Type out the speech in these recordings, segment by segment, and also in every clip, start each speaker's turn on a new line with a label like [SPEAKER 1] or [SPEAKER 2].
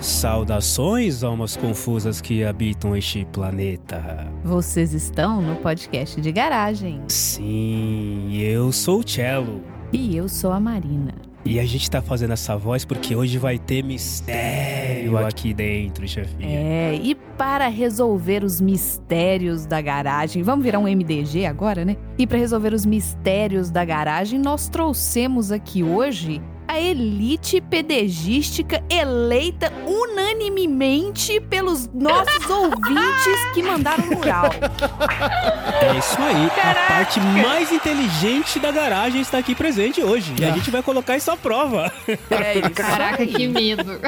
[SPEAKER 1] Saudações, almas confusas que habitam este planeta.
[SPEAKER 2] Vocês estão no podcast de garagem.
[SPEAKER 1] Sim, eu sou o Cello.
[SPEAKER 2] E eu sou a Marina.
[SPEAKER 1] E a gente tá fazendo essa voz porque hoje vai ter mistério aqui dentro, chefinha.
[SPEAKER 2] É, e para resolver os mistérios da garagem, vamos virar um MDG agora, né? E para resolver os mistérios da garagem, nós trouxemos aqui hoje a elite pedegística eleita unanimemente pelos nossos ouvintes que mandaram mural.
[SPEAKER 1] É isso aí. A parte mais inteligente da garagem está aqui presente hoje. E a gente vai colocar isso à prova.
[SPEAKER 2] É isso.
[SPEAKER 3] Caraca, que medo.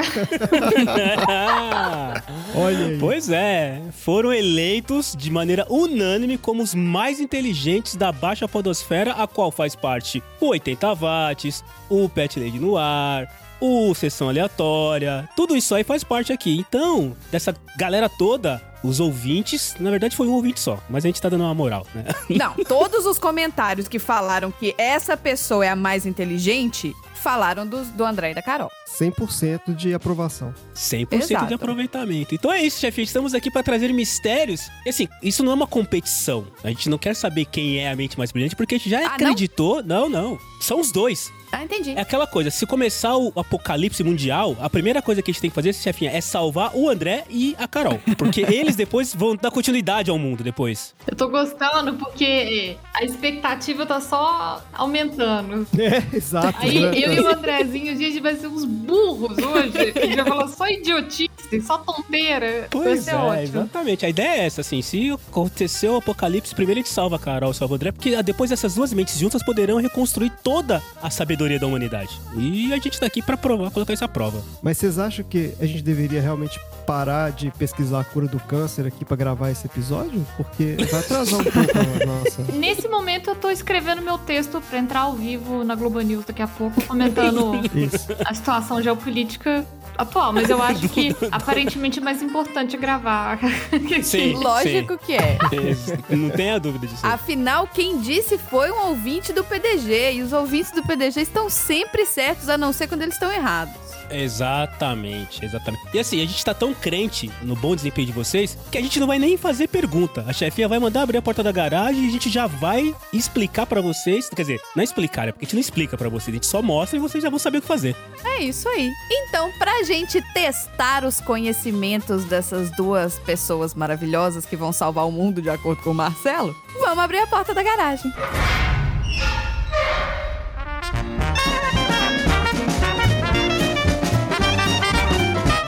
[SPEAKER 1] Olha aí. Pois é. Foram eleitos de maneira unânime como os mais inteligentes da baixa podosfera, a qual faz parte o 80 watts, o Pet Lady no ar, o Sessão Aleatória, tudo isso aí faz parte aqui. Então, dessa galera toda, os ouvintes, na verdade foi um ouvinte só, mas a gente tá dando uma moral, né?
[SPEAKER 2] Não, todos os comentários que falaram que essa pessoa é a mais inteligente falaram do, do André e da Carol.
[SPEAKER 4] 100% de aprovação.
[SPEAKER 1] 100% de
[SPEAKER 2] Exato.
[SPEAKER 1] aproveitamento. Então é isso, chefinha. Estamos aqui para trazer mistérios. E assim, isso não é uma competição. A gente não quer saber quem é a mente mais brilhante, porque a gente já
[SPEAKER 2] Ah, não?
[SPEAKER 1] acreditou. não, não. São os dois.
[SPEAKER 2] Ah, entendi.
[SPEAKER 1] É aquela coisa, se começar o apocalipse mundial, a primeira coisa que a gente tem que fazer, chefinha, é salvar o André e a Carol. Porque eles depois vão dar continuidade ao mundo depois.
[SPEAKER 3] Eu tô gostando porque a expectativa tá só aumentando.
[SPEAKER 4] É, exato.
[SPEAKER 3] Aí
[SPEAKER 4] né?
[SPEAKER 3] eu e o Andrezinho, a gente vai ser uns burros hoje. A gente vai falar só idiotice, só tonteira. vai ser ótimo.
[SPEAKER 1] é, exatamente. A ideia é essa, assim, se acontecer o apocalipse, primeiro a gente salva a Carol, salva o André, porque ah, depois essas duas mentes juntas poderão reconstruir toda a sabedoria da humanidade. E a gente tá aqui pra provar, colocar isso à prova.
[SPEAKER 4] Mas vocês acham que a gente deveria realmente parar de pesquisar a cura do câncer aqui pra gravar esse episódio? Porque vai atrasar um pouco a nossa.
[SPEAKER 3] Nesse momento eu tô escrevendo meu texto pra entrar ao vivo na Globo News daqui a pouco, comentando
[SPEAKER 4] Isso.
[SPEAKER 3] a situação geopolítica atual. Mas eu acho que aparentemente é mais importante gravar.
[SPEAKER 1] Sim,
[SPEAKER 2] Lógico que é.
[SPEAKER 1] sim. Não tenha dúvida disso.
[SPEAKER 2] Afinal, quem disse foi um ouvinte do PDG. E os ouvintes do PDG estão sempre certos, a não ser quando eles estão errados.
[SPEAKER 1] Exatamente, exatamente. E assim, a gente tá tão crente no bom desempenho de vocês que a gente não vai nem fazer pergunta. A chefinha vai mandar abrir a porta da garagem e a gente já vai explicar pra vocês. Quer dizer, não é explicar, é porque a gente não explica pra vocês, a gente só mostra e vocês já vão saber o que fazer.
[SPEAKER 2] É isso aí. Então, pra gente testar os conhecimentos dessas duas pessoas maravilhosas que vão salvar o mundo, de acordo com o Marcelo, vamos abrir a porta da garagem.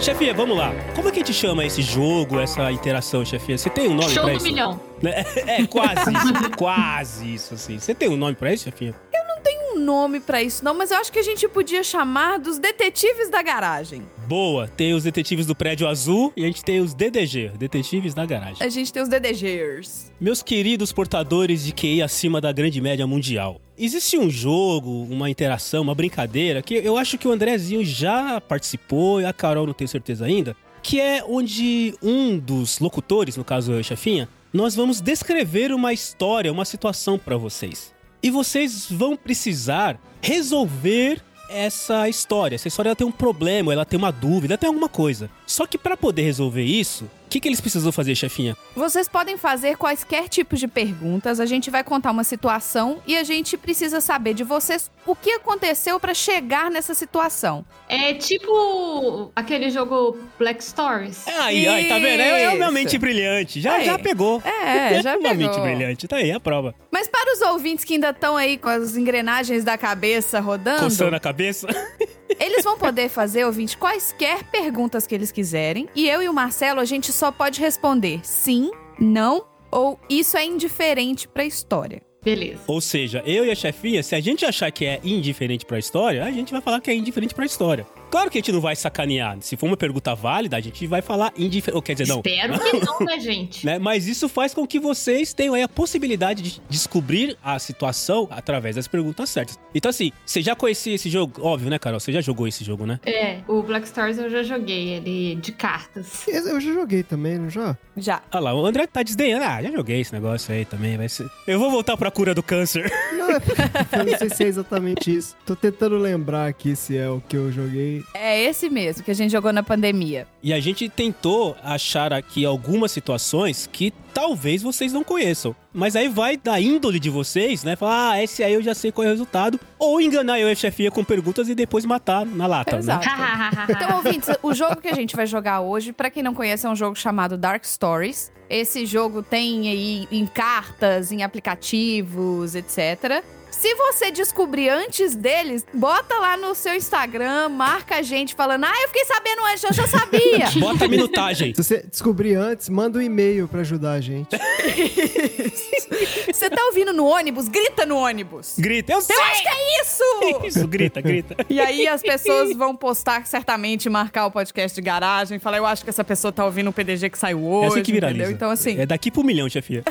[SPEAKER 1] Chefinha, vamos lá. Como é que a gente chama esse jogo, essa interação, chefinha? Você tem um nome
[SPEAKER 3] Show
[SPEAKER 1] pra
[SPEAKER 3] do
[SPEAKER 1] isso?
[SPEAKER 3] milhão.
[SPEAKER 1] É, quase isso, quase isso, assim. Você tem um nome pra isso, chefinha?
[SPEAKER 2] Tem um nome pra isso não, mas eu acho que a gente podia chamar dos detetives da garagem.
[SPEAKER 1] Boa, tem os detetives do prédio azul e a gente tem os DDG, detetives na garagem.
[SPEAKER 2] A gente tem os DDGers.
[SPEAKER 1] Meus queridos portadores de QI acima da grande média mundial, existe um jogo, uma interação, uma brincadeira que eu acho que o Andrezinho já participou e a Carol não tenho certeza ainda, que é onde um dos locutores, no caso eu, e a chefinha, nós vamos descrever uma história, uma situação para vocês. E vocês vão precisar resolver essa história. Essa história ela tem um problema, ela tem uma dúvida, ela tem alguma coisa. Só que para poder resolver isso, O que, que eles precisam fazer, chefinha?
[SPEAKER 2] Vocês podem fazer quaisquer tipos de perguntas, a gente vai contar uma situação e a gente precisa saber de vocês o que aconteceu pra chegar nessa situação.
[SPEAKER 3] É tipo aquele jogo Black Stories.
[SPEAKER 1] Aí, aí, tá vendo? É, é uma mente brilhante. Já,
[SPEAKER 2] Aí.
[SPEAKER 1] já pegou.
[SPEAKER 2] É, já
[SPEAKER 1] uma mente
[SPEAKER 2] pegou.
[SPEAKER 1] brilhante. Tá aí a prova.
[SPEAKER 2] Mas para os ouvintes que ainda estão aí com as engrenagens da cabeça rodando,
[SPEAKER 1] Coçando a cabeça.
[SPEAKER 2] eles vão poder fazer, ouvinte, quaisquer perguntas que eles quiserem. E eu e o Marcelo, a gente só pode responder sim, não ou isso é indiferente pra história.
[SPEAKER 3] Beleza.
[SPEAKER 1] Ou seja, eu e a chefinha, se a gente achar que é indiferente pra história, a gente vai falar que é indiferente pra história. Claro que a gente não vai sacanear. Se for uma pergunta válida, a gente vai falar indiferente. Ou quer dizer, não.
[SPEAKER 3] Espero que não, né, gente?
[SPEAKER 1] né? Mas isso faz com que vocês tenham aí a possibilidade de descobrir a situação através das perguntas certas. Então, assim, você já conhecia esse jogo? Óbvio, né, Carol? Você já jogou esse jogo, né?
[SPEAKER 3] É, o Black Stories eu já joguei ele de cartas.
[SPEAKER 4] Eu já joguei também, não já?
[SPEAKER 2] Já.
[SPEAKER 1] Ah lá, o André tá desdenhando. Ah, já joguei esse negócio aí também. Vai ser... Eu vou voltar pra cura do câncer.
[SPEAKER 4] Não, é porque eu não sei se é exatamente isso. Tô tentando lembrar aqui se é o que eu joguei.
[SPEAKER 2] É esse mesmo que a gente jogou na pandemia.
[SPEAKER 1] E a gente tentou achar aqui algumas situações que talvez vocês não conheçam. Mas aí vai da índole de vocês, né? Falar, ah, esse aí eu já sei qual é o resultado. Ou enganar eu e a chefia com perguntas e depois matar na lata, né?
[SPEAKER 2] Exato. Então, ouvintes, o jogo que a gente vai jogar hoje, pra quem não conhece, é um jogo chamado Dark Stories. Esse jogo tem aí em cartas, em aplicativos, etc. Se você descobrir antes deles, bota lá no seu Instagram, marca a gente falando: Ah, eu fiquei sabendo antes, eu já sabia.
[SPEAKER 1] Bota a minutagem.
[SPEAKER 4] Se você descobrir antes, manda um e-mail pra ajudar a gente.
[SPEAKER 2] você tá ouvindo no ônibus? Grita no ônibus.
[SPEAKER 1] Grita, eu sei!
[SPEAKER 2] Eu acho que é isso!
[SPEAKER 1] Isso, grita, grita. É assim
[SPEAKER 2] E aí as pessoas vão postar certamente, marcar o podcast de garagem, falar, eu acho que essa pessoa tá ouvindo o PDG que saiu
[SPEAKER 1] É
[SPEAKER 2] hoje.
[SPEAKER 1] assim que viraliza.
[SPEAKER 2] entendeu? Então, assim.
[SPEAKER 1] É daqui pro milhão, chefia.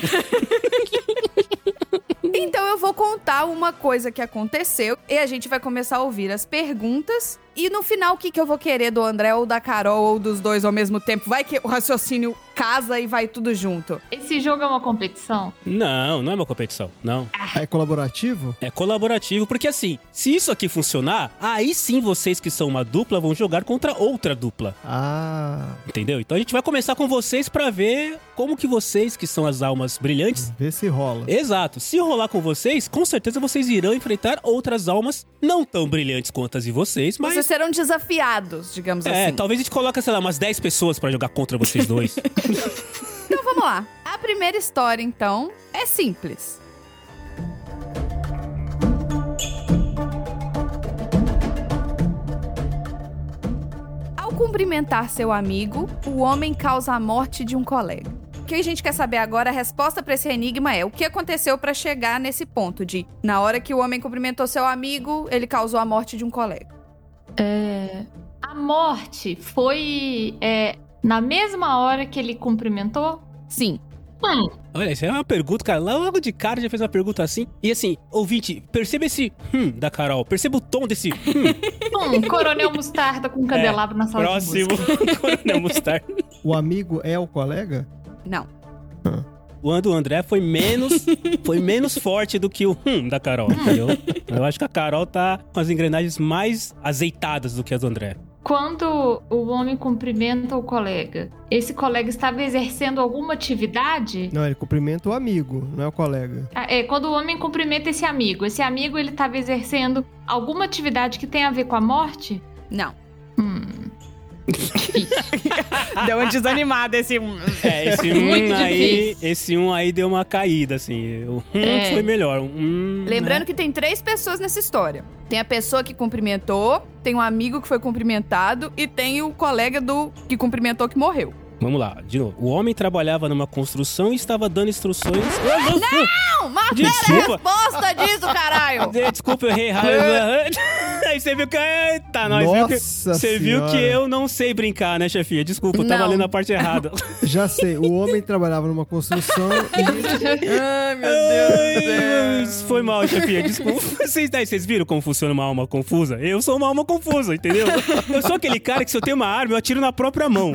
[SPEAKER 2] Então eu vou contar uma coisa que aconteceu e a gente vai começar a ouvir as perguntas. E no final, o que, que eu vou querer do André ou da Carol ou dos dois ao mesmo tempo? Vai que o raciocínio casa e vai tudo junto.
[SPEAKER 3] Esse jogo é uma competição?
[SPEAKER 1] Não, não é uma competição, não.
[SPEAKER 4] É colaborativo?
[SPEAKER 1] É colaborativo, porque assim, se isso aqui funcionar, aí sim vocês que são uma dupla vão jogar contra outra dupla,
[SPEAKER 4] Ah,
[SPEAKER 1] entendeu? Então a gente vai começar com vocês pra ver como que vocês que são as almas brilhantes
[SPEAKER 4] vê se rola.
[SPEAKER 1] Exato. Se rolar com vocês, com certeza vocês irão enfrentar outras almas não tão brilhantes quanto as de vocês, mas
[SPEAKER 2] Vocês serão desafiados, digamos
[SPEAKER 1] é,
[SPEAKER 2] assim.
[SPEAKER 1] talvez a gente coloque, sei lá, umas 10 pessoas pra jogar contra vocês dois.
[SPEAKER 2] Então vamos lá. A primeira história, então, é simples. Ao cumprimentar seu amigo, o homem causa a morte de um colega. O que a gente quer saber agora, é a resposta para esse enigma é o que aconteceu para chegar nesse ponto de na hora que o homem cumprimentou seu amigo, ele causou a morte de um colega.
[SPEAKER 3] A morte foi é, na mesma hora que ele cumprimentou?
[SPEAKER 2] Sim.
[SPEAKER 1] Olha, isso é uma pergunta, cara. Logo de cara já fez uma pergunta assim. E assim, ouvinte, perceba esse hum da Carol. Perceba o tom desse hum.
[SPEAKER 3] Hum, Coronel Mostarda com um candelabro na sala de
[SPEAKER 1] É, Próximo.
[SPEAKER 3] música.
[SPEAKER 1] Coronel Mustard.
[SPEAKER 4] O amigo é o colega?
[SPEAKER 2] Não.
[SPEAKER 1] O Ando André foi menos, foi menos forte do que o hum da Carol, entendeu? Eu acho que a Carol tá com as engrenagens mais azeitadas do que as do André.
[SPEAKER 3] Quando o homem cumprimenta o colega, esse colega estava exercendo alguma atividade?
[SPEAKER 4] Não, ele cumprimenta o amigo, não é o colega.
[SPEAKER 3] Ah, É, quando o homem cumprimenta esse amigo, esse amigo ele estava exercendo alguma atividade que tem a ver com a morte?
[SPEAKER 2] Não.
[SPEAKER 3] Hum,
[SPEAKER 2] Deu uma desanimada esse hum.
[SPEAKER 1] É, esse
[SPEAKER 3] Muito
[SPEAKER 1] um aí,
[SPEAKER 3] difícil.
[SPEAKER 1] esse um aí deu uma caída, assim. O um
[SPEAKER 3] É.
[SPEAKER 1] foi melhor. o Um,
[SPEAKER 2] Uhum. Lembrando que tem três pessoas nessa história. Tem a pessoa que cumprimentou, tem um amigo que foi cumprimentado e tem o colega do que cumprimentou que morreu.
[SPEAKER 1] né? Vamos lá, de novo. O homem trabalhava numa construção e estava dando instruções. Eu não-
[SPEAKER 2] Não, mas
[SPEAKER 1] Desculpa!
[SPEAKER 2] resposta disso, caralho!
[SPEAKER 1] Eh, Desculpa, eu errei errado. Aí você viu que. Eita, nós viu que.
[SPEAKER 4] Nossa
[SPEAKER 1] Você viu que
[SPEAKER 4] Senhora.
[SPEAKER 1] eu não sei brincar, né, chefia? Desculpa, eu tava
[SPEAKER 2] Não.
[SPEAKER 1] lendo a parte errada.
[SPEAKER 4] Já sei, o homem trabalhava numa construção e...
[SPEAKER 2] Ai, meu
[SPEAKER 1] Ai, Foi mal, chefia, desculpa. Vocês, daí, vocês viram como funciona uma alma confusa? Eu sou uma alma confusa, entendeu? Eu sou aquele cara que se eu tenho uma arma, eu atiro na própria mão.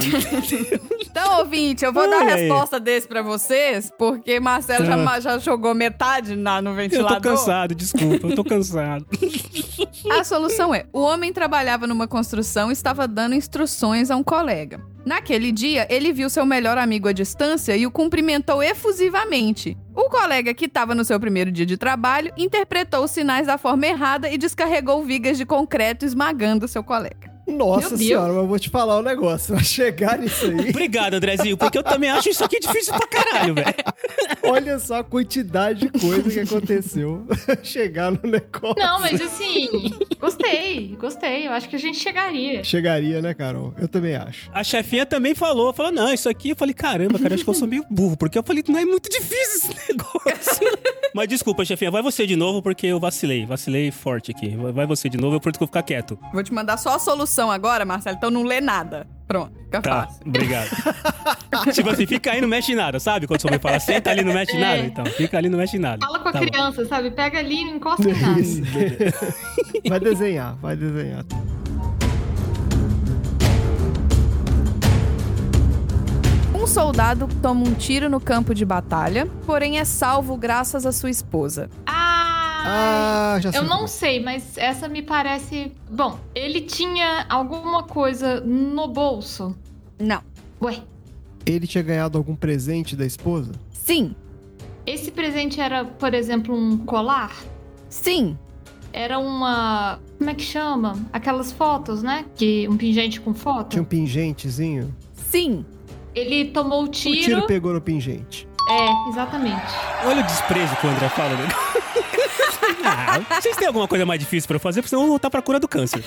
[SPEAKER 2] Então, ouvinte, eu vou dar a
[SPEAKER 1] Ai. Ah.
[SPEAKER 2] resposta desse pra vocês, porque Marcelo já, já jogou metade na, no
[SPEAKER 1] Eu
[SPEAKER 2] ventilador.
[SPEAKER 1] tô cansado, desculpa, eu tô cansado.
[SPEAKER 2] A solução é: o homem trabalhava numa construção e estava dando instruções a um colega. Naquele dia, ele viu seu melhor amigo à distância e o cumprimentou efusivamente. O colega que estava no seu primeiro dia de trabalho interpretou os sinais da forma errada e descarregou vigas de concreto esmagando seu colega.
[SPEAKER 3] Meu
[SPEAKER 4] Nossa
[SPEAKER 3] Deus.
[SPEAKER 4] senhora, mas eu vou te falar um negócio. Vai chegar nisso aí.
[SPEAKER 1] Obrigado, Andrezinho, porque eu também acho isso aqui difícil pra caralho, velho.
[SPEAKER 4] Olha só a quantidade de coisa que aconteceu. chegar no negócio.
[SPEAKER 3] Não, mas assim, gostei, gostei. Eu acho que a gente chegaria.
[SPEAKER 4] Chegaria, né, Carol? Eu também acho.
[SPEAKER 1] A chefinha também falou, falou, não, isso aqui, eu falei, caramba, cara, acho que eu sou meio burro, porque eu falei, não é muito difícil esse negócio. Mas desculpa, chefinha, vai você de novo, porque eu vacilei, vacilei forte aqui. Vai- Vai você de novo, eu prometo que eu vou ficar quieto.
[SPEAKER 2] Vou te mandar só a solução agora, Marcelo, então não lê nada. Pronto, fica
[SPEAKER 1] Tá,
[SPEAKER 2] fácil.
[SPEAKER 1] obrigado. tipo assim, fica aí, não mexe em nada, sabe? Quando sua mãe fala, senta ali, não mexe em nada,
[SPEAKER 3] É.
[SPEAKER 1] então, fica ali, não mexe em nada.
[SPEAKER 3] Fala com a
[SPEAKER 1] Tá bom.
[SPEAKER 3] criança, sabe? Pega ali e não encosta em nada.
[SPEAKER 4] Vai desenhar, vai desenhar.
[SPEAKER 2] Um soldado toma um tiro no campo de batalha, porém é salvo graças à sua esposa.
[SPEAKER 3] Ah!
[SPEAKER 4] Ah, já sei.
[SPEAKER 3] Eu não sei, mas essa me parece. Bom, ele tinha alguma coisa no bolso.
[SPEAKER 2] Não.
[SPEAKER 3] Ué,
[SPEAKER 4] Ele tinha ganhado algum presente da esposa?
[SPEAKER 2] Sim.
[SPEAKER 3] esse presente era, por exemplo, um colar?
[SPEAKER 2] Sim.
[SPEAKER 3] Era uma. Como é que chama? Aquelas fotos, né? Que um pingente com foto.
[SPEAKER 4] Tinha um pingentezinho?
[SPEAKER 2] Sim.
[SPEAKER 3] Ele tomou o
[SPEAKER 4] O
[SPEAKER 3] tiro.
[SPEAKER 4] tiro pegou no pingente.
[SPEAKER 3] É, exatamente.
[SPEAKER 1] Olha o desprezo que o André fala, né? Ah, vocês têm alguma coisa mais difícil pra eu fazer? Porque senão eu vou voltar pra cura do câncer.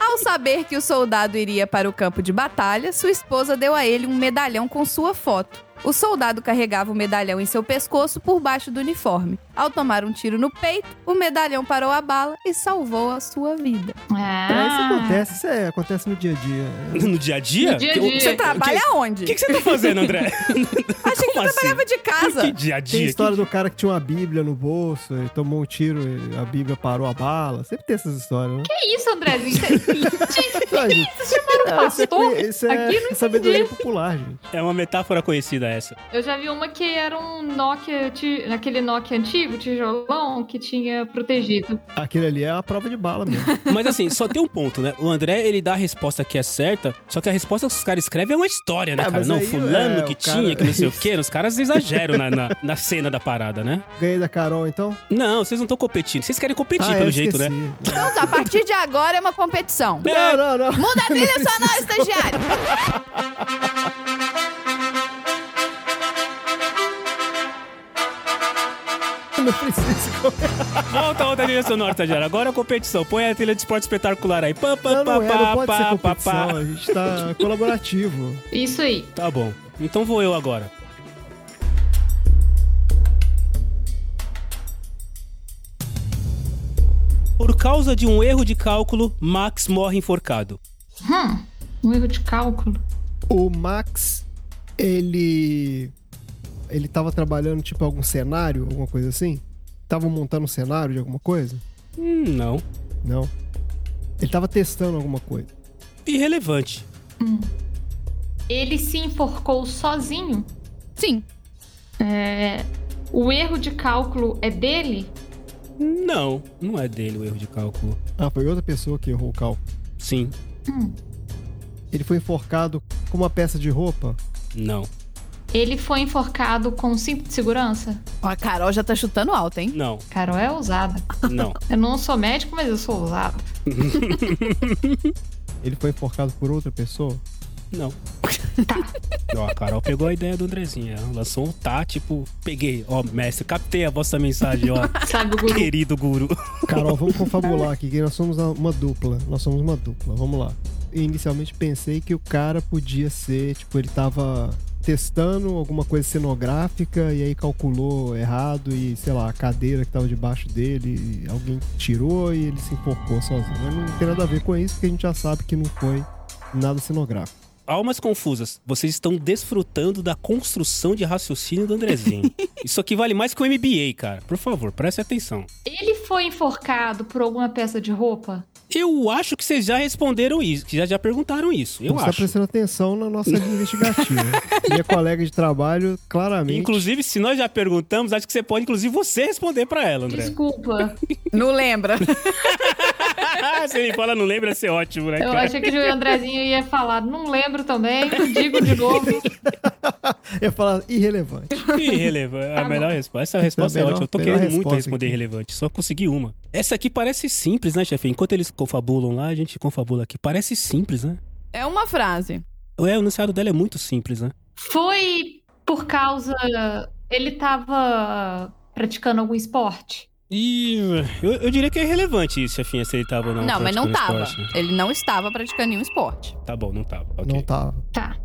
[SPEAKER 2] Ao saber que o soldado iria para o campo de batalha, sua esposa deu a ele um medalhão com sua foto. O soldado carregava o medalhão em seu pescoço por baixo do uniforme. Ao tomar um tiro no peito, o medalhão parou a bala e salvou a sua vida.
[SPEAKER 4] Ah, isso
[SPEAKER 3] Ah,
[SPEAKER 4] acontece, isso é, acontece no dia a dia. né?
[SPEAKER 1] No dia a dia?
[SPEAKER 3] No dia a
[SPEAKER 1] Que-
[SPEAKER 3] dia.
[SPEAKER 2] Você
[SPEAKER 3] Você
[SPEAKER 2] trabalha
[SPEAKER 1] O
[SPEAKER 2] onde?
[SPEAKER 1] que, que você tá fazendo, André?
[SPEAKER 2] Achei
[SPEAKER 1] Como
[SPEAKER 2] que você
[SPEAKER 1] assim?
[SPEAKER 2] trabalhava
[SPEAKER 1] Que
[SPEAKER 2] de
[SPEAKER 1] dia
[SPEAKER 2] casa.
[SPEAKER 1] a
[SPEAKER 4] Tem a
[SPEAKER 1] dia?
[SPEAKER 4] história do cara que tinha uma bíblia no bolso, ele tomou um tiro, e a bíblia parou a bala. Sempre tem essas histórias, né?
[SPEAKER 3] que isso, Andrezinho? Gente,
[SPEAKER 4] Ah, gente,
[SPEAKER 3] vocês chamaram o
[SPEAKER 4] isso é,
[SPEAKER 3] um pastor?
[SPEAKER 4] isso é
[SPEAKER 3] Aqui eu não
[SPEAKER 4] sabedoria
[SPEAKER 3] entendi.
[SPEAKER 4] popular, gente.
[SPEAKER 1] É uma metáfora conhecida essa.
[SPEAKER 3] Eu já vi uma que era um Nokia, ti- aquele Nokia antigo, tijolão, que tinha protegido.
[SPEAKER 4] Aquele ali é a prova de bala mesmo.
[SPEAKER 1] Mas assim, só tem um ponto, né? O André, ele dá a resposta que é certa, só que a resposta que os caras escrevem é uma história, né,
[SPEAKER 4] Ah,
[SPEAKER 1] cara?
[SPEAKER 4] mas
[SPEAKER 1] Não,
[SPEAKER 4] aí,
[SPEAKER 1] fulano
[SPEAKER 4] é,
[SPEAKER 1] que
[SPEAKER 4] o cara-
[SPEAKER 1] tinha, que não sei o quê. Os caras exageram na, na, na cena da parada, né?
[SPEAKER 4] Ganhei da Carol, então?
[SPEAKER 1] Não, vocês não estão competindo. Vocês querem competir,
[SPEAKER 4] é,
[SPEAKER 1] pelo
[SPEAKER 4] eu
[SPEAKER 1] jeito, né?
[SPEAKER 4] esqueci.
[SPEAKER 2] Então tá, a partir de agora é uma competição.
[SPEAKER 4] Não, não, não.
[SPEAKER 2] Muda a trilha sonora, estagiário!
[SPEAKER 4] Não precisa.
[SPEAKER 1] Volta a outra trilha sonora, estagiário. Agora a competição. Põe a trilha de esporte espetacular aí. Pá, pá,
[SPEAKER 4] Não,
[SPEAKER 1] pá,
[SPEAKER 4] não, é, não
[SPEAKER 1] pá,
[SPEAKER 4] pode ser
[SPEAKER 1] pá, pá,
[SPEAKER 4] competição.
[SPEAKER 1] pá.
[SPEAKER 4] A gente tá colaborativo.
[SPEAKER 3] Isso aí.
[SPEAKER 1] Tá bom. Então vou eu agora. Por causa de um erro de cálculo, Max morre enforcado.
[SPEAKER 3] Hum, um erro de cálculo.
[SPEAKER 4] O Max, ele. Ele tava trabalhando, tipo, algum cenário, alguma coisa assim? Tava montando um cenário de alguma coisa?
[SPEAKER 1] Hum, não.
[SPEAKER 4] Não. Ele tava testando alguma coisa.
[SPEAKER 1] Irrelevante.
[SPEAKER 3] Ele se enforcou sozinho.
[SPEAKER 2] Sim.
[SPEAKER 3] O erro de cálculo é dele?
[SPEAKER 1] Não, não é dele o erro de cálculo.
[SPEAKER 4] Ah, foi outra pessoa que errou o cálculo.
[SPEAKER 1] Sim,
[SPEAKER 4] Ele foi enforcado com uma peça de roupa?
[SPEAKER 1] não.
[SPEAKER 3] Ele foi enforcado com um cinto de segurança?
[SPEAKER 2] Ó, a Carol já tá chutando alto, hein?
[SPEAKER 1] Não,
[SPEAKER 3] Carol é ousada.
[SPEAKER 1] não.
[SPEAKER 3] Eu não sou médico, mas eu sou ousada.
[SPEAKER 4] Ele foi enforcado por outra pessoa?
[SPEAKER 1] Não. Ó, a Carol pegou a ideia do Andrezinho. Ela lançou um tá, tipo, peguei. Ó, mestre, captei a vossa mensagem, ó.
[SPEAKER 3] Sabe o guru?
[SPEAKER 1] Querido guru.
[SPEAKER 4] Carol, vamos confabular aqui, que nós somos uma dupla. Nós somos uma dupla, vamos lá. Eu inicialmente pensei que o cara podia ser, tipo, ele tava testando alguma coisa cenográfica e aí calculou errado e, sei lá, a cadeira que tava debaixo dele, alguém tirou e ele se enforcou sozinho. Mas não tem nada a ver com isso, porque a gente já sabe que não foi nada cenográfico.
[SPEAKER 1] Almas confusas, vocês estão desfrutando da construção de raciocínio do Andrezinho. Isso aqui vale mais que um MBA, cara. Por favor, preste atenção.
[SPEAKER 3] Ele foi enforcado por alguma peça de roupa?
[SPEAKER 1] Eu acho que vocês já responderam isso, que já, já perguntaram isso. Eu
[SPEAKER 4] Então, Você tá
[SPEAKER 1] acho.
[SPEAKER 4] prestando atenção na nossa linha investigativa. Minha colega de trabalho, claramente.
[SPEAKER 1] Inclusive, se nós já perguntamos, acho que você pode, inclusive, você responder pra ela, André.
[SPEAKER 3] Desculpa.
[SPEAKER 2] Não lembra.
[SPEAKER 1] Ah, Se ele fala não lembra, ia ser ótimo, né,
[SPEAKER 3] Eu
[SPEAKER 1] cara?
[SPEAKER 3] achei que o Andrezinho ia falar, não lembro também, digo de novo.
[SPEAKER 4] Eu falo irrelevante.
[SPEAKER 1] Irrelevante. A melhor resposta. Essa resposta é
[SPEAKER 4] melhor-
[SPEAKER 1] ótima. Eu tô
[SPEAKER 4] melhor
[SPEAKER 1] querendo muito
[SPEAKER 4] resposta
[SPEAKER 1] responder
[SPEAKER 4] aqui.
[SPEAKER 1] irrelevante. Só consegui uma. Essa aqui parece simples, né, chefe? Enquanto eles confabulam lá, a gente confabula aqui. Parece simples, né?
[SPEAKER 2] É uma frase.
[SPEAKER 1] Ué, o enunciado dela é muito simples, né?
[SPEAKER 3] Foi por causa. Ele tava praticando algum esporte.
[SPEAKER 1] E eu, eu diria que é irrelevante isso, chefinha, se ele tava ou não.
[SPEAKER 2] Não, mas não
[SPEAKER 1] praticando
[SPEAKER 2] tava.
[SPEAKER 1] esporte. né?
[SPEAKER 2] Ele não estava praticando nenhum esporte.
[SPEAKER 1] Tá bom, não tava. ok.
[SPEAKER 4] Não tá.
[SPEAKER 3] Tá.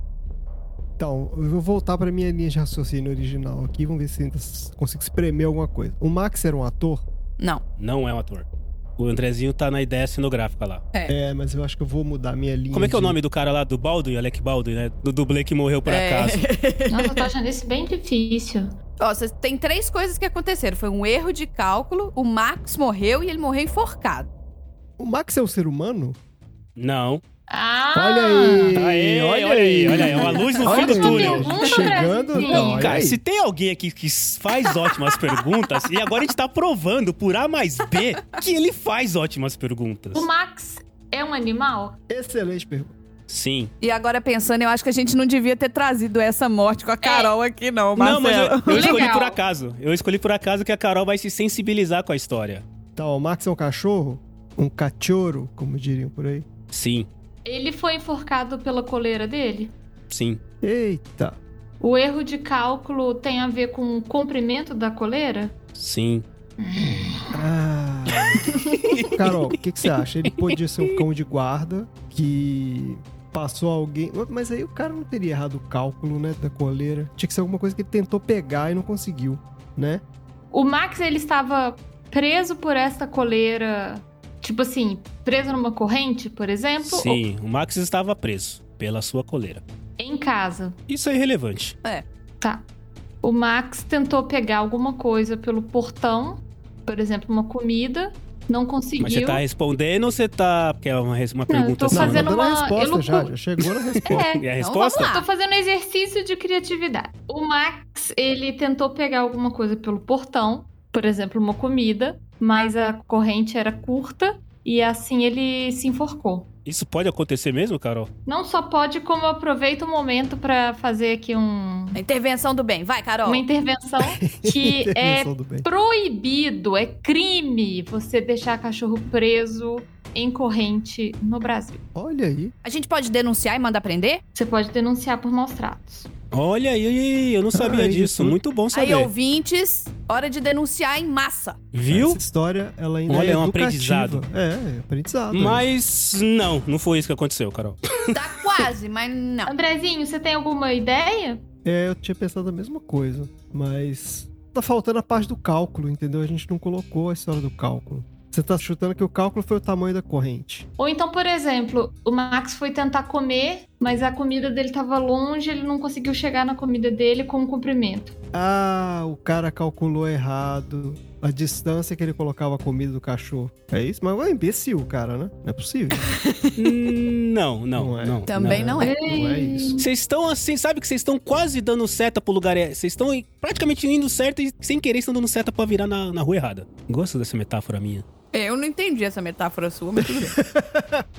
[SPEAKER 4] Então, eu vou voltar pra minha linha de raciocínio original aqui. Vamos ver se ainda s- consigo espremer alguma coisa. O Max era um ator?
[SPEAKER 2] Não.
[SPEAKER 1] Não é um ator. O Andrezinho tá na ideia cenográfica lá.
[SPEAKER 4] É, mas eu acho que eu vou mudar minha linha.
[SPEAKER 1] Como é que é o
[SPEAKER 4] de-
[SPEAKER 1] nome do cara lá? Do Baldwin? Alec Baldwin, né? Do dublê que morreu por
[SPEAKER 2] É.
[SPEAKER 1] acaso.
[SPEAKER 3] Nossa, eu tô achando isso bem difícil.
[SPEAKER 2] Ó, cês- tem três coisas que aconteceram. Foi um erro de cálculo, o Max morreu e ele morreu enforcado.
[SPEAKER 4] O Max é um ser humano?
[SPEAKER 1] Não.
[SPEAKER 3] Ah!
[SPEAKER 4] Olha aí!
[SPEAKER 1] Aê, olha aí, olha aí. É uma luz no fim
[SPEAKER 4] Olha
[SPEAKER 1] do
[SPEAKER 4] aí,
[SPEAKER 1] túnel.
[SPEAKER 3] pergunta,
[SPEAKER 4] Chegando,
[SPEAKER 3] Brasil.
[SPEAKER 4] não, olha
[SPEAKER 1] Cara,
[SPEAKER 4] aí.
[SPEAKER 1] se tem alguém aqui que faz ótimas perguntas, e agora a gente tá provando por A mais B que ele faz ótimas perguntas.
[SPEAKER 3] O Max é um animal?
[SPEAKER 4] Excelente pergunta.
[SPEAKER 1] Sim.
[SPEAKER 2] E agora pensando, eu acho que a gente não devia ter trazido essa morte com a Carol aqui não,
[SPEAKER 1] Não, mas
[SPEAKER 2] Marcelo.
[SPEAKER 1] eu, eu escolhi
[SPEAKER 3] Legal.
[SPEAKER 1] por acaso. Eu escolhi por acaso que a Carol vai se sensibilizar com a história.
[SPEAKER 4] Então, o Max é um cachorro? Um cachorro, como diriam por aí.
[SPEAKER 1] Sim,
[SPEAKER 3] Ele foi enforcado pela coleira dele?
[SPEAKER 1] sim.
[SPEAKER 4] Eita!
[SPEAKER 3] O erro de cálculo tem a ver com o comprimento da coleira?
[SPEAKER 1] Sim.
[SPEAKER 4] Ah. Carol, o que, que você acha? Ele podia ser um cão de guarda que passou alguém. Mas aí o cara não teria errado o cálculo, né? Da coleira. Tinha que ser alguma coisa que ele tentou pegar e não conseguiu, né?
[SPEAKER 3] O Max, ele estava preso por essa coleira, tipo assim, preso numa corrente, por exemplo? Ou
[SPEAKER 2] Oh.
[SPEAKER 1] Sim. O Max estava preso pela sua coleira.
[SPEAKER 3] em casa?
[SPEAKER 1] Isso é irrelevante.
[SPEAKER 3] Tá. O Max tentou pegar alguma coisa pelo portão, por exemplo, uma comida, não conseguiu.
[SPEAKER 1] Mas você tá respondendo ou você tá. Quer uma, res- uma
[SPEAKER 3] Não, eu
[SPEAKER 1] pergunta
[SPEAKER 3] tô
[SPEAKER 1] só?
[SPEAKER 3] fazendo
[SPEAKER 4] não, tá
[SPEAKER 3] uma-
[SPEAKER 4] na resposta
[SPEAKER 3] eu
[SPEAKER 4] já,
[SPEAKER 3] não-
[SPEAKER 4] já chegou na resposta.
[SPEAKER 3] É,
[SPEAKER 1] E a
[SPEAKER 2] Então vamos
[SPEAKER 1] resposta?
[SPEAKER 2] lá.
[SPEAKER 3] tô fazendo exercício de criatividade. O Max, ele tentou pegar alguma coisa pelo portão, por exemplo, uma comida, mas a corrente era curta e assim ele se enforcou.
[SPEAKER 1] Isso pode acontecer mesmo, Carol?
[SPEAKER 3] Não só pode, como eu aproveito o momento pra fazer aqui um,
[SPEAKER 2] A intervenção do bem. Vai, Carol.
[SPEAKER 3] uma intervenção que é
[SPEAKER 4] Intervenção do bem.
[SPEAKER 3] proibido, é crime você deixar cachorro preso em corrente no Brasil.
[SPEAKER 4] Olha aí.
[SPEAKER 2] A gente pode denunciar e mandar prender?
[SPEAKER 3] Você pode denunciar por maus tratos.
[SPEAKER 1] Olha aí, eu não sabia
[SPEAKER 4] Ah, isso.
[SPEAKER 1] disso. Muito bom
[SPEAKER 2] Aí,
[SPEAKER 1] saber.
[SPEAKER 2] ouvintes, hora de denunciar em massa.
[SPEAKER 1] Viu?
[SPEAKER 4] Essa história, ela ainda
[SPEAKER 1] Olha,
[SPEAKER 4] é
[SPEAKER 1] é um
[SPEAKER 4] educativa.
[SPEAKER 1] aprendizado.
[SPEAKER 4] É, é aprendizado.
[SPEAKER 1] Mas não, não foi isso que aconteceu, Carol.
[SPEAKER 2] Tá quase, mas não.
[SPEAKER 3] Andrezinho, você tem alguma ideia?
[SPEAKER 4] É, eu tinha pensado a mesma coisa, mas tá faltando a parte do cálculo, entendeu? A gente não colocou a história do cálculo. Você tá chutando que o cálculo foi o tamanho da corrente.
[SPEAKER 3] Ou então, por exemplo, o Max foi tentar comer, mas a comida dele tava longe, ele não conseguiu chegar na comida dele com o comprimento.
[SPEAKER 4] Ah, o cara calculou errado a distância que ele colocava a comida do cachorro. É isso? Mas é um imbecil, cara, né? Não é possível.
[SPEAKER 1] Hum, não, não, não.
[SPEAKER 4] Não é.
[SPEAKER 2] Também não, é.
[SPEAKER 4] Não é isso.
[SPEAKER 1] Vocês estão assim, sabe que vocês estão quase dando seta pro lugar. é- Vocês estão em- praticamente indo certo e sem querer estão dando seta pra virar na, na rua errada. Gosto dessa metáfora minha.
[SPEAKER 2] É, Eu não entendi essa metáfora sua, mas tudo bem.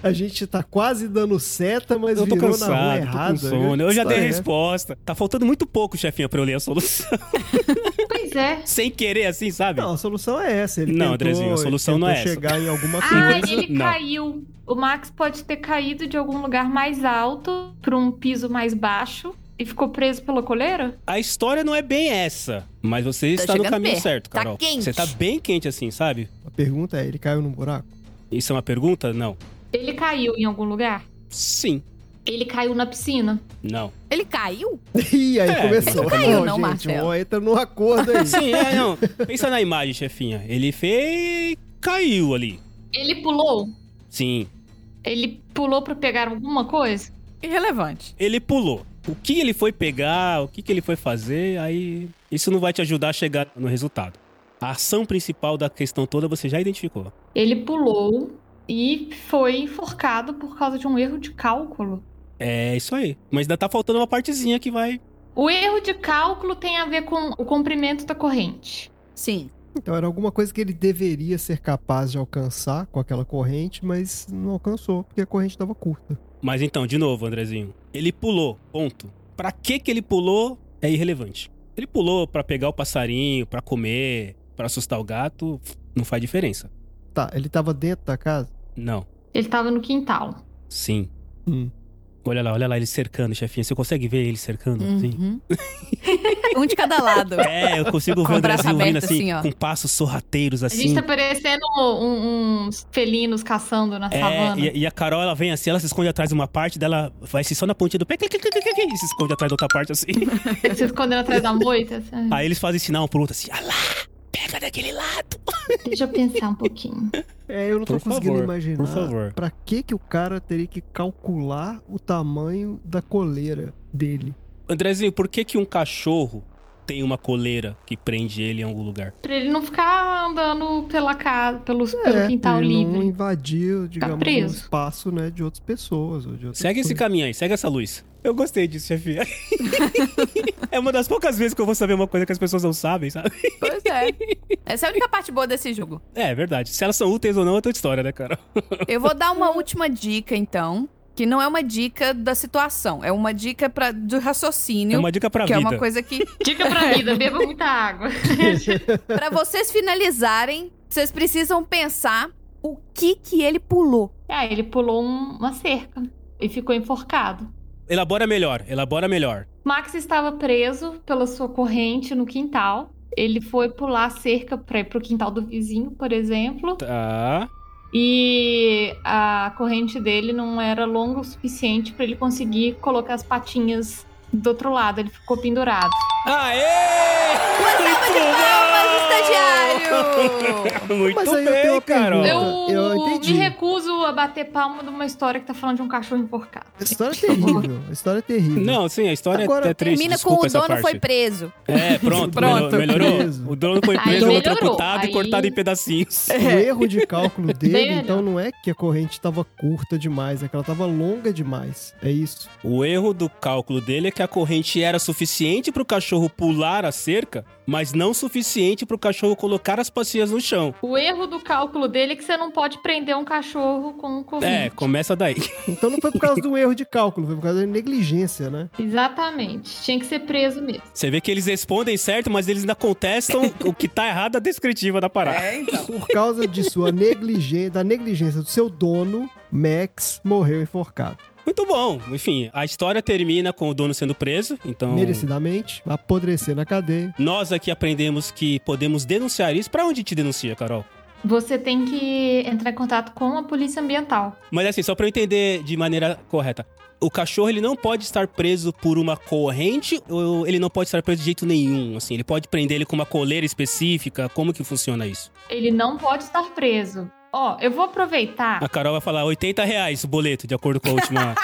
[SPEAKER 4] A gente tá quase dando seta, mas
[SPEAKER 1] eu tô
[SPEAKER 4] virou
[SPEAKER 1] cansado,
[SPEAKER 4] na rua
[SPEAKER 1] tô
[SPEAKER 4] errada.
[SPEAKER 1] com sono. Eu já dei a
[SPEAKER 4] É.
[SPEAKER 1] resposta. Tá faltando muito pouco, chefinha, pra eu ler a solução.
[SPEAKER 3] Pois é.
[SPEAKER 1] sem querer, assim, sabe?
[SPEAKER 4] Não, a solução é essa. Ele
[SPEAKER 1] Não,
[SPEAKER 4] tentou-
[SPEAKER 1] Andrezinho, a solução
[SPEAKER 4] ele
[SPEAKER 1] não é
[SPEAKER 4] tentou
[SPEAKER 1] essa.
[SPEAKER 4] chegar em alguma
[SPEAKER 3] Ah,
[SPEAKER 4] coisa.
[SPEAKER 3] ele
[SPEAKER 1] Não.
[SPEAKER 3] caiu. O Max pode ter caído de algum lugar mais alto pra um piso mais baixo e ficou preso pela coleira?
[SPEAKER 1] A história não é bem essa. Mas você
[SPEAKER 2] Tá
[SPEAKER 1] está no
[SPEAKER 2] chegando
[SPEAKER 1] caminho
[SPEAKER 2] perto.
[SPEAKER 1] certo,
[SPEAKER 2] Tá
[SPEAKER 1] Carol.
[SPEAKER 2] quente.
[SPEAKER 1] Você tá bem quente, assim, sabe?
[SPEAKER 4] A pergunta é, ele caiu num buraco?
[SPEAKER 1] Isso é uma pergunta? Não.
[SPEAKER 3] Ele caiu em algum lugar?
[SPEAKER 1] Sim.
[SPEAKER 3] Ele caiu na piscina?
[SPEAKER 1] Não.
[SPEAKER 2] Ele caiu?
[SPEAKER 4] Ih, aí
[SPEAKER 1] É,
[SPEAKER 4] começou.
[SPEAKER 1] não
[SPEAKER 2] caiu, não,
[SPEAKER 4] gente,
[SPEAKER 2] Marcelo.
[SPEAKER 4] ó, entra num acordo aí.
[SPEAKER 1] Sim, é, não. Pensa na imagem, chefinha. Ele fez. caiu ali.
[SPEAKER 3] Ele pulou?
[SPEAKER 1] Sim.
[SPEAKER 3] Ele pulou pra pegar alguma coisa?
[SPEAKER 2] Irrelevante.
[SPEAKER 1] Ele pulou. O que ele foi pegar, o que, que ele foi fazer, aí. Isso não vai te ajudar a chegar no resultado. A ação principal da questão toda você já identificou.
[SPEAKER 3] Ele pulou e foi enforcado por causa de um erro de cálculo.
[SPEAKER 1] É isso aí. Mas ainda tá faltando uma partezinha que vai.
[SPEAKER 3] O erro de cálculo tem a ver com o comprimento da corrente.
[SPEAKER 2] Sim.
[SPEAKER 4] Então era alguma coisa que ele deveria ser capaz de alcançar com aquela corrente, mas não alcançou, porque a corrente estava curta.
[SPEAKER 1] Mas então, de novo, Andrezinho. Ele pulou, ponto. Pra que que ele pulou é irrelevante. Ele pulou pra pegar o passarinho, pra comer, pra assustar o gato, não faz diferença.
[SPEAKER 4] Tá, ele tava dentro da casa?
[SPEAKER 1] Não.
[SPEAKER 3] Ele tava no quintal.
[SPEAKER 1] Sim.
[SPEAKER 4] Hum.
[SPEAKER 1] Olha lá, olha lá ele cercando, chefinha. Você consegue ver ele cercando? Sim.
[SPEAKER 2] Uhum. um de cada lado.
[SPEAKER 1] É, eu consigo
[SPEAKER 2] Com
[SPEAKER 1] ver o
[SPEAKER 2] o braço
[SPEAKER 1] Andrezinho vindo
[SPEAKER 2] aberto,
[SPEAKER 1] assim,
[SPEAKER 2] assim, ó.
[SPEAKER 1] com passos sorrateiros
[SPEAKER 3] A gente
[SPEAKER 1] assim.
[SPEAKER 3] tá parecendo um- uns felinos caçando na
[SPEAKER 1] É,
[SPEAKER 3] savana.
[SPEAKER 1] e, e a Carol, ela vem assim, ela se esconde atrás de uma parte dela, vai se só na pontinha do pé, clic, clic, clic, clic, clic, e se esconde atrás da outra parte assim.
[SPEAKER 3] Se escondendo atrás da moita. assim.
[SPEAKER 1] Aí eles fazem sinal um pro outro assim, ah lá, pega daquele lado.
[SPEAKER 3] Deixa eu pensar um pouquinho.
[SPEAKER 4] É, eu não tô
[SPEAKER 1] Por
[SPEAKER 4] conseguindo
[SPEAKER 1] favor,
[SPEAKER 4] imaginar.
[SPEAKER 1] por favor.
[SPEAKER 4] Pra que que o cara teria que calcular o tamanho da coleira dele?
[SPEAKER 1] Andrezinho, por que que um cachorro tem uma coleira que prende ele em algum lugar?
[SPEAKER 3] Pra ele não ficar andando pela casa, pelos,
[SPEAKER 4] É,
[SPEAKER 3] pelo quintal
[SPEAKER 4] ele não
[SPEAKER 3] livre. Tá
[SPEAKER 4] invadiu, digamos, o
[SPEAKER 3] preso.
[SPEAKER 4] espaço, né, de outras pessoas. Ou de outras
[SPEAKER 1] Segue esse
[SPEAKER 4] coisas.
[SPEAKER 1] caminho aí, segue essa luz. Eu gostei disso, chefinha. é uma das poucas vezes que eu vou saber uma coisa que as pessoas não sabem, sabe?
[SPEAKER 2] Pois é. Essa é a única parte boa desse jogo.
[SPEAKER 1] É, é verdade. Se elas são úteis ou não é outra história, né, cara?
[SPEAKER 2] Eu vou dar uma última dica, então. Que não é uma dica da situação, é uma dica pra, do raciocínio.
[SPEAKER 1] É uma dica pra
[SPEAKER 2] que
[SPEAKER 1] vida.
[SPEAKER 2] é uma coisa que,
[SPEAKER 3] Dica pra vida, beba muita água.
[SPEAKER 2] pra vocês finalizarem, vocês precisam pensar o que que ele pulou.
[SPEAKER 3] Ah, ele pulou um- uma cerca e ficou enforcado.
[SPEAKER 1] Elabora melhor, elabora melhor.
[SPEAKER 3] Max estava preso pela sua corrente no quintal. Ele foi pular a cerca pra ir pro quintal do vizinho, por exemplo.
[SPEAKER 1] Tá.
[SPEAKER 3] E a corrente dele não era longa o suficiente pra ele conseguir colocar as patinhas do outro lado. Ele ficou pendurado.
[SPEAKER 1] Aê! Muito bom!
[SPEAKER 2] Estagiário!
[SPEAKER 1] Muito
[SPEAKER 4] Mas aí eu tenho
[SPEAKER 1] bem,
[SPEAKER 4] uma
[SPEAKER 1] Carol.
[SPEAKER 4] pergunta.
[SPEAKER 3] Eu,
[SPEAKER 4] eu entendi.
[SPEAKER 3] me recuso a bater palma de uma história que tá falando de um cachorro enforcado.
[SPEAKER 4] A história é terrível, a história é terrível.
[SPEAKER 1] Não, sim, a história
[SPEAKER 4] Agora
[SPEAKER 1] é triste.
[SPEAKER 2] Termina
[SPEAKER 1] desculpa
[SPEAKER 2] com o
[SPEAKER 1] essa
[SPEAKER 2] dono
[SPEAKER 1] parte.
[SPEAKER 2] foi preso.
[SPEAKER 1] É, pronto,
[SPEAKER 2] Pronto.
[SPEAKER 1] melhor- melhorou.
[SPEAKER 4] Preso.
[SPEAKER 1] O dono foi
[SPEAKER 3] Aí
[SPEAKER 1] preso,
[SPEAKER 3] melhorou,
[SPEAKER 1] eletrocutado e
[SPEAKER 3] aí-
[SPEAKER 1] cortado em pedacinhos.
[SPEAKER 4] O erro de cálculo dele,
[SPEAKER 3] Velho.
[SPEAKER 4] então, não é que a corrente estava curta demais, é que ela estava longa demais. É isso.
[SPEAKER 1] O erro do cálculo dele é que a corrente era suficiente pro cachorro pular a cerca, mas não suficiente pro cachorro colocar as pastinhas no chão.
[SPEAKER 3] O erro do cálculo dele é que você não pode prender um cachorro com um corrente.
[SPEAKER 1] É, começa daí.
[SPEAKER 4] Então não foi por causa de um erro de cálculo, foi por causa da negligência, né?
[SPEAKER 3] Exatamente. Tinha que ser preso mesmo.
[SPEAKER 1] Você vê que eles respondem certo, mas eles ainda contestam o que tá errado a descritiva da parada.
[SPEAKER 3] É.
[SPEAKER 2] então.
[SPEAKER 4] Por causa de sua negligência, da negligência do seu dono, Max morreu enforcado.
[SPEAKER 1] Muito bom. Enfim, a história termina com o dono sendo preso, então
[SPEAKER 4] Merecidamente, apodrecer na cadeia.
[SPEAKER 1] nós aqui aprendemos que podemos denunciar isso. Pra onde te denuncia, Carol?
[SPEAKER 3] Você tem que entrar em contato com a polícia ambiental.
[SPEAKER 1] Mas assim, só pra eu entender de maneira correta. O cachorro, ele não pode estar preso por uma corrente ou ele não pode estar preso de jeito nenhum, assim? Ele pode prender ele com uma coleira específica? Como que funciona isso?
[SPEAKER 3] Ele não pode estar preso. Ó, eu vou aproveitar.
[SPEAKER 1] A Carol vai falar 80 reais o boleto, de acordo com a última...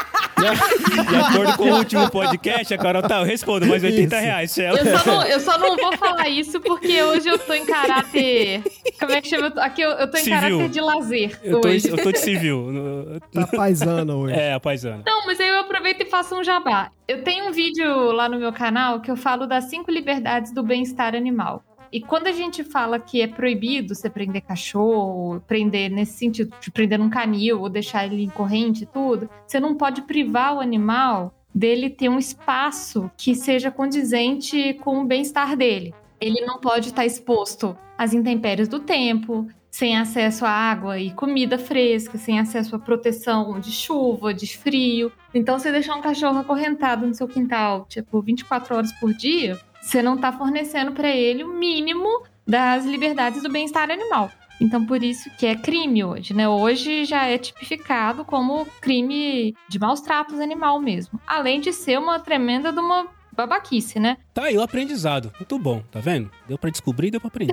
[SPEAKER 1] de acordo com o último podcast, a Carol, tá, eu respondo, mas 80
[SPEAKER 4] Isso.
[SPEAKER 1] reais, Shell.
[SPEAKER 3] Eu só, não, eu só não vou falar isso porque hoje eu tô em caráter. Como é que chama? Eu tô- Aqui eu, eu tô em
[SPEAKER 1] Civil.
[SPEAKER 3] caráter de lazer
[SPEAKER 1] Eu tô,
[SPEAKER 3] hoje.
[SPEAKER 1] eu tô de civil. no-
[SPEAKER 4] Tá paisana hoje.
[SPEAKER 1] É, a paisana.
[SPEAKER 3] Não, Então, mas aí eu aproveito e faço um jabá. Eu tenho um vídeo lá no meu canal que eu falo das cinco liberdades do bem-estar animal. E quando a gente fala que é proibido você prender cachorro, prender nesse sentido, de prender num canil ou deixar ele em corrente e tudo, você não pode privar o animal dele ter um espaço que seja condizente com o bem-estar dele. Ele não pode estar exposto às intempéries do tempo, sem acesso a água e comida fresca, sem acesso a proteção de chuva, de frio. Então, você deixar um cachorro acorrentado no seu quintal, tipo, 24 horas por dia, você não tá fornecendo para ele o mínimo das liberdades do bem-estar animal. Então, por isso que é crime hoje, né? Hoje já é tipificado como crime de maus tratos animal mesmo. Além de ser uma tremenda de uma babaquice, né?
[SPEAKER 1] Tá aí o aprendizado. Muito bom, tá vendo? Deu pra descobrir, deu pra aprender.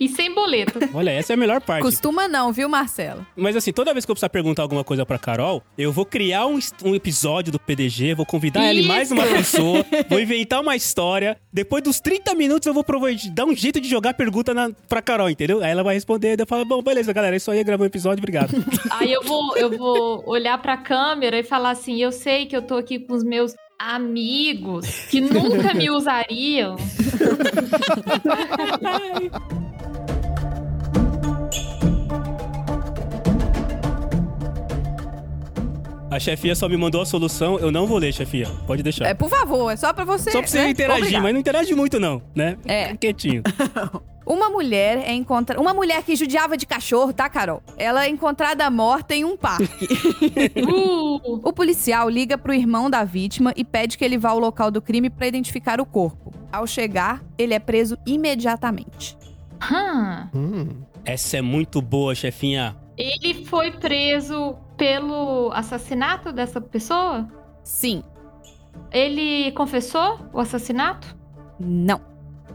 [SPEAKER 3] E sem boleto.
[SPEAKER 1] Olha, essa é a melhor parte.
[SPEAKER 2] Costuma não, viu, Marcelo?
[SPEAKER 1] Mas assim, toda vez que eu precisar perguntar alguma coisa pra Carol, eu vou criar um, est- um episódio do PDG, vou convidar ela e mais uma pessoa, vou inventar uma história. Depois dos 30 minutos eu vou provo- dar um jeito de jogar a pergunta na, pra Carol, entendeu? Aí ela vai responder, daí eu falo, bom, beleza, galera, é isso aí, gravou um episódio, obrigado.
[SPEAKER 3] Aí eu vou, eu vou olhar pra câmera e falar assim: eu sei que eu tô aqui com os meus amigos que nunca me usariam.
[SPEAKER 1] chefia só me mandou a solução, eu não vou ler, chefia. Pode deixar.
[SPEAKER 2] É, por favor, é só pra você.
[SPEAKER 1] Tá. Só pra você
[SPEAKER 2] né?
[SPEAKER 1] interagir,
[SPEAKER 2] Obrigada.
[SPEAKER 1] mas não interage muito, não, né?
[SPEAKER 2] É.
[SPEAKER 1] Fica Quietinho.
[SPEAKER 2] Uma mulher é encontrada. Uma mulher que judiava de cachorro, tá, Carol? Ela é encontrada morta em um parque.
[SPEAKER 3] Uh,
[SPEAKER 2] o policial liga pro irmão da vítima e pede que ele vá ao local do crime pra identificar o corpo. Ao chegar, ele é preso imediatamente.
[SPEAKER 3] hum.
[SPEAKER 4] Hum,
[SPEAKER 1] Essa é muito boa, chefinha.
[SPEAKER 3] Ele foi preso pelo assassinato dessa pessoa?
[SPEAKER 2] Sim.
[SPEAKER 3] Ele confessou o assassinato?
[SPEAKER 2] Não.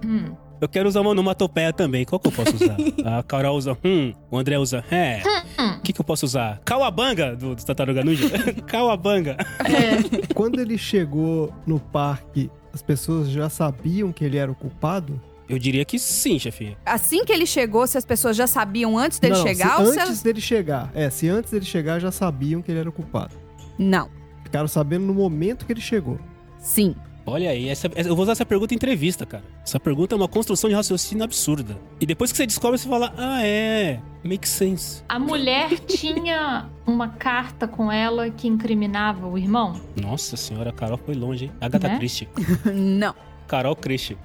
[SPEAKER 3] Hum.
[SPEAKER 1] Eu quero usar uma onomatopeia também. Qual que eu posso usar? a Carol usa hum, o André usa é.
[SPEAKER 3] Hum.
[SPEAKER 1] O que, que eu posso usar? Cauabanga, do, do Tataruga Ninja. Cauabanga.
[SPEAKER 3] É.
[SPEAKER 4] Quando ele chegou no parque, as pessoas já sabiam que ele era o culpado?
[SPEAKER 1] Eu diria que sim, chefinha.
[SPEAKER 2] Assim que ele chegou, se as pessoas já sabiam antes dele
[SPEAKER 4] Não,
[SPEAKER 2] chegar,
[SPEAKER 4] se
[SPEAKER 2] ou se
[SPEAKER 4] antes
[SPEAKER 2] elas-
[SPEAKER 4] dele chegar. É, se antes dele chegar já sabiam que ele era o culpado.
[SPEAKER 2] Não.
[SPEAKER 4] Ficaram sabendo no momento que ele chegou.
[SPEAKER 2] Sim.
[SPEAKER 1] Olha aí, essa- essa- eu vou usar essa pergunta em entrevista, cara. Essa pergunta é uma construção de raciocínio absurda. E depois que você descobre, você fala, ah, é, makes sense.
[SPEAKER 3] A mulher tinha uma carta com ela que incriminava o irmão?
[SPEAKER 1] Nossa senhora, a Carol foi longe, hein? Agatha
[SPEAKER 3] Né?
[SPEAKER 1] Christie.
[SPEAKER 2] Não.
[SPEAKER 1] Carol Christie.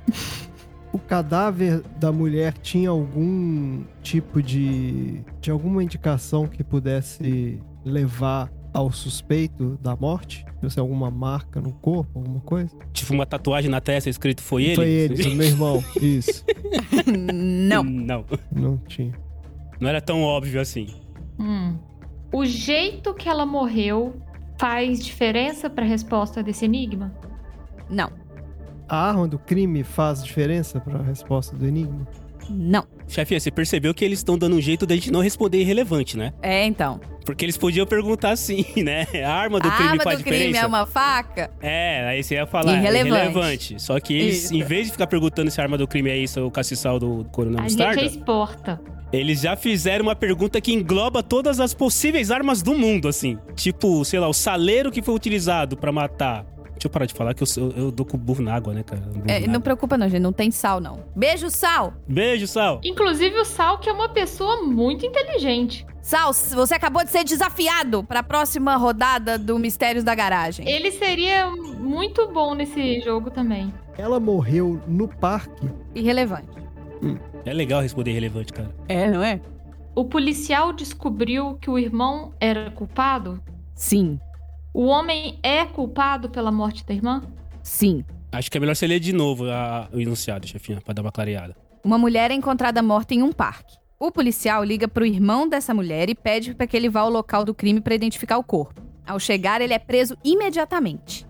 [SPEAKER 4] O cadáver da mulher tinha algum tipo de. de alguma indicação que pudesse levar ao suspeito da morte? Tipo assim, alguma marca no corpo, alguma coisa?
[SPEAKER 1] Tipo, uma tatuagem na testa escrito foi ele?
[SPEAKER 4] Foi ele, foi meu irmão. Isso.
[SPEAKER 2] Não.
[SPEAKER 1] Não.
[SPEAKER 4] Não tinha.
[SPEAKER 1] Não era tão óbvio assim.
[SPEAKER 3] Hum. O jeito que ela morreu faz diferença pra resposta desse enigma?
[SPEAKER 2] Não.
[SPEAKER 4] A arma do crime faz diferença pra resposta do enigma?
[SPEAKER 2] Não.
[SPEAKER 1] Chefinha, você percebeu que eles estão dando um jeito da gente não responder irrelevante, né?
[SPEAKER 2] É, então.
[SPEAKER 1] Porque eles podiam perguntar assim, né? A arma do
[SPEAKER 2] a
[SPEAKER 1] crime
[SPEAKER 2] arma
[SPEAKER 1] faz
[SPEAKER 2] do crime
[SPEAKER 1] diferença?
[SPEAKER 2] é uma faca?
[SPEAKER 1] É, aí você ia falar,
[SPEAKER 2] Irrelevante.
[SPEAKER 1] irrelevante. irrelevante. Só que eles,
[SPEAKER 2] Isso.
[SPEAKER 1] em vez de ficar perguntando se a arma do crime é isso, o castiçal do Coronel
[SPEAKER 3] a
[SPEAKER 1] Mostarda,
[SPEAKER 3] gente exporta.
[SPEAKER 1] eles já fizeram uma pergunta que engloba todas as possíveis armas do mundo, assim. Tipo, sei lá, o saleiro que foi utilizado pra matar. Deixa eu parar de falar que eu, sou- eu dou com o burro na água, né, cara? Burro
[SPEAKER 2] É,
[SPEAKER 1] na
[SPEAKER 2] não
[SPEAKER 1] água.
[SPEAKER 2] preocupa, não, gente. Não tem sal, não. Beijo, sal!
[SPEAKER 1] Beijo, Sal.
[SPEAKER 3] Inclusive o Sal, que é uma pessoa muito inteligente.
[SPEAKER 2] Sal, você acabou de ser desafiado pra próxima rodada do Mistérios da Garagem.
[SPEAKER 3] Ele seria muito bom nesse jogo também.
[SPEAKER 4] Ela morreu no parque?
[SPEAKER 2] Irrelevante.
[SPEAKER 1] É legal responder irrelevante, cara.
[SPEAKER 2] É, não é?
[SPEAKER 3] O policial descobriu que o irmão era culpado?
[SPEAKER 2] Sim.
[SPEAKER 3] O homem é culpado pela morte da irmã?
[SPEAKER 2] Sim.
[SPEAKER 1] Acho que é melhor você ler de novo a- o enunciado, chefinha, pra dar uma clareada.
[SPEAKER 2] Uma mulher é encontrada morta em um parque. O policial liga pro irmão dessa mulher e pede pra que ele vá ao local do crime pra identificar o corpo. Ao chegar, ele é preso imediatamente.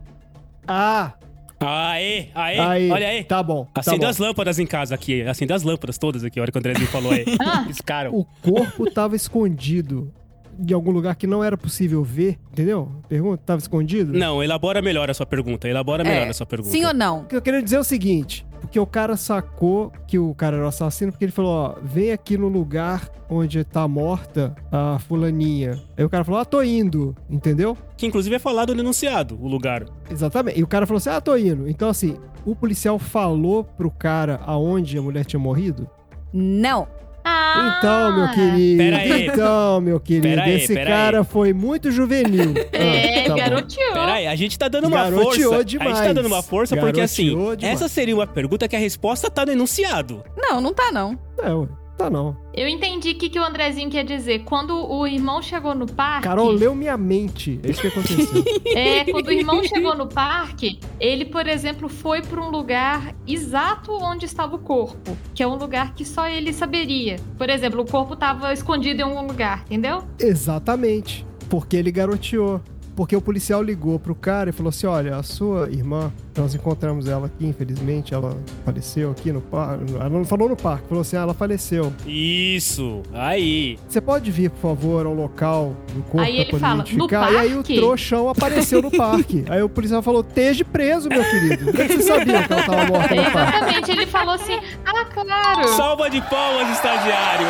[SPEAKER 4] Ah!
[SPEAKER 1] Aê, aê,
[SPEAKER 4] Aí,
[SPEAKER 1] olha aí.
[SPEAKER 4] Tá bom. Tá
[SPEAKER 1] Acenda
[SPEAKER 4] bom.
[SPEAKER 1] as lâmpadas em casa aqui. Acenda as lâmpadas todas aqui. Olha o que o Andrezinho falou aí.
[SPEAKER 3] Ah.
[SPEAKER 1] Piscaram.
[SPEAKER 4] O corpo tava escondido em algum lugar que não era possível ver, entendeu? Pergunta, tava escondido?
[SPEAKER 1] Não, elabora melhor a sua pergunta. Elabora melhor a sua pergunta.
[SPEAKER 2] Sim ou não?
[SPEAKER 4] O que eu queria dizer é o seguinte, porque o cara sacou que o cara era o assassino, porque ele falou, ó, vem aqui no lugar onde tá morta a fulaninha. Aí o cara falou, ah, tô indo, entendeu?
[SPEAKER 1] Que inclusive é falado no enunciado, o lugar.
[SPEAKER 4] Exatamente. E o cara falou assim, ah, tô indo. Então, assim, o policial falou pro cara aonde a mulher tinha morrido?
[SPEAKER 2] Não.
[SPEAKER 3] Ah!
[SPEAKER 4] Então, meu querido.
[SPEAKER 1] Pera aí.
[SPEAKER 4] Então, meu querido.
[SPEAKER 1] Pera aí,
[SPEAKER 4] esse
[SPEAKER 1] pera
[SPEAKER 4] cara foi muito juvenil.
[SPEAKER 3] É,
[SPEAKER 4] Ah, tá bom.
[SPEAKER 3] garoteou.
[SPEAKER 1] Pera aí, a gente tá dando uma
[SPEAKER 4] Garoteou
[SPEAKER 1] força. A
[SPEAKER 4] demais.
[SPEAKER 1] gente tá dando uma força porque assim,
[SPEAKER 4] Garoteou demais.
[SPEAKER 1] essa seria uma pergunta que a resposta tá no enunciado.
[SPEAKER 2] Não, não tá não.
[SPEAKER 4] É, ué, tá não.
[SPEAKER 3] Eu entendi o que, que o Andrezinho quer dizer. Quando o irmão chegou no parque.
[SPEAKER 4] Carol leu minha mente. É isso que aconteceu.
[SPEAKER 3] É, quando o irmão chegou no parque, ele, por exemplo, foi para um lugar exato onde estava o corpo, que é um lugar que só ele saberia. Por exemplo, o corpo estava escondido em algum lugar, entendeu?
[SPEAKER 4] Exatamente. Porque ele garoteou. Porque o policial ligou pro cara e falou assim: olha, a sua irmã, nós encontramos ela aqui, infelizmente, ela faleceu aqui no parque. Ela não falou no parque, falou assim: ah, ela faleceu.
[SPEAKER 1] Isso. Aí.
[SPEAKER 4] Você pode vir, por favor, ao local do corpo
[SPEAKER 3] Aí
[SPEAKER 4] pra
[SPEAKER 3] ele
[SPEAKER 4] poder
[SPEAKER 3] fala, "No
[SPEAKER 4] identificar? E aí o
[SPEAKER 3] parque?"
[SPEAKER 4] trouxão apareceu no parque. aí o policial falou: esteja preso, meu querido. Como é que você sabia que ela tava morta no parque?
[SPEAKER 3] Exatamente, ele falou assim: ah, claro!
[SPEAKER 1] Salva de palmas, estagiário.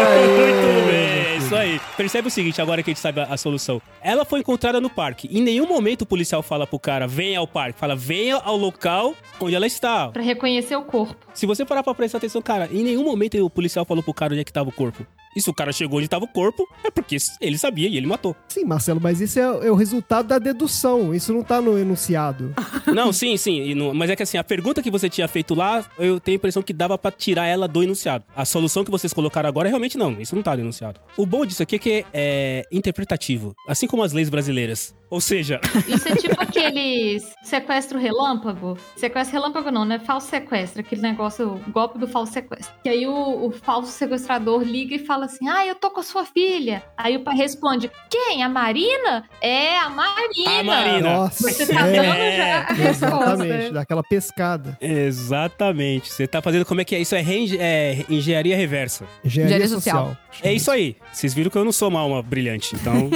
[SPEAKER 1] Muito bem, isso aí. Percebe o seguinte, agora que a gente sabe a, a solução. Ela foi encontrada no parque. Em nenhum momento o policial fala pro cara, venha ao parque. Fala, venha ao local onde ela está.
[SPEAKER 3] Pra reconhecer o corpo.
[SPEAKER 1] Se você parar pra prestar atenção, cara, em nenhum momento o policial falou pro cara onde é que tava o corpo. E se o cara chegou onde tava o corpo, é porque ele sabia e ele matou.
[SPEAKER 4] Sim, Marcelo, mas isso é, é o resultado da dedução. Isso não tá no enunciado.
[SPEAKER 3] Ah,
[SPEAKER 1] Não, sim, sim. e não- mas é que assim, a pergunta que você tinha feito lá, eu tenho a impressão que dava pra tirar ela do enunciado. A solução que vocês colocaram agora, realmente não. Isso não tá no enunciado. O bom disso aqui é que é interpretativo. Assim como as leis brasileiras. Ou seja,
[SPEAKER 3] Isso é tipo aqueles sequestro relâmpago. Sequestro relâmpago não, né? Falso sequestro. Aquele negócio, o golpe do falso sequestro. Que aí o, o falso sequestrador liga e fala assim, ah, eu tô com a sua filha. Aí o pai responde, quem? A Marina? É, a Marina.
[SPEAKER 1] a Marina.
[SPEAKER 4] Nossa,
[SPEAKER 3] Você tá
[SPEAKER 4] é,
[SPEAKER 3] dando já a
[SPEAKER 4] exatamente,
[SPEAKER 3] resposta.
[SPEAKER 4] daquela pescada.
[SPEAKER 1] Exatamente. Você tá fazendo como é que é? Isso é, reenge- é engenharia reversa.
[SPEAKER 4] Engenharia,
[SPEAKER 2] Engenharia social.
[SPEAKER 4] social.
[SPEAKER 1] É isso aí. Vocês viram que eu não sou uma alma brilhante, então.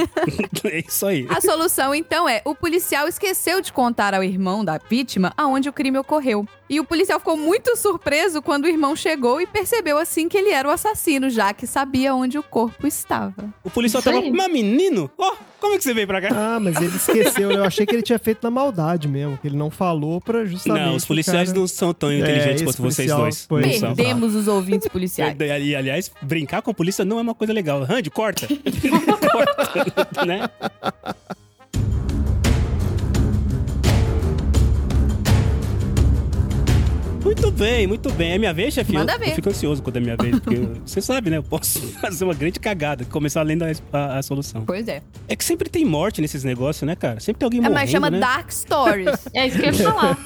[SPEAKER 1] é isso aí.
[SPEAKER 3] Ah,
[SPEAKER 2] A solução, então, é o policial esqueceu de contar ao irmão da vítima aonde o crime ocorreu. E o policial ficou muito surpreso quando o irmão chegou e percebeu assim que ele era o assassino, já que sabia onde o corpo estava.
[SPEAKER 1] O policial
[SPEAKER 3] Isso
[SPEAKER 1] tava.
[SPEAKER 3] aí.
[SPEAKER 1] Mas menino, ó, como é que você veio pra cá?
[SPEAKER 4] Ah, mas ele esqueceu. Eu achei que ele tinha feito na maldade mesmo, que ele não falou pra justamente.
[SPEAKER 1] Não, os policiais
[SPEAKER 4] cara...
[SPEAKER 1] não são tão
[SPEAKER 4] É,
[SPEAKER 1] inteligentes
[SPEAKER 4] esse
[SPEAKER 1] quanto vocês
[SPEAKER 4] policial
[SPEAKER 1] dois.
[SPEAKER 4] foi-
[SPEAKER 1] Não
[SPEAKER 4] Pois é.
[SPEAKER 1] são.
[SPEAKER 2] Perdemos os ouvintes policiais.
[SPEAKER 1] E, ali- aliás, brincar com a polícia não é uma coisa legal. Randy, corta. corta, né? Muito bem, muito bem. É minha vez, chefinho?
[SPEAKER 2] Manda
[SPEAKER 1] eu,
[SPEAKER 2] ver.
[SPEAKER 1] eu fico ansioso quando é minha vez, porque eu- você sabe, né? Eu posso fazer uma grande cagada, começar além da a, a solução.
[SPEAKER 2] Pois é.
[SPEAKER 1] É que sempre tem morte nesses negócios, né, cara? Sempre tem alguém
[SPEAKER 2] É,
[SPEAKER 1] morrendo,
[SPEAKER 2] mas chama
[SPEAKER 1] né?
[SPEAKER 2] Dark Stories.
[SPEAKER 3] É isso que eu ia falar.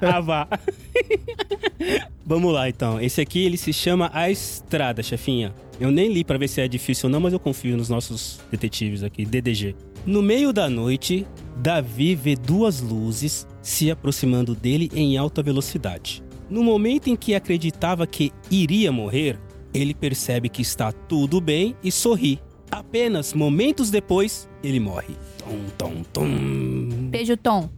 [SPEAKER 1] Ah, vá. Vamos lá, então. Esse aqui, ele se chama A Estrada, chefinha. Eu nem li pra ver se é difícil ou não, mas eu confio nos nossos detetives aqui, DDG. No meio da noite, Davi vê duas luzes se aproximando dele em alta velocidade. No momento em que acreditava que iria morrer, ele percebe que está tudo bem e sorri. Apenas momentos depois, ele morre. Tum, tum, tum.
[SPEAKER 2] Beijo, Tom.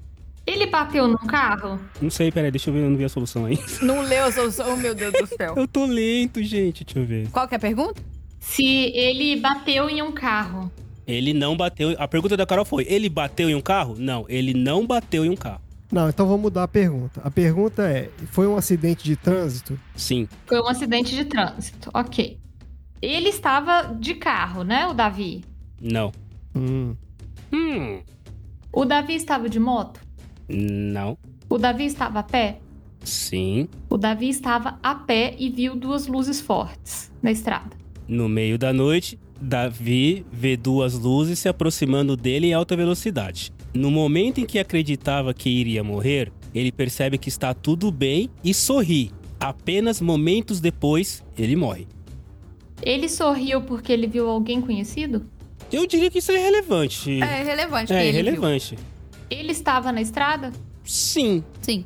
[SPEAKER 3] Ele bateu num carro?
[SPEAKER 1] Não sei, peraí, deixa eu ver, eu não vi a solução aí.
[SPEAKER 2] Não leu a solução, meu Deus do céu.
[SPEAKER 1] Eu tô lento, gente. Deixa eu ver.
[SPEAKER 2] Qual que é a pergunta?
[SPEAKER 3] Se ele bateu em um carro.
[SPEAKER 1] Ele não bateu. A pergunta da Carol foi: ele bateu em um carro? Não, ele não bateu em um carro.
[SPEAKER 4] Não, então vamos mudar a pergunta. A pergunta é: foi um acidente de trânsito?
[SPEAKER 1] Sim.
[SPEAKER 3] Foi um acidente de trânsito. Ok. Ele estava de carro, né, o Davi?
[SPEAKER 1] Não.
[SPEAKER 4] Hum.
[SPEAKER 1] Hum.
[SPEAKER 3] O Davi estava de moto?
[SPEAKER 1] Não.
[SPEAKER 3] O Davi estava a pé?
[SPEAKER 1] Sim.
[SPEAKER 3] O Davi estava a pé e viu duas luzes fortes na estrada.
[SPEAKER 1] No meio da noite, Davi vê duas luzes se aproximando dele em alta velocidade. No momento em que acreditava que iria morrer, ele percebe que está tudo bem e sorri. Apenas momentos depois, ele morre.
[SPEAKER 3] Ele sorriu porque ele viu alguém conhecido?
[SPEAKER 1] Eu diria que isso é irrelevante.
[SPEAKER 2] É relevante.
[SPEAKER 1] é
[SPEAKER 2] ele viu.
[SPEAKER 1] irrelevante.
[SPEAKER 3] Ele estava na estrada?
[SPEAKER 1] Sim,
[SPEAKER 2] Sim.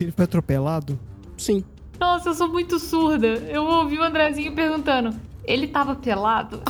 [SPEAKER 4] Ele foi atropelado?
[SPEAKER 1] sim.
[SPEAKER 3] Nossa, eu sou muito surda. Eu ouvi o Andrezinho perguntando. Ele estava pelado?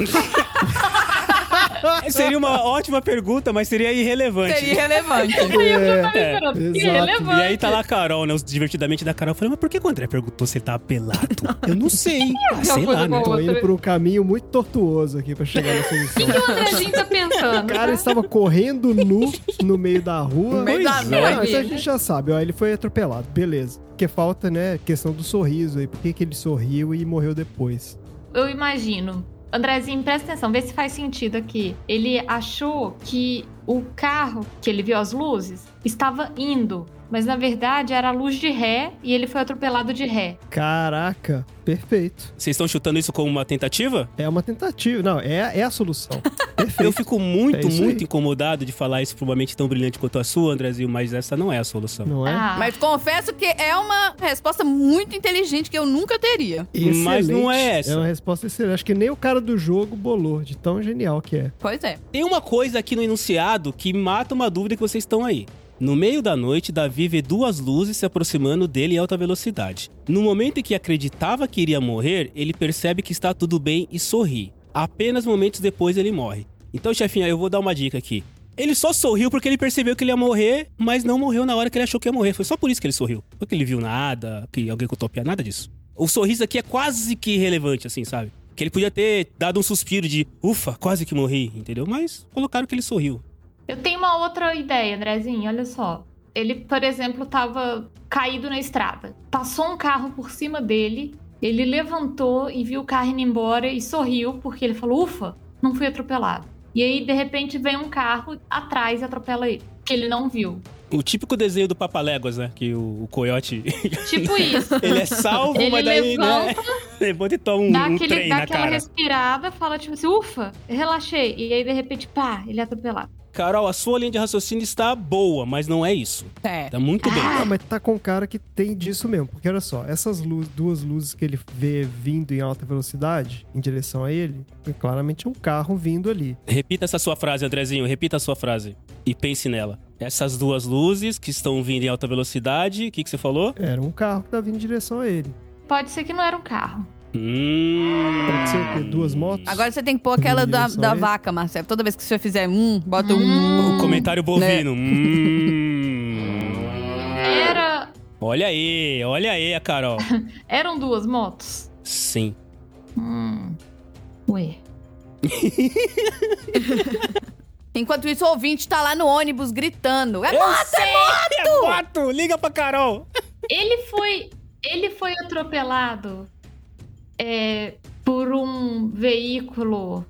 [SPEAKER 1] É, Seria uma ótima pergunta, mas seria irrelevante.
[SPEAKER 2] Seria irrelevante.
[SPEAKER 4] É,
[SPEAKER 1] É.
[SPEAKER 3] Irrelevante.
[SPEAKER 1] E aí tá lá a Carol, né? Os divertidamente da Carol. Eu falei, mas por que que o André perguntou se ele tava pelado? Eu não sei. Ah, sei
[SPEAKER 3] coisa
[SPEAKER 1] lá, né?
[SPEAKER 3] boa.
[SPEAKER 4] tô indo por um caminho muito tortuoso aqui pra chegar na solução.
[SPEAKER 3] O Andrezinho tá
[SPEAKER 4] O
[SPEAKER 3] pensando.
[SPEAKER 4] é cara estava correndo nu no meio da rua.
[SPEAKER 2] No meio
[SPEAKER 1] da
[SPEAKER 4] Não,
[SPEAKER 1] noite.
[SPEAKER 4] isso a gente já sabe, ó. Ele foi atropelado, beleza. Porque falta, né, questão do sorriso aí. Por que, que ele sorriu e morreu depois?
[SPEAKER 3] Eu imagino. Andrezinho, presta atenção, vê se faz sentido aqui. Ele achou que o carro que ele viu as luzes estava indo, mas na verdade era a luz de ré e ele foi atropelado de ré.
[SPEAKER 4] Caraca, perfeito.
[SPEAKER 1] Vocês estão chutando isso como uma tentativa?
[SPEAKER 4] É uma tentativa. Não, é, é a solução.
[SPEAKER 1] Eu
[SPEAKER 4] Perfeito.
[SPEAKER 1] fico muito,
[SPEAKER 4] É isso
[SPEAKER 1] muito
[SPEAKER 4] aí.
[SPEAKER 1] incomodado de falar isso pra uma mente tão brilhante quanto a sua, Andrezinho, mas essa não é a solução.
[SPEAKER 4] Não é?
[SPEAKER 3] Ah,
[SPEAKER 2] Mas confesso que é uma resposta muito inteligente que eu nunca teria.
[SPEAKER 1] Mas não é
[SPEAKER 4] Excelente.
[SPEAKER 1] essa.
[SPEAKER 4] É uma resposta excelente. Acho que nem o cara do jogo bolou de tão genial que é.
[SPEAKER 2] Pois é.
[SPEAKER 1] Tem uma coisa aqui no enunciado que mata uma dúvida que vocês estão aí. No meio da noite, Davi vê duas luzes se aproximando dele em alta velocidade. No momento em que acreditava que iria morrer, ele percebe que está tudo bem e sorri. Apenas momentos depois ele morre. Então, chefinha, eu vou dar uma dica aqui. Ele só sorriu porque ele percebeu que ele ia morrer, mas não morreu na hora que ele achou que ia morrer. Foi só por isso que ele sorriu. Não que ele viu nada, que alguém cotopia, é nada disso. O sorriso aqui é quase que irrelevante, assim, sabe? Que ele podia ter dado um suspiro de ufa, quase que morri, entendeu? Mas colocaram que ele sorriu.
[SPEAKER 3] eu tenho uma outra ideia, Andrezinho, olha só. Ele, por exemplo, tava caído na estrada. Passou um carro por cima dele Ele levantou e viu o carro indo embora e sorriu, porque ele falou: ufa, não fui atropelado. E aí, de repente, vem um carro atrás e atropela ele, que ele não viu.
[SPEAKER 1] O típico desenho do Papaléguas, né? Que o, o coiote,
[SPEAKER 3] Tipo isso.
[SPEAKER 1] ele é salvo,
[SPEAKER 3] Ele
[SPEAKER 1] mas daí, né?
[SPEAKER 3] levanta,
[SPEAKER 1] Levanta e toma um,
[SPEAKER 3] dá,
[SPEAKER 1] um
[SPEAKER 3] aquele-
[SPEAKER 1] trem
[SPEAKER 3] dá
[SPEAKER 1] na
[SPEAKER 3] aquela
[SPEAKER 1] cara.
[SPEAKER 3] respirada, fala tipo assim, ufa, relaxei. E aí, de repente, pá, ele é atropelado.
[SPEAKER 1] Carol, a sua linha de raciocínio está boa, mas não é isso.
[SPEAKER 2] É.
[SPEAKER 1] Tá muito bem.
[SPEAKER 4] Ah, mas tá com um cara que tem disso mesmo. Porque olha só, essas luz- duas luzes que ele vê vindo em alta velocidade, em direção a ele, é claramente um carro vindo ali.
[SPEAKER 1] Repita essa sua frase, Andrezinho. Repita a sua frase. E pense nela. Essas duas luzes que estão vindo em alta velocidade. O que, que você falou?
[SPEAKER 4] Era um carro que tá vindo em direção a ele.
[SPEAKER 3] Pode ser que não era um carro.
[SPEAKER 1] Hum.
[SPEAKER 4] Pode ser o quê? Duas motos?
[SPEAKER 2] Agora você tem que pôr aquela da,
[SPEAKER 4] Isso
[SPEAKER 2] da
[SPEAKER 4] aí.
[SPEAKER 2] vaca, Marcelo. Toda vez que você fizer um, bota um.
[SPEAKER 3] Hum.
[SPEAKER 1] O comentário bovino.
[SPEAKER 3] Né.
[SPEAKER 1] Hum.
[SPEAKER 3] Era,
[SPEAKER 1] Olha aí, olha aí a Carol.
[SPEAKER 3] eram duas motos?
[SPEAKER 1] Sim.
[SPEAKER 3] Hum. Ué.
[SPEAKER 2] Enquanto isso, o ouvinte tá lá no ônibus gritando. É
[SPEAKER 1] moto, é moto! É moto! Liga pra Carol!
[SPEAKER 3] Ele foi, ele foi atropelado é, por um veículo.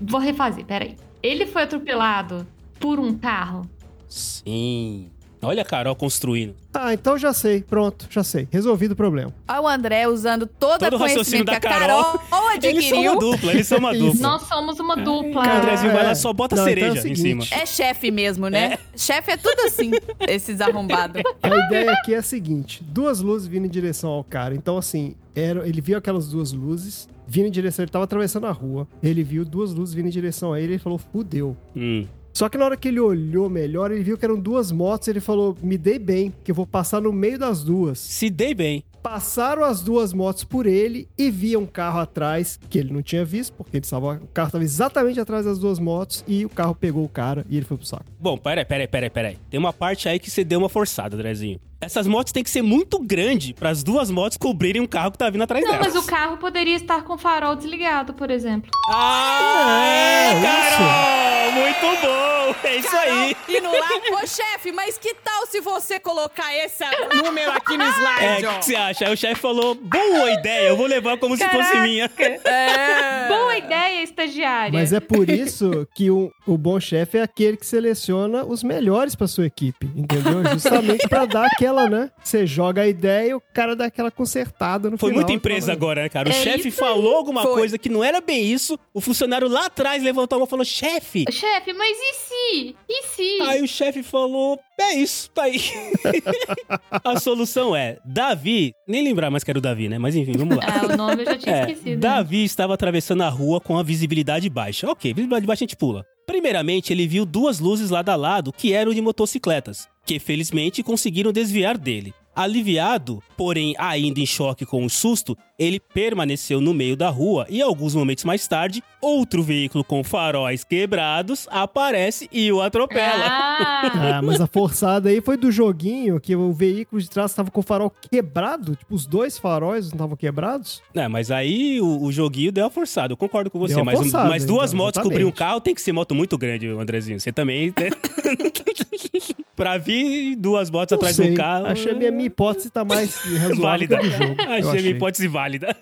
[SPEAKER 3] Vou refazer, peraí. Ele foi atropelado por um carro.
[SPEAKER 1] Sim. Olha a Carol construindo.
[SPEAKER 4] Ah, então já sei. Pronto, já sei. Resolvido o problema.
[SPEAKER 2] Olha o André usando toda
[SPEAKER 1] Todo
[SPEAKER 2] a
[SPEAKER 1] o raciocínio
[SPEAKER 2] conhecimento que
[SPEAKER 1] da
[SPEAKER 2] a Carol,
[SPEAKER 1] Eles são uma
[SPEAKER 2] adquiriu.
[SPEAKER 1] dupla, eles são uma
[SPEAKER 4] Isso.
[SPEAKER 1] dupla.
[SPEAKER 3] Nós somos uma dupla.
[SPEAKER 1] O Andrezinho vai lá
[SPEAKER 4] É.
[SPEAKER 1] só bota
[SPEAKER 4] Não, então é o
[SPEAKER 1] cereja em cima.
[SPEAKER 4] seguinte.
[SPEAKER 2] É chefe mesmo, né? Chefe é tudo assim, esses arrombados.
[SPEAKER 4] A ideia aqui é a seguinte: duas luzes vindo em direção ao cara. Então, assim, era, ele viu aquelas duas luzes vindo em direção. Ele tava atravessando a rua. Ele viu duas luzes vindo em direção a ele e falou: fudeu.
[SPEAKER 1] Hum.
[SPEAKER 4] Só que na hora que ele olhou melhor, ele viu que eram duas motos. Ele falou: me dei bem, que eu vou passar no meio das duas.
[SPEAKER 1] Se dei bem.
[SPEAKER 4] Passaram as duas motos por ele e via um carro atrás que ele não tinha visto, porque ele estava, o carro estava exatamente atrás das duas motos e o carro pegou o cara e ele foi pro saco.
[SPEAKER 1] Bom, peraí, peraí, peraí, peraí. Tem uma parte aí que você deu uma forçada, Andrezinho. Essas motos têm que ser muito grande para as duas motos cobrirem um carro que tá vindo atrás
[SPEAKER 3] Não,
[SPEAKER 1] delas.
[SPEAKER 3] mas o carro poderia estar com o farol desligado, por exemplo.
[SPEAKER 1] Ah, é,
[SPEAKER 4] É,
[SPEAKER 1] Carol! Muito bom! É isso aí!
[SPEAKER 2] E no lá, ô chefe, mas que tal se você colocar esse número aqui no
[SPEAKER 1] É,
[SPEAKER 2] slide,
[SPEAKER 1] o que que você acha? Aí o chefe falou, boa ideia, eu vou levar como se fosse
[SPEAKER 3] Caraca.
[SPEAKER 1] minha. É.
[SPEAKER 3] Boa ideia, estagiária.
[SPEAKER 4] Mas é por isso que o, o bom chefe é aquele que seleciona os melhores pra sua equipe, entendeu? Justamente pra dar aquela, né? Você joga a ideia e o cara dá aquela consertada no
[SPEAKER 1] Foi
[SPEAKER 4] final.
[SPEAKER 1] muita empresa
[SPEAKER 4] Fala,
[SPEAKER 1] agora, né, cara? O
[SPEAKER 2] É
[SPEAKER 1] chefe
[SPEAKER 2] isso aí.
[SPEAKER 1] falou alguma
[SPEAKER 2] Foi.
[SPEAKER 1] coisa que não era bem isso, o funcionário lá atrás levantou a mão e falou, chefe!
[SPEAKER 3] Chefe, mas e se? E se?
[SPEAKER 1] Aí o chefe falou: É isso, tá aí. a solução é: Davi, nem lembrar mais que era o Davi, né? Mas enfim, vamos lá.
[SPEAKER 3] Ah, o nome eu já tinha
[SPEAKER 1] É,
[SPEAKER 3] esquecido.
[SPEAKER 1] Davi estava atravessando a rua com a visibilidade baixa. Ok, visibilidade baixa a gente pula. Primeiramente, ele viu duas luzes lado a lado que eram de motocicletas, que felizmente conseguiram desviar dele. Aliviado, porém ainda em choque com o susto, ele permaneceu no meio da rua e alguns momentos mais tarde, outro veículo com faróis quebrados aparece e o atropela.
[SPEAKER 3] Ah,
[SPEAKER 4] Ah, mas a forçada aí foi do joguinho que o veículo de trás tava com o farol quebrado. Tipo, os dois faróis não estavam quebrados.
[SPEAKER 1] É, mas aí o, o joguinho deu a forçada, eu concordo com você.
[SPEAKER 4] Deu a
[SPEAKER 1] Mas, um,
[SPEAKER 4] forçada,
[SPEAKER 1] mas duas
[SPEAKER 4] então,
[SPEAKER 1] motos
[SPEAKER 4] exatamente.
[SPEAKER 1] cobrir um carro tem que ser moto muito grande, Andrezinho. Você também. Né? pra vir duas motos
[SPEAKER 4] Não
[SPEAKER 1] atrás de
[SPEAKER 4] sei.
[SPEAKER 1] um carro. é
[SPEAKER 4] Achei a minha, minha hipótese tá mais razoável
[SPEAKER 1] Válida.
[SPEAKER 4] que a do jogo. Eu
[SPEAKER 1] Achei a minha hipótese válida.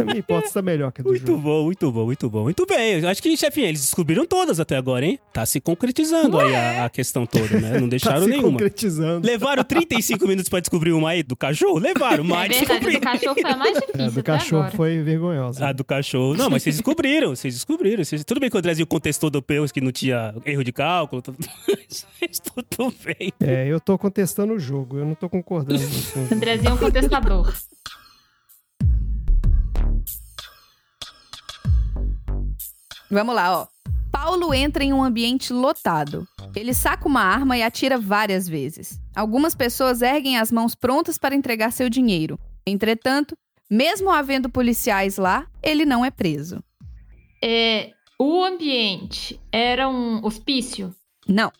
[SPEAKER 4] A minha hipótese tá melhor que a do
[SPEAKER 1] Muito
[SPEAKER 4] jogo.
[SPEAKER 1] bom, muito bom, muito bom. Muito bem, eu acho que, chefinha, eles descobriram todas até agora, hein? Tá se concretizando aí a, a questão toda, né? Não
[SPEAKER 4] Tá
[SPEAKER 1] deixaram
[SPEAKER 4] se
[SPEAKER 1] nenhuma.
[SPEAKER 4] concretizando.
[SPEAKER 1] Levaram 35 minutos pra descobrir uma aí do cachorro? Levaram,
[SPEAKER 3] é
[SPEAKER 1] mas
[SPEAKER 3] verdade,
[SPEAKER 1] descobriram.
[SPEAKER 3] do cachorro foi a mais difícil.
[SPEAKER 4] É, do
[SPEAKER 3] até
[SPEAKER 4] cachorro
[SPEAKER 3] agora.
[SPEAKER 4] foi vergonhosa.
[SPEAKER 1] Ah, do cachorro. Não, mas vocês descobriram, vocês descobriram. Vocês- Tudo bem que o Andrezinho contestou do Peus que não tinha erro de cálculo. Tudo, Mas tudo bem.
[SPEAKER 4] É, eu tô contestando o jogo, eu não tô concordando com o jogo.
[SPEAKER 3] Andrezinho é um contestador.
[SPEAKER 2] Vamos lá, ó. Paulo entra em um ambiente lotado. Ele saca uma arma e atira várias vezes. Algumas pessoas erguem as mãos prontas para entregar seu dinheiro. Entretanto, mesmo havendo policiais lá, ele não é preso.
[SPEAKER 3] É, o ambiente era um hospício.
[SPEAKER 2] Não.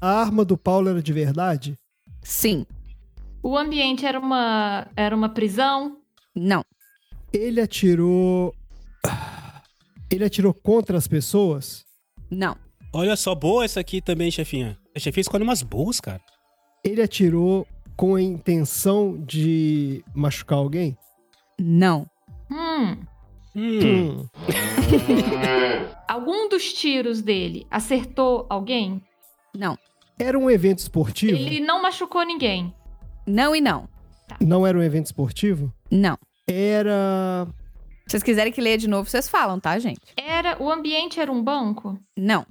[SPEAKER 4] A arma do Paulo era de verdade?
[SPEAKER 2] Sim.
[SPEAKER 3] O ambiente era uma, era uma prisão.
[SPEAKER 2] Não.
[SPEAKER 4] Ele atirou. Ele atirou contra as pessoas?
[SPEAKER 2] Não.
[SPEAKER 1] Olha só, boa essa aqui também, chefinha. A chefinha escolhe umas boas, cara.
[SPEAKER 4] Ele atirou com a intenção de machucar alguém?
[SPEAKER 2] Não.
[SPEAKER 3] Hum.
[SPEAKER 1] Hum.
[SPEAKER 4] Hum.
[SPEAKER 3] Algum dos tiros dele acertou alguém?
[SPEAKER 2] Não.
[SPEAKER 4] Era um evento esportivo?
[SPEAKER 3] Ele não machucou ninguém.
[SPEAKER 2] Não e não.
[SPEAKER 4] Não era um evento esportivo?
[SPEAKER 2] Não.
[SPEAKER 4] Era.
[SPEAKER 2] Se vocês quiserem que leia de novo, vocês falam, tá, gente?
[SPEAKER 3] Era o ambiente era um banco?
[SPEAKER 2] Não.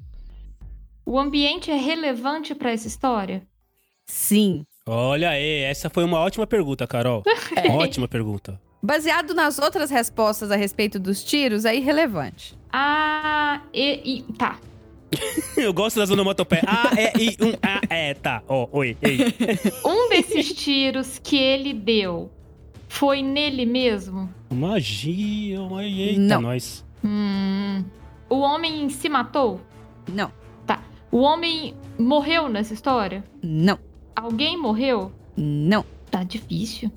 [SPEAKER 3] O ambiente é relevante pra essa história?
[SPEAKER 2] Sim.
[SPEAKER 1] Olha aí, essa foi uma ótima pergunta, Carol. Ótima pergunta.
[SPEAKER 2] Baseado nas outras respostas a respeito dos tiros, é irrelevante.
[SPEAKER 3] Ah, e, e- tá.
[SPEAKER 1] Eu gosto das onomatopeias. Ah, é, i, um, ah, é, tá. Ó, oi, ei.
[SPEAKER 3] Um desses tiros que ele deu foi nele mesmo?
[SPEAKER 1] Magia, uma- eita,
[SPEAKER 2] Não.
[SPEAKER 1] nós.
[SPEAKER 3] Hum. O homem se matou? Tá.
[SPEAKER 2] Não.
[SPEAKER 3] O homem morreu nessa história?
[SPEAKER 2] Não.
[SPEAKER 3] Alguém morreu?
[SPEAKER 2] Não.
[SPEAKER 3] Tá difícil.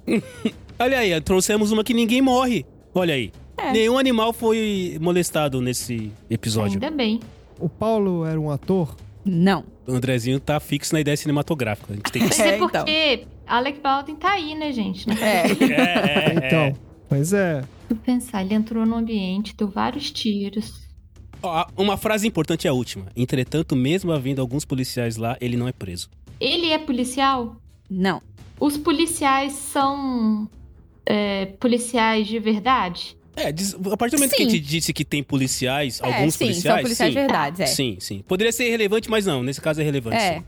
[SPEAKER 1] Olha aí, trouxemos uma que ninguém morre. Olha aí.
[SPEAKER 2] É.
[SPEAKER 1] Nenhum animal foi molestado nesse episódio.
[SPEAKER 3] Ainda bem.
[SPEAKER 4] O Paulo era um ator?
[SPEAKER 2] Não.
[SPEAKER 1] O Andrezinho tá fixo na ideia cinematográfica. A gente tem que.
[SPEAKER 3] Mas é,
[SPEAKER 2] É, então.
[SPEAKER 3] porque Alec Baldwin tá aí, né, gente? Não
[SPEAKER 2] É.
[SPEAKER 1] É, é, é.
[SPEAKER 4] Então. Pois é.
[SPEAKER 3] preciso pensar. Ele entrou no ambiente, deu vários tiros.
[SPEAKER 1] Ó, uma frase importante é a última. Entretanto, mesmo havendo alguns policiais lá, ele não é preso.
[SPEAKER 3] Ele é policial?
[SPEAKER 2] Não.
[SPEAKER 3] Os policiais são é, policiais de verdade?
[SPEAKER 1] É, diz- a partir do momento que a
[SPEAKER 2] Sim.
[SPEAKER 1] gente disse que tem policiais,
[SPEAKER 2] é,
[SPEAKER 1] alguns
[SPEAKER 2] sim,
[SPEAKER 1] policiais.
[SPEAKER 2] são policiais de
[SPEAKER 1] sim.
[SPEAKER 2] verdade, é.
[SPEAKER 1] Sim, sim. Poderia ser relevante, mas não. Nesse caso é relevante.
[SPEAKER 2] É.
[SPEAKER 1] sim.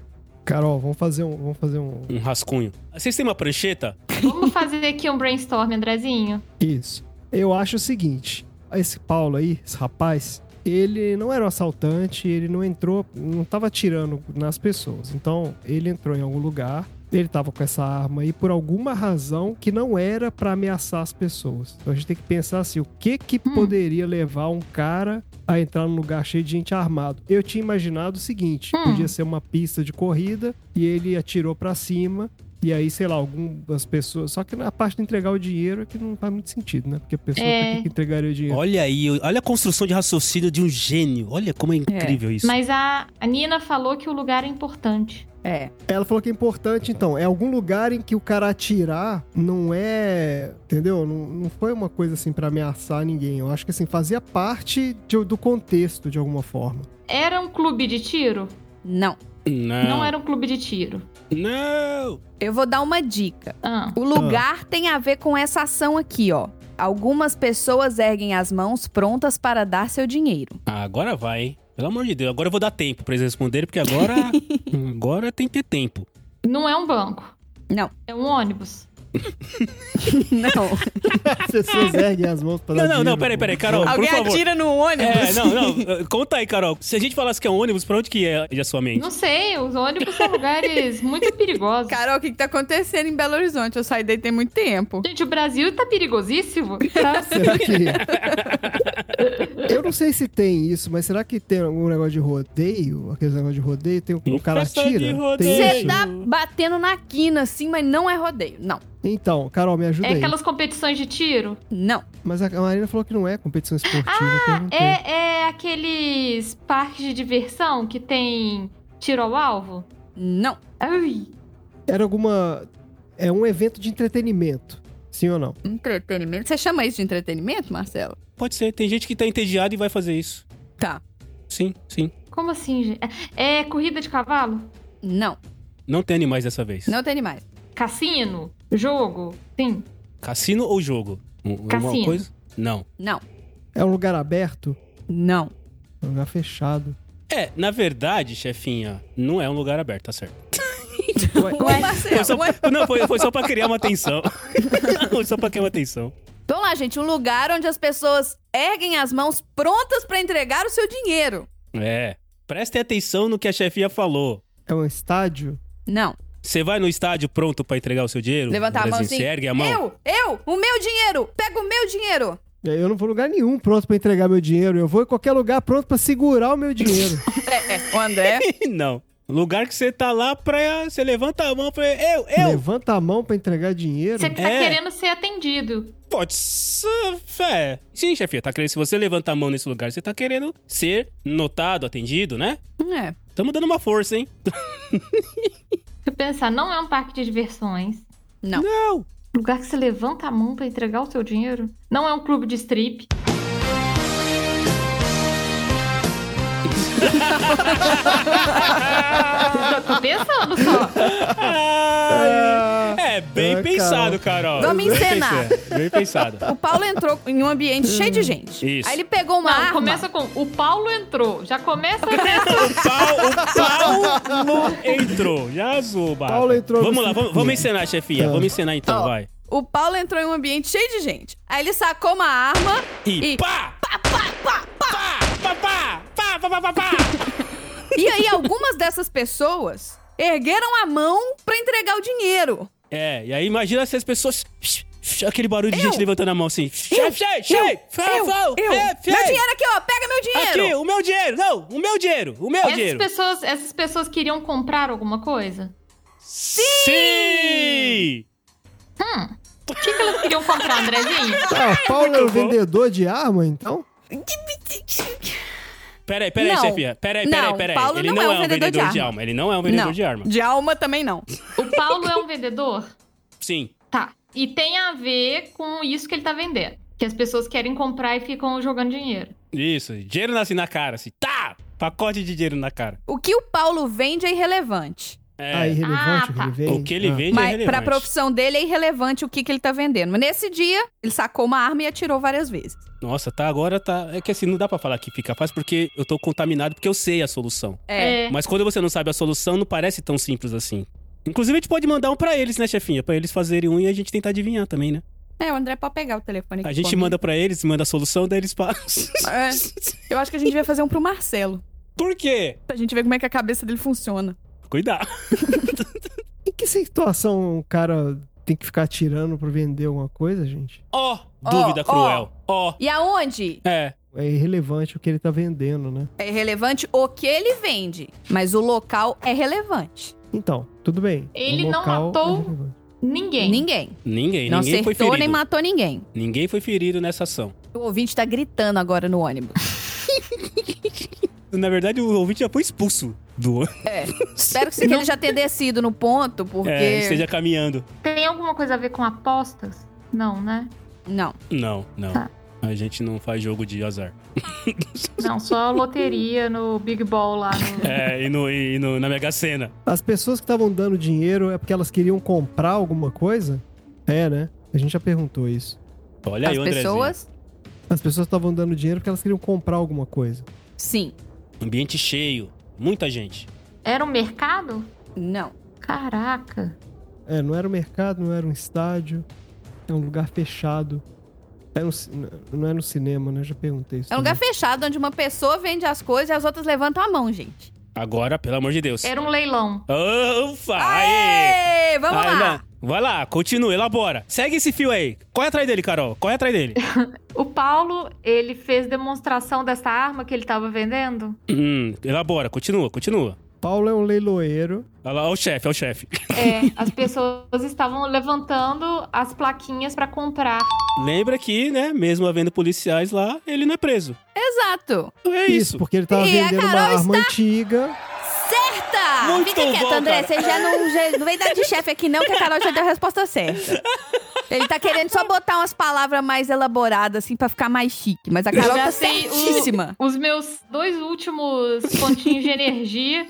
[SPEAKER 4] Carol, vamos fazer um. Vamos fazer um.
[SPEAKER 1] Um rascunho. Vocês têm uma prancheta?
[SPEAKER 3] Vamos fazer aqui um brainstorm, Andrezinho?
[SPEAKER 4] Isso. Eu acho o seguinte: esse Paulo aí, esse rapaz, ele não era um assaltante, ele não entrou, não tava atirando nas pessoas. Então, ele entrou em algum lugar, ele tava com essa arma aí por alguma razão que não era pra ameaçar as pessoas. Então, a gente tem que pensar assim: o que que poderia levar um cara a entrar num lugar cheio de gente armado? Eu tinha imaginado o seguinte:
[SPEAKER 3] Hum.
[SPEAKER 4] podia ser uma pista de corrida e ele atirou pra cima e aí, sei lá, algumas pessoas. Só que na parte de entregar o dinheiro é que não faz muito sentido, né? Porque a pessoa
[SPEAKER 3] É.
[SPEAKER 4] tem que entregar o dinheiro.
[SPEAKER 1] Olha aí, olha a construção de raciocínio de um gênio. Olha como é incrível isso.
[SPEAKER 3] Mas a, a Nina falou que o lugar é importante.
[SPEAKER 2] É.
[SPEAKER 4] Ela falou que é importante, então. É algum lugar em que o cara atirar não é. Entendeu? Não, não foi uma coisa assim pra ameaçar ninguém. Eu acho que assim, fazia parte de- do contexto de alguma forma.
[SPEAKER 3] Era um clube de tiro?
[SPEAKER 2] Não. é-
[SPEAKER 1] Não.
[SPEAKER 3] Não era um clube de tiro.
[SPEAKER 1] Não!
[SPEAKER 2] Eu vou dar uma dica.
[SPEAKER 3] Ah,
[SPEAKER 2] O lugar tem a ver com essa ação aqui, ó. Algumas pessoas erguem as mãos prontas para dar seu dinheiro.
[SPEAKER 1] Ah, agora vai, hein? Pelo amor de Deus. Agora eu vou dar tempo pra eles responderem, porque agora. agora tem que ter tempo.
[SPEAKER 3] não é um banco.
[SPEAKER 2] Não.
[SPEAKER 3] É um ônibus.
[SPEAKER 2] Não.
[SPEAKER 4] As pessoas erguem as mãos pra dar
[SPEAKER 1] Não, não, não,
[SPEAKER 4] dinheiro,
[SPEAKER 1] peraí,
[SPEAKER 4] pô.
[SPEAKER 1] peraí, Carol, por favor.
[SPEAKER 2] no ônibus.
[SPEAKER 1] É, não, não. Conta aí, Carol. Se a gente falasse que é um ônibus, pra onde que é a sua mente?
[SPEAKER 3] Não sei, os ônibus são lugares muito perigosos.
[SPEAKER 2] Carol, o que, que tá acontecendo em Belo Horizonte? Eu saí daí tem muito tempo.
[SPEAKER 3] Gente, o Brasil tá perigosíssimo. Tá?
[SPEAKER 4] Será que. Eu não sei se tem isso, mas será que tem algum negócio de rodeio? Aqueles negócio de rodeio? Tem o, o cara
[SPEAKER 1] Festa de
[SPEAKER 4] atira?
[SPEAKER 1] rodeio.
[SPEAKER 4] Tem
[SPEAKER 2] Você
[SPEAKER 4] isso?
[SPEAKER 2] tá batendo na quina, assim, mas não é rodeio. Não.
[SPEAKER 4] Então, Carol, me ajuda
[SPEAKER 3] É
[SPEAKER 4] aí.
[SPEAKER 3] aquelas competições de tiro?
[SPEAKER 2] Não.
[SPEAKER 4] Mas a a Marina falou que não é competição esportiva. eu perguntei.
[SPEAKER 3] É, é aqueles parques de diversão que tem tiro ao alvo?
[SPEAKER 2] Não.
[SPEAKER 3] Ai,
[SPEAKER 4] Era alguma. É um evento de entretenimento. Sim ou não?
[SPEAKER 2] Entretenimento. Você chama isso de entretenimento, Marcelo?
[SPEAKER 1] Pode ser, tem gente que tá entediada e vai fazer isso.
[SPEAKER 2] Tá.
[SPEAKER 1] Sim, sim.
[SPEAKER 3] como assim, gente? É é corrida de cavalo?
[SPEAKER 2] Não.
[SPEAKER 1] Não tem animais dessa vez.
[SPEAKER 2] Não tem animais.
[SPEAKER 3] Cassino? Jogo? Sim.
[SPEAKER 1] Cassino ou jogo? Um- uma
[SPEAKER 3] Cassino.
[SPEAKER 1] coisa? Não.
[SPEAKER 2] Não.
[SPEAKER 4] É um lugar aberto?
[SPEAKER 2] Não.
[SPEAKER 4] É um lugar fechado.
[SPEAKER 1] É, na verdade, chefinha, não é um lugar aberto, tá certo.
[SPEAKER 2] Ué,
[SPEAKER 1] Foi
[SPEAKER 2] Marcelo.
[SPEAKER 1] só,
[SPEAKER 2] ué.
[SPEAKER 1] não, foi, foi só pra criar uma atenção. foi só pra criar uma atenção.
[SPEAKER 2] Então lá, gente, um lugar onde as pessoas erguem as mãos prontas pra entregar o seu dinheiro.
[SPEAKER 1] É. Prestem atenção no que a chefinha falou.
[SPEAKER 4] É um estádio?
[SPEAKER 2] Não.
[SPEAKER 1] Você vai no estádio pronto pra entregar o seu dinheiro?
[SPEAKER 2] Levantar a mão
[SPEAKER 1] Brasil?
[SPEAKER 2] assim.
[SPEAKER 1] Você ergue a mão.
[SPEAKER 2] Eu, eu, o meu dinheiro. Pega o meu dinheiro.
[SPEAKER 4] É, Eu não vou em lugar nenhum pronto pra entregar meu dinheiro. Eu vou em qualquer lugar pronto pra segurar o meu dinheiro.
[SPEAKER 2] É, é. O André.
[SPEAKER 1] Não. Lugar que você tá lá pra. Você levanta a mão pra. Eu, eu!
[SPEAKER 4] Levanta a mão pra entregar dinheiro.
[SPEAKER 3] Você tá
[SPEAKER 1] É.
[SPEAKER 3] querendo ser atendido.
[SPEAKER 1] Pode ser. É. Sim, chefinha, tá querendo. Se você levantar a mão nesse lugar, você tá querendo ser notado, atendido, né?
[SPEAKER 2] É.
[SPEAKER 1] Tamo dando uma força, hein?
[SPEAKER 3] Se eu pensar, não é um parque de diversões.
[SPEAKER 2] Não.
[SPEAKER 1] Não!
[SPEAKER 3] Lugar que você levanta a mão pra entregar o seu dinheiro? Não é um clube de strip. Eu tô pensando só.
[SPEAKER 1] Ai, é bem
[SPEAKER 4] Ah,
[SPEAKER 1] pensado, Carol.
[SPEAKER 2] Vamos
[SPEAKER 1] Bem
[SPEAKER 2] encenar.
[SPEAKER 1] pensado, Bem pensado.
[SPEAKER 2] O Paulo entrou em um ambiente cheio de gente.
[SPEAKER 1] Isso.
[SPEAKER 2] Aí ele pegou uma
[SPEAKER 3] Não,
[SPEAKER 2] arma.
[SPEAKER 3] começa com. O Paulo entrou. Já começa nessa.
[SPEAKER 1] O Paulo entrou. Já azul, barra.
[SPEAKER 4] Paulo entrou no
[SPEAKER 1] Vamos lá, vamos,
[SPEAKER 4] circuito.
[SPEAKER 1] vamos encenar, chefinha.
[SPEAKER 4] Tá.
[SPEAKER 1] Vamos encenar então,
[SPEAKER 2] Ó,
[SPEAKER 1] vai.
[SPEAKER 2] O Paulo entrou em um ambiente cheio de gente. Aí ele sacou uma arma
[SPEAKER 1] E
[SPEAKER 2] e-
[SPEAKER 1] pá! Pá, pá, pá, pá! Pá, pá, pá, pá, pá!
[SPEAKER 2] e aí algumas dessas pessoas ergueram a mão pra entregar o dinheiro.
[SPEAKER 1] É, e aí imagina se as pessoas... Aquele barulho de
[SPEAKER 2] Eu.
[SPEAKER 1] gente levantando a mão assim. Chefe, chefe,
[SPEAKER 2] Eu,
[SPEAKER 1] chefe!
[SPEAKER 2] eu, eu. Meu dinheiro aqui, ó. Pega meu dinheiro.
[SPEAKER 1] Aqui, o meu dinheiro! Não, o meu dinheiro! O meu
[SPEAKER 3] Essas
[SPEAKER 1] dinheiro!
[SPEAKER 3] pessoas, essas pessoas queriam comprar alguma coisa?
[SPEAKER 1] Sim!
[SPEAKER 3] O que, que elas queriam comprar, Andrezinho?
[SPEAKER 4] Ah, o Paulo era o
[SPEAKER 1] Muito bom.
[SPEAKER 4] vendedor de arma, então?
[SPEAKER 1] Peraí, peraí,
[SPEAKER 2] Não.
[SPEAKER 1] chefinha. Peraí, peraí,
[SPEAKER 2] Não,
[SPEAKER 1] peraí.
[SPEAKER 2] Paulo
[SPEAKER 1] Ele
[SPEAKER 2] não é um vendedor de
[SPEAKER 1] de
[SPEAKER 2] arma.
[SPEAKER 1] alma. Ele não é um vendedor
[SPEAKER 2] não,
[SPEAKER 1] de arma.
[SPEAKER 2] De alma também não.
[SPEAKER 3] O Paulo é um vendedor?
[SPEAKER 1] Sim.
[SPEAKER 3] Tá. E tem a ver com isso que ele tá vendendo. Que as pessoas querem comprar e ficam jogando dinheiro.
[SPEAKER 1] Isso, dinheiro nasce na cara, assim, tá! Pacote de dinheiro na cara.
[SPEAKER 2] O que o Paulo vende é irrelevante.
[SPEAKER 1] É,
[SPEAKER 4] Ah,
[SPEAKER 3] Ah,
[SPEAKER 4] irrelevante o que ele
[SPEAKER 3] tá.
[SPEAKER 4] vende.
[SPEAKER 1] o que ele
[SPEAKER 4] Ah.
[SPEAKER 1] vende é
[SPEAKER 2] Mas pra
[SPEAKER 1] relevante.
[SPEAKER 2] profissão dele é irrelevante o que, que ele tá vendendo. Mas nesse dia, ele sacou uma arma e atirou várias vezes.
[SPEAKER 1] Nossa, tá, agora tá... É que assim, não dá pra falar que fica fácil, porque eu tô contaminado, porque eu sei a solução.
[SPEAKER 2] É.
[SPEAKER 1] Mas quando você não sabe a solução, não parece tão simples assim. Inclusive, a gente pode mandar um pra eles, né, chefinha? Pra eles fazerem um e a gente tentar adivinhar também, né?
[SPEAKER 2] É, o André pode pegar o telefone aqui.
[SPEAKER 1] A gente
[SPEAKER 2] comigo.
[SPEAKER 1] manda pra eles, manda a solução, daí eles passam.
[SPEAKER 2] É. Eu acho que a gente vai fazer um pro Marcelo.
[SPEAKER 1] Por quê?
[SPEAKER 2] Pra gente ver como é que a cabeça dele funciona.
[SPEAKER 1] Cuidado.
[SPEAKER 4] Em que situação um cara tem que ficar tirando pra vender alguma coisa, gente?
[SPEAKER 1] Ó,
[SPEAKER 2] Ó,
[SPEAKER 1] dúvida
[SPEAKER 2] ó.
[SPEAKER 1] cruel. Ó.
[SPEAKER 2] E aonde?
[SPEAKER 1] É.
[SPEAKER 4] É irrelevante o que ele tá vendendo, né?
[SPEAKER 2] É relevante o que ele vende, mas o local é relevante.
[SPEAKER 4] Então, tudo bem.
[SPEAKER 3] Ele
[SPEAKER 4] O
[SPEAKER 3] não
[SPEAKER 4] local
[SPEAKER 3] matou?
[SPEAKER 4] é relevante.
[SPEAKER 3] Ninguém.
[SPEAKER 2] Ninguém.
[SPEAKER 1] Ninguém,
[SPEAKER 2] não
[SPEAKER 1] ninguém foi
[SPEAKER 2] acertou
[SPEAKER 1] ferido.
[SPEAKER 2] nem matou ninguém.
[SPEAKER 1] Ninguém foi ferido nessa ação.
[SPEAKER 2] O ouvinte tá gritando agora no ônibus.
[SPEAKER 1] Na verdade, o ouvinte já foi expulso do
[SPEAKER 2] Espero que ele já tenha descido no ponto, porque.
[SPEAKER 1] É, esteja caminhando.
[SPEAKER 3] Tem alguma coisa a ver com apostas? Não, né?
[SPEAKER 2] Não.
[SPEAKER 1] Não, não.
[SPEAKER 3] Tá.
[SPEAKER 1] A gente não faz jogo de azar.
[SPEAKER 3] Não, só a loteria no Big Ball lá. No...
[SPEAKER 1] É, e, no, e no- na Mega Sena.
[SPEAKER 4] As pessoas que estavam dando dinheiro é porque elas queriam comprar alguma coisa? É, né? A gente já perguntou isso.
[SPEAKER 1] Olha
[SPEAKER 2] As
[SPEAKER 1] aí, o Andrezinho.
[SPEAKER 2] pessoas.
[SPEAKER 4] As pessoas estavam dando dinheiro porque elas queriam comprar alguma coisa.
[SPEAKER 2] Sim.
[SPEAKER 1] Ambiente cheio. Muita gente.
[SPEAKER 3] Era um mercado?
[SPEAKER 2] Não.
[SPEAKER 3] Caraca.
[SPEAKER 4] É, não era um mercado, não era um estádio. É um lugar fechado. É um ci- não é no cinema, né? Já perguntei isso.
[SPEAKER 2] É um lugar fechado onde uma pessoa vende as coisas e as outras levantam a mão, gente.
[SPEAKER 1] Agora, pelo amor de Deus.
[SPEAKER 3] Era um leilão.
[SPEAKER 1] Ufa! Aê!
[SPEAKER 2] Aê, Vamos
[SPEAKER 1] Aí,
[SPEAKER 2] lá!
[SPEAKER 1] não. Vai lá, continua, elabora. Segue esse fio aí. Corre atrás dele, Carol. Corre atrás dele.
[SPEAKER 3] O Paulo, ele fez demonstração dessa arma que ele tava vendendo?
[SPEAKER 1] Hum, elabora, continua, continua.
[SPEAKER 4] Paulo é um leiloeiro.
[SPEAKER 1] Olha lá, olha o chefe, olha o chefe.
[SPEAKER 3] É, as pessoas estavam levantando as plaquinhas pra comprar.
[SPEAKER 1] Lembra que, né, mesmo havendo policiais lá, ele não é preso.
[SPEAKER 2] Exato!
[SPEAKER 1] É isso.
[SPEAKER 4] porque ele tava
[SPEAKER 2] E a
[SPEAKER 4] vendendo uma
[SPEAKER 2] Carol
[SPEAKER 4] arma antiga.
[SPEAKER 2] Certa!
[SPEAKER 1] Muito
[SPEAKER 2] Fica quieto,
[SPEAKER 1] bom,
[SPEAKER 2] André.
[SPEAKER 1] cara.
[SPEAKER 2] Você já não, já não vem dar de chefe aqui, não, que a Carol já deu a resposta certa. Ele tá querendo só botar umas palavras mais elaboradas, assim, pra ficar mais chique. Mas a Carol
[SPEAKER 3] já
[SPEAKER 2] tá
[SPEAKER 3] sei o-
[SPEAKER 2] certíssima.
[SPEAKER 3] Os meus dois últimos pontinhos de energia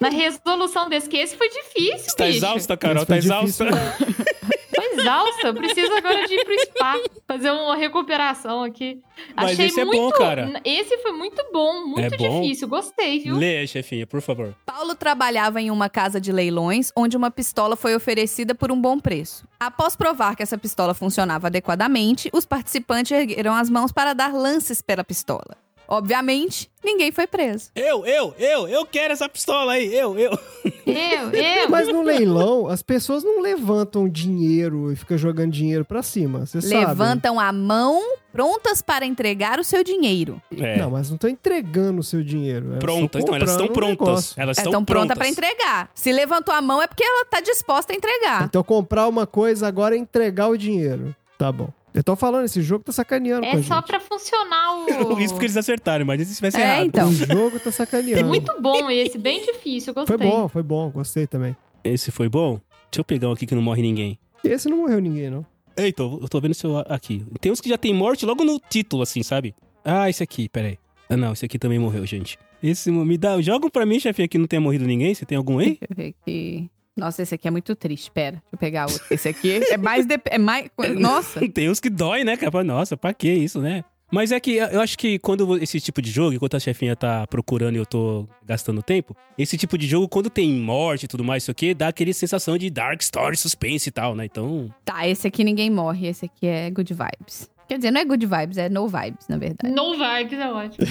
[SPEAKER 3] na resolução desse, que esse foi difícil,
[SPEAKER 1] Você tá
[SPEAKER 3] bicho.
[SPEAKER 1] exausta, Carol,
[SPEAKER 4] Esse foi
[SPEAKER 1] tá
[SPEAKER 4] difícil, né?
[SPEAKER 1] exausta.
[SPEAKER 3] Tô exausta. Eu preciso agora de ir pro spa, fazer uma recuperação aqui.
[SPEAKER 1] Mas
[SPEAKER 3] Achei
[SPEAKER 1] esse é
[SPEAKER 3] muito.
[SPEAKER 1] bom, cara.
[SPEAKER 3] Esse foi muito bom, muito
[SPEAKER 1] É bom?
[SPEAKER 3] difícil. Gostei, viu?
[SPEAKER 1] Lê, chefinha, por favor.
[SPEAKER 2] Paulo trabalhava em uma casa de leilões onde uma pistola foi oferecida por um bom preço. Após provar que essa pistola funcionava adequadamente, os participantes ergueram as mãos para dar lances pela pistola. Obviamente, ninguém foi preso.
[SPEAKER 1] Eu, eu, eu, eu quero essa pistola aí, eu, eu.
[SPEAKER 3] Eu, eu.
[SPEAKER 4] Mas no leilão, as pessoas não levantam dinheiro e ficam jogando dinheiro pra cima. Você sabe.
[SPEAKER 2] Levantam a mão, prontas para entregar o seu dinheiro.
[SPEAKER 1] É.
[SPEAKER 4] Não, mas não estão entregando o seu dinheiro. elas tão
[SPEAKER 1] prontas, não, elas estão
[SPEAKER 4] comprando um
[SPEAKER 1] prontas.
[SPEAKER 4] negócio.
[SPEAKER 1] Elas
[SPEAKER 2] Ela
[SPEAKER 1] estão
[SPEAKER 2] É, tão pronta
[SPEAKER 1] prontas.
[SPEAKER 2] pra entregar. Se levantou a mão é porque ela tá disposta a
[SPEAKER 3] Ah.
[SPEAKER 2] entregar.
[SPEAKER 4] Então comprar uma coisa agora é entregar o dinheiro. Tá bom. Eu tô falando, esse jogo tá sacaneando com
[SPEAKER 3] É
[SPEAKER 4] a
[SPEAKER 3] só
[SPEAKER 4] gente.
[SPEAKER 3] pra funcionar o.
[SPEAKER 1] Isso porque eles acertaram, mas se tivesse
[SPEAKER 2] É,
[SPEAKER 1] tá errado.
[SPEAKER 2] então.
[SPEAKER 4] O jogo tá sacaneando.
[SPEAKER 3] Muito bom esse, bem difícil. eu Gostei.
[SPEAKER 4] Foi bom, foi bom, gostei também.
[SPEAKER 2] então.
[SPEAKER 1] Esse foi bom? Deixa eu pegar um aqui que não morre ninguém.
[SPEAKER 4] Esse não morreu ninguém, não.
[SPEAKER 1] Eita, eu tô vendo seu aqui. Tem uns que já tem morte logo no título, assim, sabe? Ah, esse aqui, peraí. Ah, não, esse aqui também morreu, gente. Esse me dá. Joga um pra mim, chefinha, que não tenha morrido ninguém. Você tem algum aí?
[SPEAKER 2] Deixa eu ver aqui. Nossa, esse aqui é muito triste. Pera, deixa eu pegar outro. Esse aqui é mais. De... É mais... Nossa!
[SPEAKER 1] Tem uns que dói, né, cara? Nossa, pra que isso, né? Mas é que eu acho que quando esse tipo de jogo, enquanto a chefinha tá procurando e eu tô gastando tempo, esse tipo de jogo, quando tem morte e tudo mais, isso aqui, dá aquele sensação de dark story, suspense e tal, né? Então.
[SPEAKER 2] Tá, esse aqui ninguém morre. Esse aqui é good vibes. Quer dizer, não é good vibes, é no vibes, na verdade.
[SPEAKER 3] No vibes é ótimo.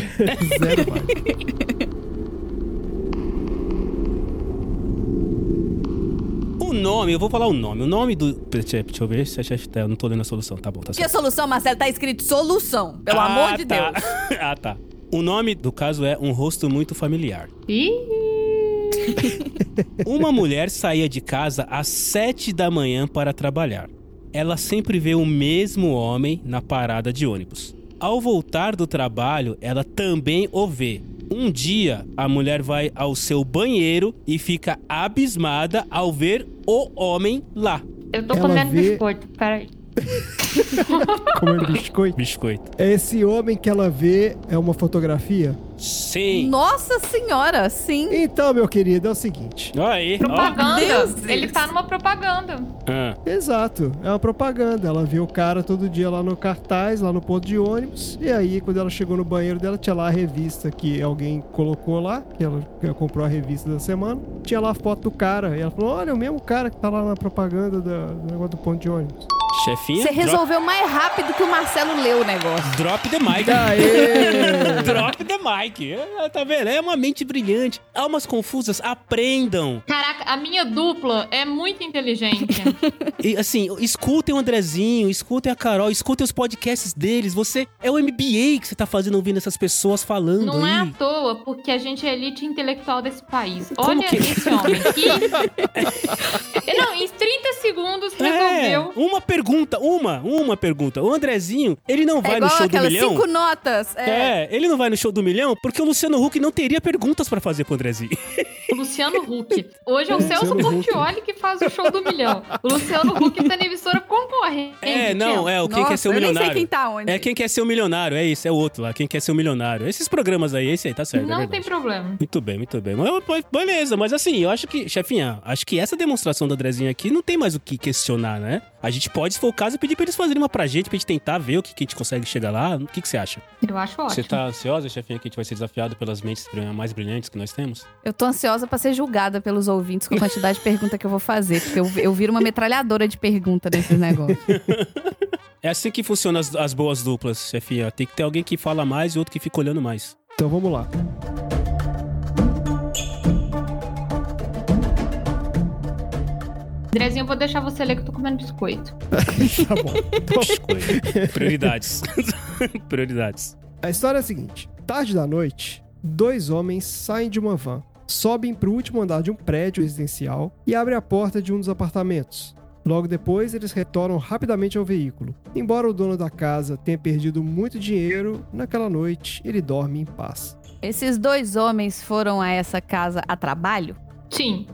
[SPEAKER 4] Zero vibe.
[SPEAKER 1] O nome, eu vou falar o nome. O nome do. Deixa deixa eu ver se a chefe. tá- Eu não tô lendo a solução. Tá bom, tá
[SPEAKER 2] Que
[SPEAKER 1] certo.
[SPEAKER 2] solução, Marcelo? Tá escrito solução, pelo
[SPEAKER 1] Ah,
[SPEAKER 2] amor de
[SPEAKER 1] tá.
[SPEAKER 2] Deus.
[SPEAKER 1] ah, tá. O nome do caso é Um Rosto Muito Familiar.
[SPEAKER 3] Ih,
[SPEAKER 1] Uma mulher saía de casa às sete da manhã para trabalhar. Ela sempre vê o mesmo homem na parada de ônibus. Ao voltar do trabalho, ela também o vê. Um dia, a mulher vai ao seu banheiro e fica abismada ao ver o homem lá.
[SPEAKER 3] eu tô
[SPEAKER 4] Ela
[SPEAKER 3] comendo
[SPEAKER 4] vê-
[SPEAKER 3] biscoito, peraí.
[SPEAKER 4] Comendo biscoito.
[SPEAKER 1] Biscoito.
[SPEAKER 4] Esse homem que ela vê é uma fotografia?
[SPEAKER 1] Sim.
[SPEAKER 2] Nossa senhora, sim.
[SPEAKER 4] Então, meu querido, é o seguinte.
[SPEAKER 1] Olha aí. ó.
[SPEAKER 2] Deus,
[SPEAKER 3] Propaganda. Ele
[SPEAKER 2] Deus.
[SPEAKER 3] tá numa propaganda.
[SPEAKER 1] Ah,
[SPEAKER 4] Exato, é uma propaganda. Ela viu o cara todo dia lá no cartaz, lá no ponto de ônibus. E aí, quando ela chegou no banheiro dela, tinha lá a revista que alguém colocou lá, que ela, que ela comprou a revista da semana. Tinha lá a foto do cara. E ela falou: Olha, é o mesmo cara que tá lá na propaganda da- do negócio do ponto de ônibus.
[SPEAKER 1] chefinha.
[SPEAKER 2] Você
[SPEAKER 1] dro-
[SPEAKER 2] resolveu mais rápido que o Marcelo leu o negócio.
[SPEAKER 1] Drop the mic.
[SPEAKER 4] Aê!
[SPEAKER 1] Drop the mic. Ah, Tá vendo? É uma mente brilhante. Almas confusas aprendam.
[SPEAKER 3] Caraca, a minha dupla é muito inteligente.
[SPEAKER 1] E, assim, escutem o Andrezinho, escutem a Carol, escutem os podcasts deles. Você é o MBA que você tá fazendo ouvindo essas pessoas falando
[SPEAKER 3] Não é à
[SPEAKER 1] aí.
[SPEAKER 3] toa, porque a gente é a elite intelectual desse país.
[SPEAKER 1] Como
[SPEAKER 3] Olha
[SPEAKER 1] que- é?
[SPEAKER 3] esse homem que. Não, em 30 segundos resolveu.
[SPEAKER 1] É, uma pergunta, uma, uma pergunta. O Andrezinho, ele não vai
[SPEAKER 2] é
[SPEAKER 1] no
[SPEAKER 2] igual
[SPEAKER 1] show do
[SPEAKER 2] aquelas
[SPEAKER 1] milhão.
[SPEAKER 2] cinco notas. É.
[SPEAKER 1] É, ele não vai no show do milhão porque o Luciano Huck não teria perguntas pra fazer pro Andrezinho. É.
[SPEAKER 3] Luciano Huck. Hoje é o
[SPEAKER 4] Luciano
[SPEAKER 3] Celso
[SPEAKER 4] Huck.
[SPEAKER 3] Portioli que faz o show do milhão. O Luciano Huck tá na emissora concorrente.
[SPEAKER 1] É, não, é o Quem
[SPEAKER 2] Nossa,
[SPEAKER 1] Quer Ser o
[SPEAKER 2] eu nem
[SPEAKER 1] Milionário.
[SPEAKER 2] sei quem tá onde.
[SPEAKER 1] É quem quer ser o milionário, é isso, é o outro lá, quem quer ser o milionário. Esses programas aí, esse aí, tá certo. é
[SPEAKER 3] Não
[SPEAKER 1] verdade.
[SPEAKER 3] tem problema.
[SPEAKER 1] Muito bem, muito bem. Mas, mas, beleza, mas assim, eu acho que, chefinha, acho que essa demonstração da Andrezinha aqui não tem mais o que questionar, né? A gente pode, se for o caso, pedir pra eles fazerem uma pra gente, pra gente tentar ver o que, que a gente consegue chegar lá. O que, que você acha?
[SPEAKER 3] Eu acho ótimo.
[SPEAKER 1] Você tá ansiosa, chefinha, que a gente vai ser desafiado pelas mentes brilha- mais brilhantes que nós temos?
[SPEAKER 2] Eu tô ansiosa pra ser julgada pelos ouvintes com a quantidade de pergunta que eu vou fazer, porque eu, eu viro uma metralhadora de pergunta nesses negócios.
[SPEAKER 1] É assim que funcionam as, as boas duplas, chefinha. Tem que ter alguém que fala mais e outro que fica olhando mais.
[SPEAKER 4] Então vamos lá.
[SPEAKER 3] Andrezinho, eu vou deixar você ler que eu tô comendo biscoito.
[SPEAKER 4] Tá bom.
[SPEAKER 1] Escolha. Prioridades. Prioridades.
[SPEAKER 4] A história é a seguinte: tarde da noite, dois homens saem de uma van, sobem para o último andar de um prédio residencial e abrem a porta de um dos apartamentos. Logo depois, eles retornam rapidamente ao veículo. Embora o dono da casa tenha perdido muito dinheiro, naquela noite ele dorme em paz.
[SPEAKER 2] Esses dois homens foram a essa casa a trabalho?
[SPEAKER 3] Sim.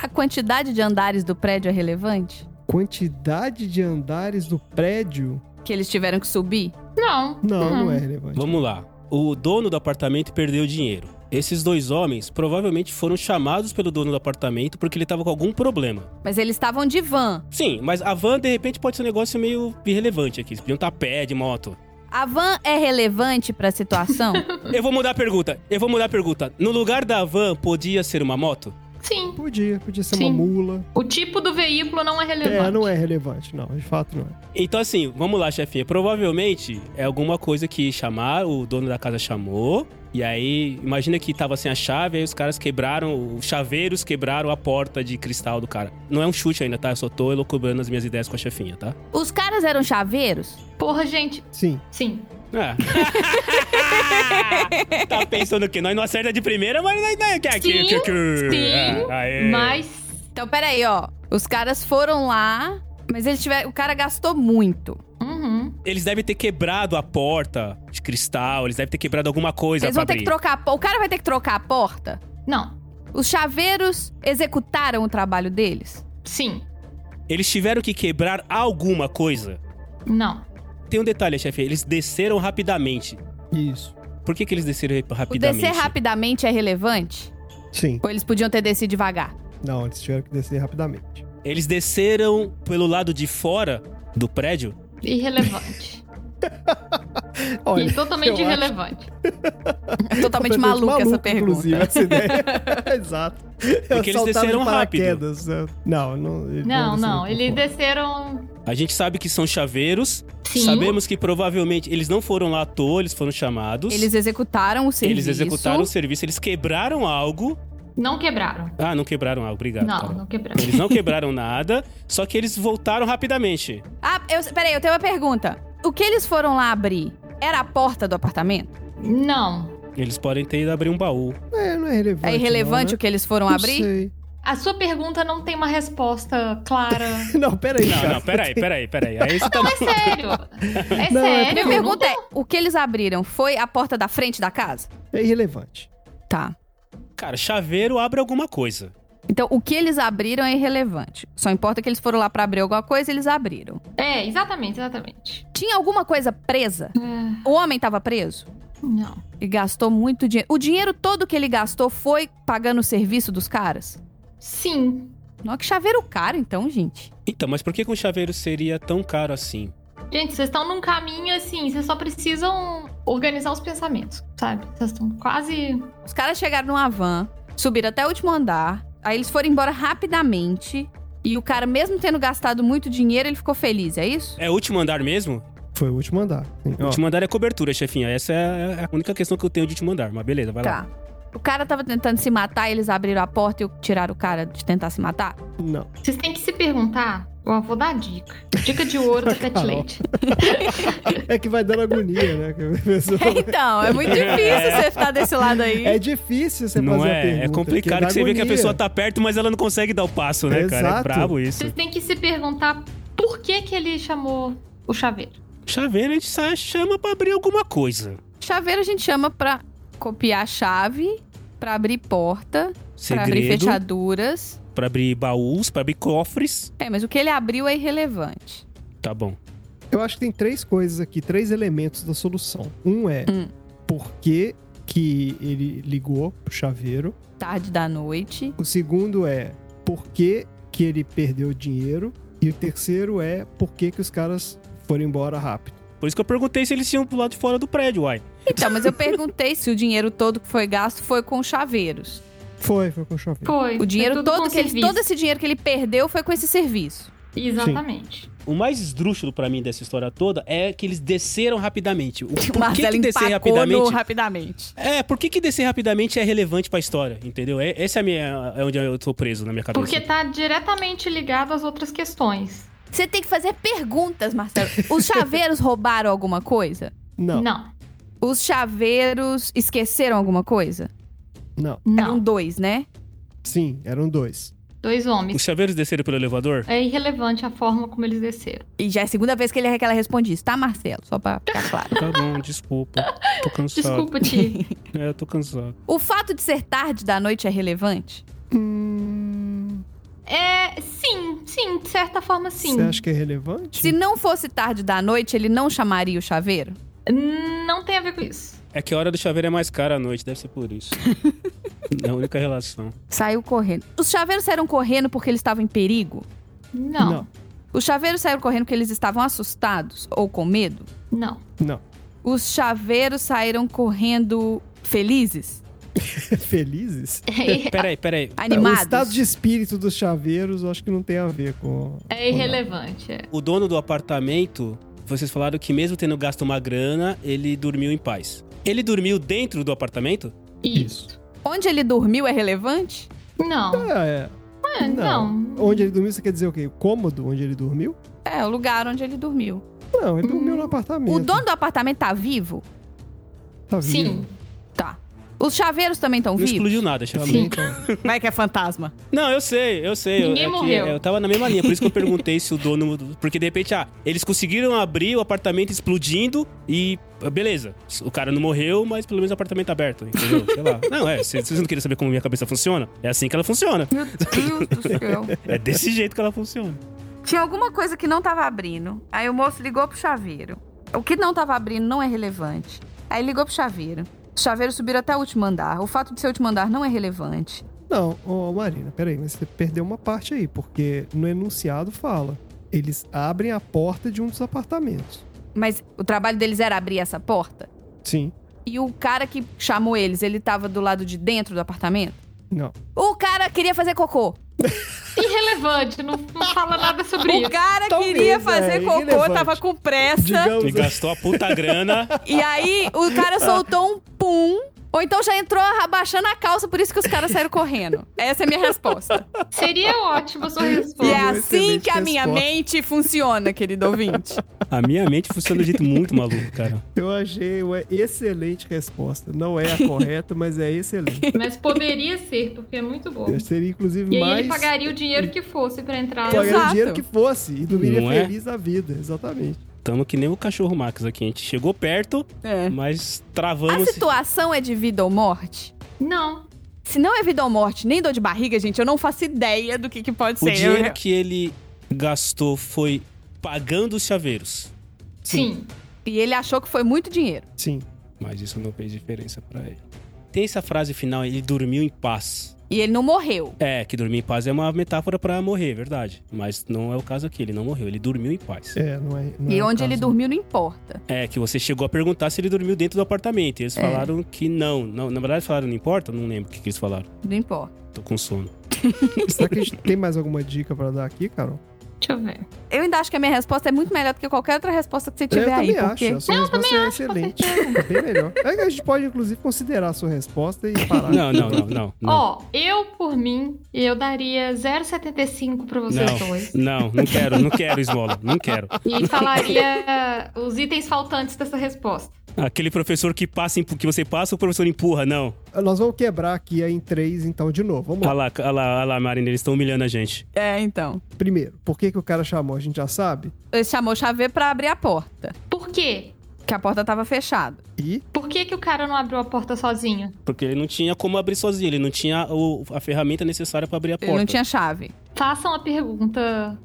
[SPEAKER 2] A quantidade de andares do prédio é relevante?
[SPEAKER 4] Quantidade de andares do prédio?
[SPEAKER 2] Que eles tiveram que subir?
[SPEAKER 3] Não.
[SPEAKER 4] Não, não é relevante.
[SPEAKER 1] Vamos lá. O dono do apartamento perdeu dinheiro. Esses dois homens provavelmente foram chamados pelo dono do apartamento porque ele tava com algum problema.
[SPEAKER 2] Mas eles estavam de van.
[SPEAKER 1] Sim, mas a van, de repente, pode ser um negócio meio irrelevante aqui. Eles podiam estar a pé, de moto.
[SPEAKER 2] A van é relevante pra situação?
[SPEAKER 1] Eu vou mudar a pergunta. Eu vou mudar a pergunta. No lugar da van, podia ser uma moto?
[SPEAKER 3] Sim.
[SPEAKER 4] Podia, podia ser
[SPEAKER 3] Sim.
[SPEAKER 4] uma mula.
[SPEAKER 3] O tipo do veículo não é relevante.
[SPEAKER 4] É, não é relevante, não, de fato não é.
[SPEAKER 1] Então, assim, vamos lá, chefinha. Provavelmente é alguma coisa que chamar, o dono da casa chamou. E aí, imagina que tava sem a chave, aí os caras quebraram, os chaveiros quebraram a porta de cristal do cara. Não é um chute ainda, tá? Eu só tô elocubrando as minhas ideias com a chefinha, tá?
[SPEAKER 2] Os caras eram chaveiros?
[SPEAKER 3] Porra, gente.
[SPEAKER 4] Sim,
[SPEAKER 3] Sim.
[SPEAKER 1] É. tá pensando o quê? Nós não acerta de primeira, mas nós... nós que,
[SPEAKER 3] Sim, sim,
[SPEAKER 1] É, aê.
[SPEAKER 3] Mas
[SPEAKER 2] Então, peraí, ó. Os caras foram lá, mas eles tiveram. O cara gastou muito.
[SPEAKER 3] Uhum.
[SPEAKER 1] Eles devem ter quebrado a porta de cristal, eles devem ter quebrado alguma coisa
[SPEAKER 2] Eles
[SPEAKER 1] pra
[SPEAKER 2] vão ter que
[SPEAKER 1] abrir.
[SPEAKER 2] trocar a po- O cara vai ter que trocar a porta?
[SPEAKER 3] Não.
[SPEAKER 2] Os chaveiros executaram o trabalho deles?
[SPEAKER 3] Sim.
[SPEAKER 1] Eles tiveram que quebrar alguma coisa.
[SPEAKER 3] Não.
[SPEAKER 1] Tem um detalhe, chefe. Eles desceram rapidamente.
[SPEAKER 4] Isso.
[SPEAKER 1] Por que, que eles desceram rap-
[SPEAKER 2] O
[SPEAKER 1] rapidamente?
[SPEAKER 2] descer rapidamente é relevante?
[SPEAKER 4] Sim.
[SPEAKER 2] Ou eles podiam ter descido devagar?
[SPEAKER 4] Não, eles tiveram que descer rapidamente.
[SPEAKER 1] Eles desceram pelo lado de fora do prédio?
[SPEAKER 3] Irrelevante.
[SPEAKER 4] Olha,
[SPEAKER 3] e totalmente
[SPEAKER 4] eu acho
[SPEAKER 3] irrelevante.
[SPEAKER 2] É totalmente maluca essa
[SPEAKER 4] maluco, inclusive,
[SPEAKER 2] pergunta.
[SPEAKER 4] essa ideia. Exato.
[SPEAKER 1] Porque eles desceram
[SPEAKER 4] paraquedas, né? Não, não. ele
[SPEAKER 3] Não,
[SPEAKER 4] desceu
[SPEAKER 3] não.
[SPEAKER 4] por
[SPEAKER 3] Eles
[SPEAKER 4] fora.
[SPEAKER 3] desceram.
[SPEAKER 1] A gente sabe que são chaveiros.
[SPEAKER 3] Sim.
[SPEAKER 1] Sabemos que provavelmente eles não foram lá à toa, eles foram chamados.
[SPEAKER 2] Eles executaram o
[SPEAKER 1] Eles
[SPEAKER 2] serviço.
[SPEAKER 1] executaram o serviço, eles quebraram algo.
[SPEAKER 3] Não quebraram.
[SPEAKER 1] Ah, não quebraram algo, obrigado. tá
[SPEAKER 3] Não,
[SPEAKER 1] bom.
[SPEAKER 3] não quebraram.
[SPEAKER 1] Eles não quebraram nada, só que eles voltaram rapidamente.
[SPEAKER 2] Ah, eu, peraí, eu tenho uma pergunta. O que eles foram lá abrir? Era a porta do apartamento?
[SPEAKER 3] Não.
[SPEAKER 1] Eles podem ter ido abrir um baú.
[SPEAKER 4] É, não é relevante.
[SPEAKER 2] É irrelevante
[SPEAKER 4] não,
[SPEAKER 2] o que eles foram
[SPEAKER 4] né?
[SPEAKER 2] abrir?
[SPEAKER 4] Sei.
[SPEAKER 3] A sua pergunta não tem uma resposta clara.
[SPEAKER 4] Não, peraí,
[SPEAKER 1] Não,
[SPEAKER 4] cara.
[SPEAKER 1] não, peraí, peraí, peraí. Aí você tá...
[SPEAKER 3] É sério. É
[SPEAKER 4] Não, é
[SPEAKER 3] sério.
[SPEAKER 2] Minha pergunta é, o que eles abriram foi a porta da frente da casa?
[SPEAKER 4] É irrelevante.
[SPEAKER 2] Tá.
[SPEAKER 1] Cara, chaveiro abre alguma coisa.
[SPEAKER 2] Então, o que eles abriram é irrelevante. Só importa que eles foram lá pra abrir alguma coisa, eles abriram.
[SPEAKER 3] É, exatamente, exatamente. É,
[SPEAKER 2] Tinha alguma coisa presa? O homem tava preso?
[SPEAKER 3] Não.
[SPEAKER 2] E gastou muito dinheiro. O dinheiro todo que ele gastou foi pagando o serviço dos caras?
[SPEAKER 3] Sim.
[SPEAKER 2] Não, que chaveiro caro, então, gente.
[SPEAKER 1] Então, mas por que que um chaveiro seria tão caro assim?
[SPEAKER 3] Gente, vocês estão num caminho assim, vocês só precisam organizar os pensamentos, sabe? Vocês estão quase.
[SPEAKER 2] Os caras chegaram numa van, subiram até o último andar, aí eles foram embora rapidamente. E o cara, mesmo tendo gastado muito dinheiro, ele ficou feliz, é isso?
[SPEAKER 1] É o último andar mesmo?
[SPEAKER 4] Foi o último andar. Sim, ó.
[SPEAKER 1] Último andar é cobertura, chefinha. Essa é a única questão que eu tenho de último andar, mas beleza, vai lá.
[SPEAKER 2] Tá. O cara tava tentando se matar, eles abriram a porta e tiraram o cara de tentar se matar?
[SPEAKER 4] Não.
[SPEAKER 3] Vocês têm que se perguntar. Eu vou dar dica. Dica de ouro da Cat
[SPEAKER 4] Carol.
[SPEAKER 3] Lady.
[SPEAKER 4] É que vai dando agonia, né? que a pessoa-
[SPEAKER 2] Então, é muito difícil você ficar desse lado aí.
[SPEAKER 4] É difícil você
[SPEAKER 1] Não
[SPEAKER 4] fazer a
[SPEAKER 1] é?
[SPEAKER 4] pergunta.
[SPEAKER 1] É complicado
[SPEAKER 4] dá
[SPEAKER 1] que você vê que a
[SPEAKER 4] agonia.
[SPEAKER 1] pessoa tá perto, mas ela não consegue dar o passo, né, cara? É
[SPEAKER 4] Exato.
[SPEAKER 1] brabo isso.
[SPEAKER 3] Vocês têm que se perguntar por que que ele chamou o chaveiro.
[SPEAKER 1] Chaveiro a gente só chama pra abrir alguma coisa.
[SPEAKER 2] Chaveiro a gente chama pra copiar a chave, pra abrir porta, pra abrir
[SPEAKER 1] Segredo, pra abrir,
[SPEAKER 2] fechaduras.
[SPEAKER 1] baús, pra abrir cofres.
[SPEAKER 2] É, mas o que ele abriu é irrelevante.
[SPEAKER 1] Tá bom.
[SPEAKER 4] Eu acho que tem três coisas aqui, três elementos da solução. Um é
[SPEAKER 2] Hum.
[SPEAKER 4] por que, que ele ligou pro chaveiro.
[SPEAKER 2] Tarde da noite.
[SPEAKER 4] O segundo é por que, que ele perdeu dinheiro. E o terceiro é por que, que os caras foram embora rápido.
[SPEAKER 1] Por isso que eu perguntei se eles tinham pro lado de fora do prédio, uai.
[SPEAKER 2] Então, mas eu perguntei se o dinheiro todo que foi gasto foi com chaveiros.
[SPEAKER 4] Foi, foi com o chaveiro.
[SPEAKER 3] Foi.
[SPEAKER 2] O dinheiro
[SPEAKER 3] foi tudo
[SPEAKER 2] todo
[SPEAKER 3] com
[SPEAKER 2] que ele,
[SPEAKER 3] serviço.
[SPEAKER 2] todo esse dinheiro que ele perdeu foi com esse serviço.
[SPEAKER 3] Exatamente.
[SPEAKER 1] O mais esdrúxulo pra mim dessa história toda é que eles desceram rapidamente. O
[SPEAKER 2] o
[SPEAKER 1] por que,
[SPEAKER 2] Marcelo
[SPEAKER 1] que descer
[SPEAKER 2] empacou no
[SPEAKER 1] rapidamente?
[SPEAKER 2] rapidamente.
[SPEAKER 1] É, por que, que descer rapidamente é relevante pra história, entendeu? É, essa é, a minha, é onde eu tô preso na minha cabeça.
[SPEAKER 3] Porque tá diretamente ligado às outras questões.
[SPEAKER 2] Você tem que fazer perguntas, Marcelo. Os chaveiros roubaram alguma coisa?
[SPEAKER 4] Não,
[SPEAKER 3] Não,
[SPEAKER 4] não.
[SPEAKER 3] não.
[SPEAKER 2] Os chaveiros esqueceram alguma coisa? Eram dois, né?
[SPEAKER 4] Sim, eram dois.
[SPEAKER 3] Dois homens.
[SPEAKER 1] Os chaveiros desceram pelo elevador?
[SPEAKER 3] É irrelevante a forma como eles desceram.
[SPEAKER 2] E já é a segunda vez que, ele, que ela responde isso, tá, Marcelo? Só pra ficar claro.
[SPEAKER 1] Tá bom, desculpa. Tô cansado.
[SPEAKER 3] Desculpa, Ti.
[SPEAKER 1] É, tô cansado.
[SPEAKER 2] O fato de ser tarde da noite é relevante?
[SPEAKER 3] é, sim, sim, de certa forma, sim.
[SPEAKER 4] Você acha que é relevante?
[SPEAKER 2] Se não fosse tarde da noite, ele não chamaria o chaveiro?
[SPEAKER 3] Não tem a ver com isso.
[SPEAKER 1] É que a hora do chaveiro é mais cara à noite, deve ser por isso. é a única relação.
[SPEAKER 2] Saiu correndo. Os chaveiros saíram correndo porque eles estavam em perigo?
[SPEAKER 3] Não,
[SPEAKER 2] Os chaveiros saíram correndo porque eles estavam assustados ou com medo?
[SPEAKER 3] não.
[SPEAKER 4] Não.
[SPEAKER 2] Os chaveiros saíram correndo felizes?
[SPEAKER 4] Felizes?
[SPEAKER 3] É
[SPEAKER 1] Peraí, peraí.
[SPEAKER 2] Animados?
[SPEAKER 4] É, O estado de espírito dos chaveiros eu acho que não tem a ver com.
[SPEAKER 3] É irrelevante. é.
[SPEAKER 1] O dono do apartamento, vocês falaram que mesmo tendo gasto uma grana, ele dormiu em paz. Ele dormiu dentro do apartamento?
[SPEAKER 3] Isso.
[SPEAKER 2] Onde ele dormiu é relevante?
[SPEAKER 3] Não.
[SPEAKER 4] É,
[SPEAKER 3] É, não.
[SPEAKER 4] Onde ele dormiu, você quer dizer o quê? O cômodo onde ele dormiu?
[SPEAKER 2] É, o lugar onde ele dormiu.
[SPEAKER 4] Não,
[SPEAKER 3] Hum.
[SPEAKER 4] ele dormiu no apartamento.
[SPEAKER 2] O dono do apartamento tá vivo?
[SPEAKER 4] Tá
[SPEAKER 3] Sim.
[SPEAKER 4] vivo.
[SPEAKER 2] Tá. Os chaveiros também estão
[SPEAKER 1] Não
[SPEAKER 2] vivos?
[SPEAKER 1] explodiu nada, chefe.
[SPEAKER 4] Também
[SPEAKER 3] Sim.
[SPEAKER 4] tá.
[SPEAKER 2] Vai que é fantasma.
[SPEAKER 1] Não, eu sei, eu sei.
[SPEAKER 3] Ninguém
[SPEAKER 1] eu, é que
[SPEAKER 3] morreu.
[SPEAKER 1] Eu tava na mesma linha, por isso que eu perguntei se o dono. Porque de repente, ah, eles conseguiram abrir o apartamento explodindo e. ah, Beleza, o cara não morreu, mas pelo menos o apartamento tá aberto, entendeu? Sei lá. Não, é, se- se vocês não queriam saber como minha cabeça funciona, é assim que ela funciona.
[SPEAKER 2] Meu Deus do céu.
[SPEAKER 1] É desse jeito que ela funciona.
[SPEAKER 2] Tinha alguma coisa que não tava abrindo. Aí o moço ligou pro chaveiro. O que não tava abrindo não é relevante. Aí ligou pro chaveiro. Os chaveiros subiram até o último andar. O fato de ser o último andar não é relevante.
[SPEAKER 4] Não, ô Marina, peraí, mas você perdeu uma parte aí, porque no enunciado fala. Eles abrem a porta de um dos apartamentos.
[SPEAKER 2] Mas o trabalho deles era abrir essa porta?
[SPEAKER 4] Sim.
[SPEAKER 2] E o cara que chamou eles, ele tava do lado de dentro do apartamento?
[SPEAKER 4] Não.
[SPEAKER 2] O cara queria fazer cocô.
[SPEAKER 3] Irrelevante, não, não fala nada sobre
[SPEAKER 2] O
[SPEAKER 3] isso.
[SPEAKER 2] cara
[SPEAKER 4] Talvez,
[SPEAKER 2] queria fazer
[SPEAKER 4] é,
[SPEAKER 2] cocô,
[SPEAKER 4] irrelevante.
[SPEAKER 2] tava com pressa.
[SPEAKER 1] E
[SPEAKER 4] assim,
[SPEAKER 1] gastou a puta grana.
[SPEAKER 2] E aí o cara soltou um pum. Ou então já entrou abaixando a calça, por isso que os caras saíram correndo. Essa é a minha resposta.
[SPEAKER 3] Seria ótimo a sua
[SPEAKER 2] E
[SPEAKER 3] resposta.
[SPEAKER 2] é
[SPEAKER 4] Boa,
[SPEAKER 2] assim
[SPEAKER 4] excelente
[SPEAKER 2] que a minha
[SPEAKER 4] resposta.
[SPEAKER 2] mente funciona, querido ouvinte.
[SPEAKER 1] A minha mente funciona de um jeito muito maluco, cara.
[SPEAKER 4] Eu achei uma excelente resposta. Não é a correta, mas é excelente.
[SPEAKER 3] Mas poderia ser, porque é muito bom.
[SPEAKER 4] Eu seria, inclusive,
[SPEAKER 3] E aí
[SPEAKER 4] mais.
[SPEAKER 3] ele pagaria o dinheiro que fosse pra entrar.
[SPEAKER 2] Exato.
[SPEAKER 4] pagaria o dinheiro que fosse e dormiria
[SPEAKER 1] Não é?
[SPEAKER 4] feliz da vida, exatamente.
[SPEAKER 1] Tamo que nem o cachorro Max aqui. A gente chegou perto,
[SPEAKER 2] É.
[SPEAKER 1] mas
[SPEAKER 2] A
[SPEAKER 3] Ah,
[SPEAKER 1] travamos.
[SPEAKER 2] situação é de vida ou morte?
[SPEAKER 3] Não.
[SPEAKER 2] Se não é vida ou morte, nem dor de barriga, gente, eu não faço ideia do que, que pode
[SPEAKER 1] O
[SPEAKER 2] ser. Eu-
[SPEAKER 3] né?
[SPEAKER 1] dinheiro que ele gastou foi pagando os chaveiros.
[SPEAKER 3] Sim.
[SPEAKER 2] E ele achou que foi muito dinheiro.
[SPEAKER 4] Sim.
[SPEAKER 1] Mas isso não fez diferença pra ele. Tem essa frase final, ele dormiu em paz.
[SPEAKER 2] E ele não morreu.
[SPEAKER 1] É, que dormir em paz é uma metáfora pra morrer, é verdade. Mas não é o caso aqui, ele não morreu, ele dormiu em paz.
[SPEAKER 4] É, não é. não
[SPEAKER 2] e
[SPEAKER 4] é o
[SPEAKER 2] onde ele
[SPEAKER 4] caso.
[SPEAKER 2] dormiu não importa.
[SPEAKER 1] É, que você chegou a perguntar se ele dormiu dentro do apartamento. E
[SPEAKER 3] É.
[SPEAKER 1] eles falaram que não. não. Na verdade, eles falaram não importa, não lembro o que, que eles falaram.
[SPEAKER 2] Não importa.
[SPEAKER 1] Tô com sono.
[SPEAKER 4] Será que a gente tem mais alguma dica pra dar aqui, Carol?
[SPEAKER 3] Deixa eu ver.
[SPEAKER 2] Eu ainda acho que a minha resposta é muito melhor do que qualquer outra resposta que você
[SPEAKER 4] eu
[SPEAKER 2] tiver
[SPEAKER 4] também
[SPEAKER 2] aí.
[SPEAKER 4] acho.
[SPEAKER 2] porque...
[SPEAKER 4] A sua resposta é excelente. É bem melhor. É que a gente pode, inclusive, considerar a sua resposta e parar.
[SPEAKER 1] Não, não, não, não. Não,
[SPEAKER 3] Tá. Ó, eu, por mim, eu daria 0,75 pra vocês dois.
[SPEAKER 1] não, não, não quero, não quero esmola, não quero.
[SPEAKER 3] E falaria os itens faltantes dessa resposta.
[SPEAKER 1] Aquele professor que passa, em- que você passa, o professor empurra, não.
[SPEAKER 4] Nós vamos quebrar aqui em três, então, de novo. Vamos
[SPEAKER 1] Olha
[SPEAKER 4] lá.
[SPEAKER 1] lá, olha lá, olha lá, Marina, eles estão humilhando a gente.
[SPEAKER 2] É, então.
[SPEAKER 4] Primeiro, por que, que o cara chamou? A gente já sabe.
[SPEAKER 2] Ele chamou o chaveiro pra abrir a porta.
[SPEAKER 3] Por quê?
[SPEAKER 2] Que a porta tava fechada.
[SPEAKER 4] E
[SPEAKER 3] Por que, que o cara não abriu a porta sozinho?
[SPEAKER 1] Porque ele não tinha como abrir sozinho, ele não tinha o- a ferramenta necessária pra abrir a
[SPEAKER 2] Ele
[SPEAKER 1] porta.
[SPEAKER 2] não tinha chave.
[SPEAKER 3] Façam a pergunta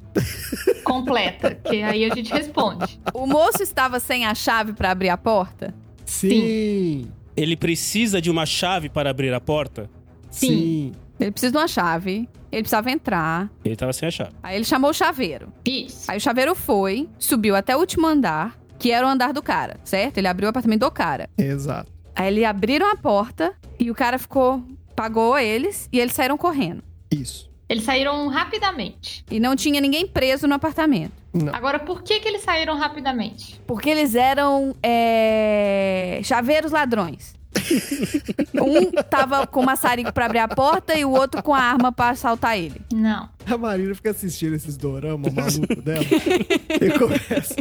[SPEAKER 3] completa, que aí a gente responde.
[SPEAKER 2] O moço estava sem a chave pra abrir a porta?
[SPEAKER 4] sim.
[SPEAKER 1] Ele precisa de uma chave para abrir a porta?
[SPEAKER 3] Sim.
[SPEAKER 2] Ele precisa de uma chave. Ele precisava entrar.
[SPEAKER 1] Ele tava sem a chave.
[SPEAKER 2] Aí ele chamou o chaveiro.
[SPEAKER 3] Isso.
[SPEAKER 2] Aí o chaveiro foi, subiu até o último andar, que era o andar do cara, certo? Ele abriu o apartamento do cara.
[SPEAKER 4] Exato.
[SPEAKER 2] Aí ele abriram a porta e o cara ficou. pagou eles e eles saíram correndo.
[SPEAKER 4] Isso.
[SPEAKER 3] Eles saíram rapidamente.
[SPEAKER 2] E não tinha ninguém preso no apartamento.
[SPEAKER 4] Não.
[SPEAKER 3] Agora, por que, que eles saíram rapidamente?
[SPEAKER 2] Porque eles eram é, chaveiros ladrões. um tava com o maçarico pra abrir a porta e o outro com a arma pra assaltar ele.
[SPEAKER 3] Não.
[SPEAKER 4] A Marina fica assistindo esses doramas maluco dela e começa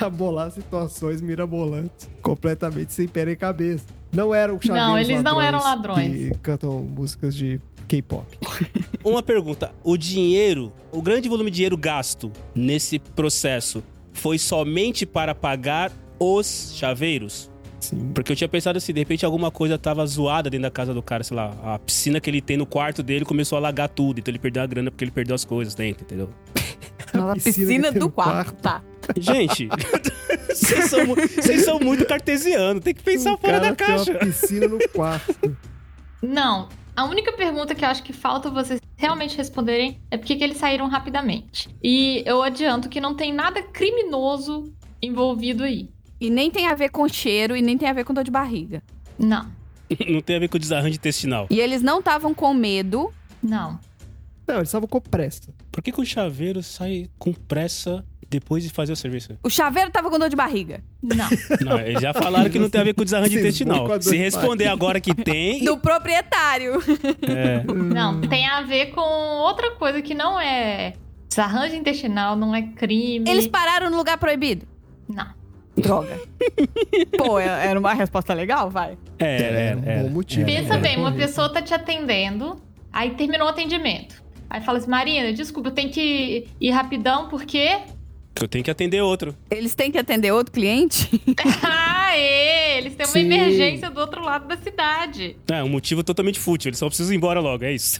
[SPEAKER 4] a bolar situações mirabolantes, completamente sem pé nem cabeça. Não eram chaveiros
[SPEAKER 3] Não, eles não eram ladrões.
[SPEAKER 4] Que cantam músicas de K-pop.
[SPEAKER 1] Uma pergunta: o dinheiro, o grande volume de dinheiro gasto nesse processo foi somente para pagar os chaveiros?
[SPEAKER 4] Sim.
[SPEAKER 1] Porque eu tinha pensado se de repente alguma coisa tava zoada dentro da casa do cara, sei lá, a piscina que ele tem no quarto dele começou a alagar tudo, então ele perdeu a grana porque ele perdeu as coisas dentro, entendeu?
[SPEAKER 2] Na
[SPEAKER 4] piscina
[SPEAKER 2] piscina
[SPEAKER 4] que tem
[SPEAKER 2] do
[SPEAKER 4] no
[SPEAKER 2] quarto.
[SPEAKER 4] quarto.
[SPEAKER 2] Tá.
[SPEAKER 1] Gente, vocês são, mu- vocês são muito cartesianos, tem que pensar
[SPEAKER 4] O
[SPEAKER 1] fora
[SPEAKER 4] Um cara é
[SPEAKER 1] da
[SPEAKER 4] tem
[SPEAKER 1] caixa.
[SPEAKER 4] Uma piscina no quarto.
[SPEAKER 3] Não. A única pergunta que eu acho que falta vocês realmente responderem é por que, que eles saíram rapidamente. E eu adianto que não tem nada criminoso envolvido aí.
[SPEAKER 2] E nem tem a ver com cheiro e nem tem a ver com dor de barriga.
[SPEAKER 3] Não.
[SPEAKER 1] Não tem a ver com desarranjo intestinal.
[SPEAKER 2] E eles não estavam com medo.
[SPEAKER 3] Não.
[SPEAKER 4] Não, eles estavam com pressa.
[SPEAKER 1] Por que, que o chaveiro sai com pressa depois de fazer o serviço?
[SPEAKER 2] O chaveiro tava com dor de barriga.
[SPEAKER 3] Não.
[SPEAKER 1] Não, eles já falaram que não tem a ver com desarranjo
[SPEAKER 4] Cismou com a
[SPEAKER 1] intestinal.
[SPEAKER 4] dor
[SPEAKER 1] Se
[SPEAKER 4] de
[SPEAKER 1] responder
[SPEAKER 4] barriga.
[SPEAKER 1] agora que tem,
[SPEAKER 2] Do proprietário.
[SPEAKER 1] é,
[SPEAKER 3] Não, tem a ver com outra coisa que não é desarranjo intestinal, não é crime.
[SPEAKER 2] Eles pararam no lugar proibido.
[SPEAKER 3] Não.
[SPEAKER 2] Droga. Pô, é- era uma resposta legal, vai.
[SPEAKER 1] é, é,
[SPEAKER 4] um
[SPEAKER 1] é.
[SPEAKER 4] bom motivo.
[SPEAKER 3] Pensa
[SPEAKER 4] É.
[SPEAKER 3] bem, uma pessoa tá te atendendo, aí terminou o atendimento. Aí fala assim, Marina, desculpa, eu tenho que ir rapidão porque.
[SPEAKER 1] Que eu tenho que atender outro.
[SPEAKER 2] Eles têm que atender outro cliente?
[SPEAKER 3] Aê! Eles têm uma
[SPEAKER 4] Sim.
[SPEAKER 3] emergência do outro lado da cidade.
[SPEAKER 1] É, um motivo totalmente fútil. Eles só precisam ir embora logo, é isso.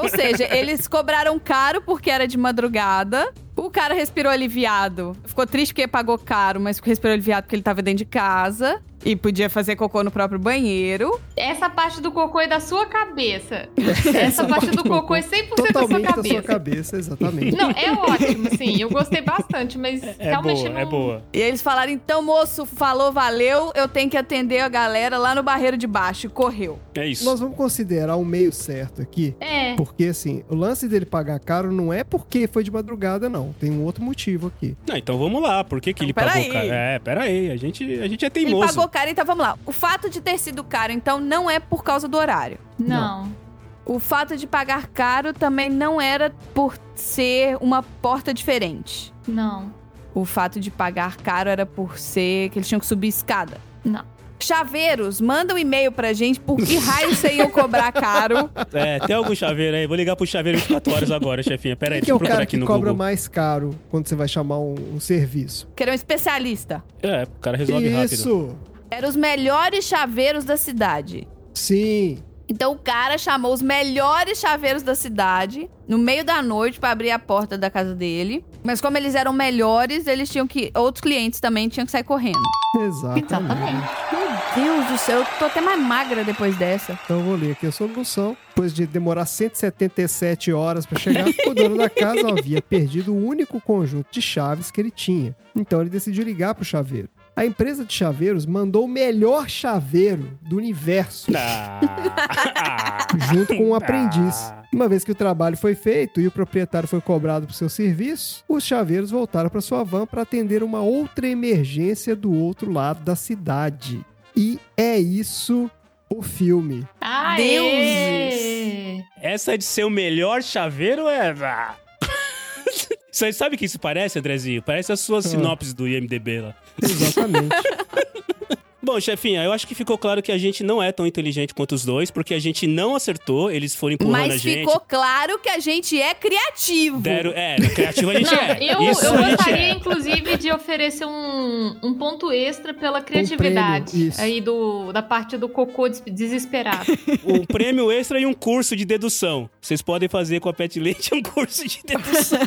[SPEAKER 2] Ou seja, eles cobraram caro porque era de madrugada O cara respirou aliviado. Ficou triste porque pagou caro, mas respirou aliviado porque ele tava dentro de casa e podia fazer cocô no próprio banheiro.
[SPEAKER 3] Essa parte do cocô é da sua cabeça. Essa parte do cocô é 100% da sua
[SPEAKER 4] Totalmente da
[SPEAKER 3] cabeça.
[SPEAKER 4] sua cabeça, exatamente.
[SPEAKER 3] Não, é ótimo, assim. Eu gostei bastante, mas
[SPEAKER 1] É
[SPEAKER 3] realmente
[SPEAKER 1] boa,
[SPEAKER 3] não.
[SPEAKER 1] é boa.
[SPEAKER 2] E aí eles falaram: então, moço, falou, valeu, eu tenho que atender a galera lá no barreiro de baixo. E correu.
[SPEAKER 1] É isso.
[SPEAKER 4] Nós vamos considerar o meio certo aqui,
[SPEAKER 3] É.
[SPEAKER 4] porque assim, o lance dele pagar caro não é porque foi de madrugada, não. Tem um outro motivo aqui.
[SPEAKER 1] Não, então vamos lá. Por que, que ele
[SPEAKER 2] Então,
[SPEAKER 1] pagou
[SPEAKER 2] peraí.
[SPEAKER 1] o cara? É, peraí. A gente, a gente é
[SPEAKER 2] Ele
[SPEAKER 1] teimoso.
[SPEAKER 2] pagou caro, então vamos lá. O fato de ter sido caro, então, não é por causa do horário.
[SPEAKER 3] Não.
[SPEAKER 2] O fato de pagar caro também não era por ser uma porta diferente.
[SPEAKER 3] Não.
[SPEAKER 2] O fato de pagar caro era por ser que eles tinham que subir escada.
[SPEAKER 3] Não.
[SPEAKER 2] Chaveiros, manda um e-mail pra gente por que raio você ia cobrar caro.
[SPEAKER 1] É, tem algum chaveiro aí? Vou ligar pro chaveiro 24 horas agora, chefinha. Peraí, deixa
[SPEAKER 4] Quem que é
[SPEAKER 1] eu
[SPEAKER 4] o
[SPEAKER 1] procurar
[SPEAKER 4] cara
[SPEAKER 1] aqui
[SPEAKER 4] que
[SPEAKER 1] no
[SPEAKER 4] cobra
[SPEAKER 1] Google.
[SPEAKER 4] mais caro quando você vai chamar um, um serviço?
[SPEAKER 2] Que era um especialista.
[SPEAKER 1] É, o cara resolve rápido.
[SPEAKER 4] Isso!
[SPEAKER 2] Eram os melhores chaveiros da cidade.
[SPEAKER 4] Sim!
[SPEAKER 2] Então o cara chamou os melhores chaveiros da cidade no meio da noite pra abrir a porta da casa dele. Mas como eles eram melhores, eles tinham que. Outros clientes também tinham que sair correndo.
[SPEAKER 4] Exatamente.
[SPEAKER 3] Exatamente.
[SPEAKER 2] Meu Deus do céu, eu tô até mais magra depois dessa.
[SPEAKER 4] Então eu vou ler aqui a solução. Depois de demorar 177 horas para chegar, o dono da casa havia perdido o único conjunto de chaves que ele tinha. Então ele decidiu ligar pro chaveiro. A empresa de chaveiros mandou o melhor chaveiro do universo,
[SPEAKER 1] Ah.
[SPEAKER 4] junto com um aprendiz.
[SPEAKER 1] Ah.
[SPEAKER 4] Uma vez que o trabalho foi feito e o proprietário foi cobrado por seu serviço, os chaveiros voltaram para sua van para atender uma outra emergência do outro lado da cidade. E é isso o filme.
[SPEAKER 3] Aê!
[SPEAKER 1] Essa é de ser o melhor chaveiro é. Ah. Você sabe o que isso parece, Andrezinho? Parece a sua sinopse do IMDB lá.
[SPEAKER 4] Ah. Exatamente.
[SPEAKER 1] Bom, chefinha, eu acho que ficou claro que a gente não é tão inteligente quanto os dois, porque a gente não acertou, eles foram empurrando a
[SPEAKER 2] Mas
[SPEAKER 1] gente.
[SPEAKER 2] ficou claro que a gente é criativo.
[SPEAKER 1] Deram, é, criativo a gente
[SPEAKER 3] Não,
[SPEAKER 1] é.
[SPEAKER 3] eu,
[SPEAKER 1] Isso
[SPEAKER 3] eu
[SPEAKER 1] a gente
[SPEAKER 3] gostaria,
[SPEAKER 1] é.
[SPEAKER 3] inclusive, de oferecer um, um ponto extra pela criatividade
[SPEAKER 4] prêmio, isso.
[SPEAKER 3] aí do, da parte do cocô des- desesperado.
[SPEAKER 1] Um prêmio extra e um curso de dedução. Vocês podem fazer com a Pet Leite um curso de dedução.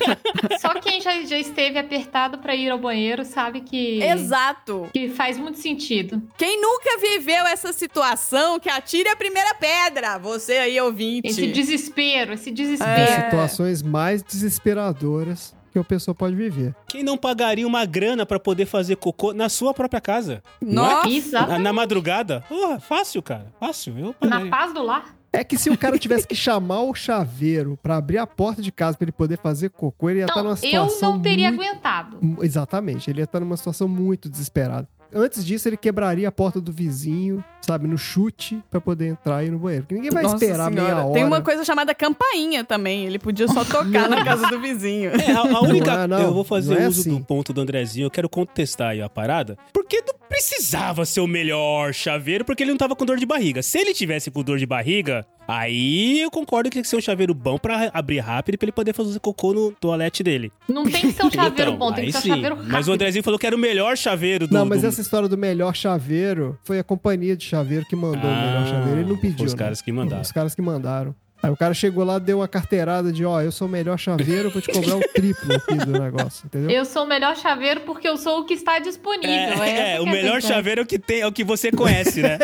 [SPEAKER 3] Só quem já, já esteve apertado pra ir ao banheiro sabe que,
[SPEAKER 2] Exato.
[SPEAKER 3] que faz muito sentido.
[SPEAKER 2] Quem nunca viveu essa situação, que atire a primeira pedra. Você aí, ouvinte.
[SPEAKER 3] Esse desespero,
[SPEAKER 1] É.
[SPEAKER 3] esse
[SPEAKER 4] As
[SPEAKER 3] desespero.
[SPEAKER 4] situações mais desesperadoras que a pessoa pode viver.
[SPEAKER 1] Quem não pagaria uma grana pra poder fazer cocô na sua própria casa?
[SPEAKER 2] Nossa.
[SPEAKER 3] Exato.
[SPEAKER 1] Na, na madrugada? Porra, fácil, cara. Fácil. Eu
[SPEAKER 3] Na
[SPEAKER 1] pagaria.
[SPEAKER 3] paz do
[SPEAKER 1] Tá
[SPEAKER 3] lar.
[SPEAKER 4] É que se o cara tivesse que chamar o chaveiro pra abrir a porta de casa pra ele poder fazer cocô, ele ia estar
[SPEAKER 3] Não,
[SPEAKER 4] numa
[SPEAKER 3] Então, eu
[SPEAKER 4] situação
[SPEAKER 3] não teria
[SPEAKER 4] muito...
[SPEAKER 3] aguentado.
[SPEAKER 4] Exatamente, ele ia estar numa situação muito desesperada. Antes disso, ele quebraria a porta do vizinho, sabe, no chute, pra poder entrar e ir no banheiro. Porque ninguém vai
[SPEAKER 2] Nossa
[SPEAKER 4] esperar
[SPEAKER 2] Senhora.
[SPEAKER 4] meia hora.
[SPEAKER 2] Tem uma coisa chamada campainha também. Ele podia só tocar na casa do vizinho.
[SPEAKER 1] É, a, a única.
[SPEAKER 4] Não é, não.
[SPEAKER 1] eu vou fazer
[SPEAKER 4] Não é
[SPEAKER 1] uso
[SPEAKER 4] assim.
[SPEAKER 1] do ponto do Andrezinho, eu quero contestar aí a parada. Porque não precisava ser o melhor chaveiro, porque ele não tava com dor de barriga. Se ele tivesse com dor de barriga, aí eu concordo que tinha que ser um chaveiro bom pra abrir rápido pra ele poder fazer cocô no toalete dele.
[SPEAKER 3] Não tem que ser um chaveiro
[SPEAKER 1] Então,
[SPEAKER 3] bom, tem
[SPEAKER 1] aí
[SPEAKER 3] que ser um
[SPEAKER 1] sim.
[SPEAKER 3] chaveiro rápido.
[SPEAKER 1] Mas o Andrezinho falou que era o melhor chaveiro do
[SPEAKER 4] Não, mas
[SPEAKER 1] do-
[SPEAKER 4] essa história do melhor chaveiro foi a companhia de chaveiro que mandou o
[SPEAKER 1] Ah,
[SPEAKER 4] melhor chaveiro. Ele não pediu.
[SPEAKER 1] Os
[SPEAKER 4] né?
[SPEAKER 1] caras que mandaram.
[SPEAKER 4] Os caras que mandaram. Aí o cara chegou lá, deu uma carteirada de, ó, eu sou o melhor chaveiro, eu vou te cobrar o triplo aqui do negócio, entendeu?
[SPEAKER 3] Eu sou o melhor chaveiro porque eu sou o que está disponível.
[SPEAKER 1] É,
[SPEAKER 3] essa
[SPEAKER 1] é,
[SPEAKER 3] que
[SPEAKER 1] o
[SPEAKER 3] a
[SPEAKER 1] melhor
[SPEAKER 3] questão.
[SPEAKER 1] chaveiro é o que tem, é o que você conhece, né?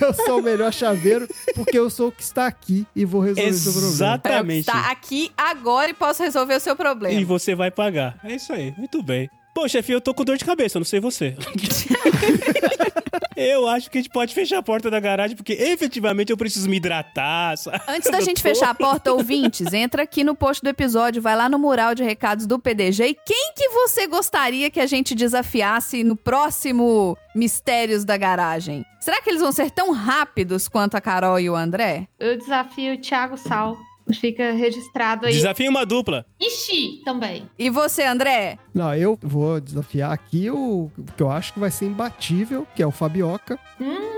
[SPEAKER 4] Eu sou o melhor chaveiro porque eu sou o que está aqui e vou resolver o seu problema.
[SPEAKER 1] Exatamente.
[SPEAKER 2] Tá aqui agora e posso resolver o seu
[SPEAKER 3] tá.
[SPEAKER 2] problema.
[SPEAKER 1] E você vai pagar. É isso aí. Muito bem. Bom, chefinho, eu tô com dor de cabeça, eu não sei você. eu acho que a gente pode fechar a porta da garagem, porque efetivamente eu preciso me hidratar. sabe?
[SPEAKER 2] Antes da
[SPEAKER 1] Eu
[SPEAKER 2] gente
[SPEAKER 1] tô-
[SPEAKER 2] fechar a porta, ouvintes, entra aqui no post do episódio, vai lá no mural de recados do PDG. E quem que você gostaria que a gente desafiasse no próximo Mistérios da Garagem? Será que eles vão ser tão rápidos quanto a Carol e o André?
[SPEAKER 3] Eu desafio o Thiago Sal. Fica registrado aí.
[SPEAKER 1] Desafio uma dupla.
[SPEAKER 3] Ixi, também.
[SPEAKER 2] E você, André?
[SPEAKER 4] Não, eu vou desafiar aqui o o que eu acho que vai ser imbatível, que é o Fabioca.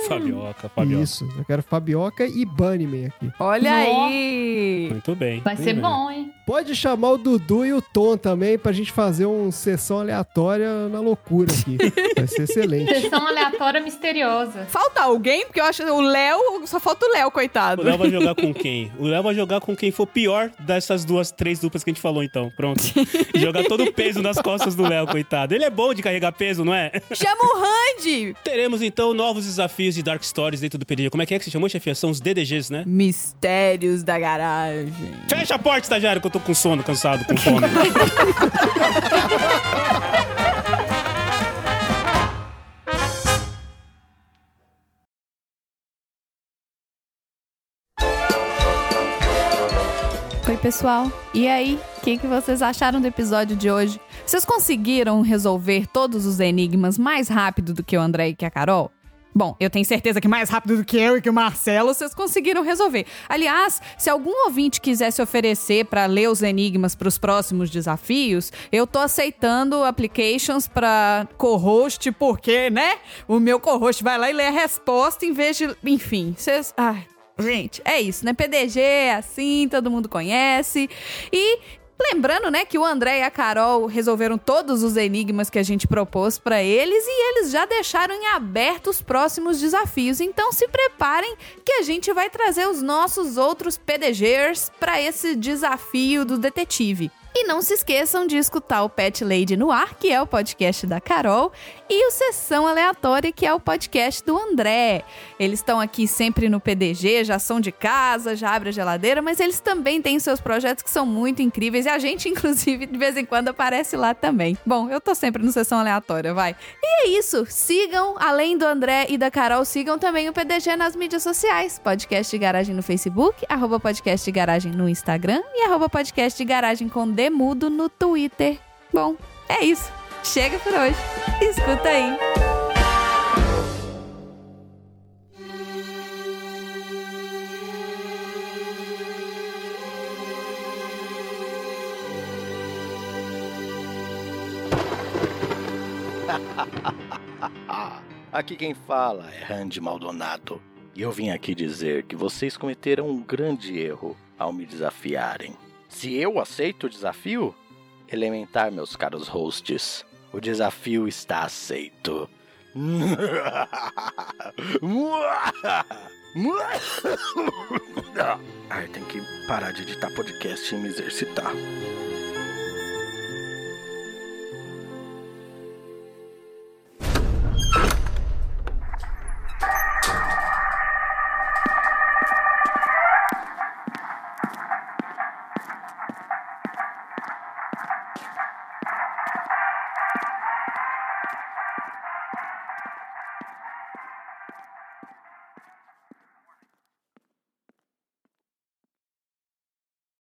[SPEAKER 1] Fabioca, Fabioca.
[SPEAKER 4] Isso, eu quero Fabioca e Bunnyman aqui.
[SPEAKER 2] Olha
[SPEAKER 3] Nó.
[SPEAKER 2] aí!
[SPEAKER 1] Muito bem.
[SPEAKER 3] Vai
[SPEAKER 1] muito
[SPEAKER 3] ser
[SPEAKER 1] bem.
[SPEAKER 3] bom, hein?
[SPEAKER 4] Pode chamar o Dudu e o Tom também pra gente fazer uma sessão aleatória na loucura aqui. Vai ser excelente.
[SPEAKER 3] Sessão aleatória misteriosa.
[SPEAKER 2] Falta alguém, porque eu acho o Léo, só falta o Léo,
[SPEAKER 1] O
[SPEAKER 2] coitado.
[SPEAKER 1] Léo vai jogar com quem? O Léo vai jogar com quem for pior dessas duas, três duplas que a gente falou, então. Pronto. Jogar todo o peso nas costas do Léo, coitado. Ele é bom de carregar peso, não é?
[SPEAKER 2] Chama o Randy!
[SPEAKER 1] Teremos, então, novos desafios de Dark Stories dentro do PDG. Como é que é que se chamou, chefe? São os DDGs, né?
[SPEAKER 2] Mistérios da garagem.
[SPEAKER 1] Fecha a porta, estagiário, que eu tô com sono, cansado, com fome.
[SPEAKER 2] Oi, pessoal. E aí, o que, que vocês acharam do episódio de hoje? Vocês conseguiram resolver todos os enigmas mais rápido do que o André e que a Carol? Bom, eu tenho certeza que mais rápido do que eu e que o Marcelo vocês conseguiram resolver. Aliás, se algum ouvinte quiser se oferecer para ler os enigmas para os próximos desafios, eu tô aceitando applications para co-host, porque, né? O meu co-host vai lá e lê a resposta em vez de. Enfim, vocês. Ai, Gente, é isso, né? PDG é assim, todo mundo conhece. E lembrando, né, que o André e a Carol resolveram todos os enigmas que a gente propôs pra eles e eles já deixaram em aberto os próximos desafios. Então se preparem que a gente vai trazer os nossos outros PDGers pra esse desafio do detetive. E não se esqueçam de escutar o Pet Lady no ar, que é o podcast da Carol, e o Sessão Aleatória, que é o podcast do André. Eles estão aqui sempre no PDG, já são de casa, já abre a geladeira, mas eles também têm seus projetos que são muito incríveis e a gente, inclusive, de vez em quando aparece lá também. Bom, eu tô sempre no Sessão Aleatória, vai. E é isso. Sigam, além do André e da Carol, sigam também o PDG nas mídias sociais. Podcast de Garagem no Facebook, arroba podcast de Garagem no Instagram e arroba podcast de Garagem com Demudo no Twitter. Bom, é isso. Chega por hoje. Escuta aí.
[SPEAKER 5] Ah, Aqui quem fala é Randy Maldonado. E eu vim aqui dizer que vocês cometeram um grande erro ao me desafiarem. Se eu aceito o desafio, elementar, meus caros hosts, o desafio está aceito. Ah, Ai, tem que parar de editar podcast e me exercitar.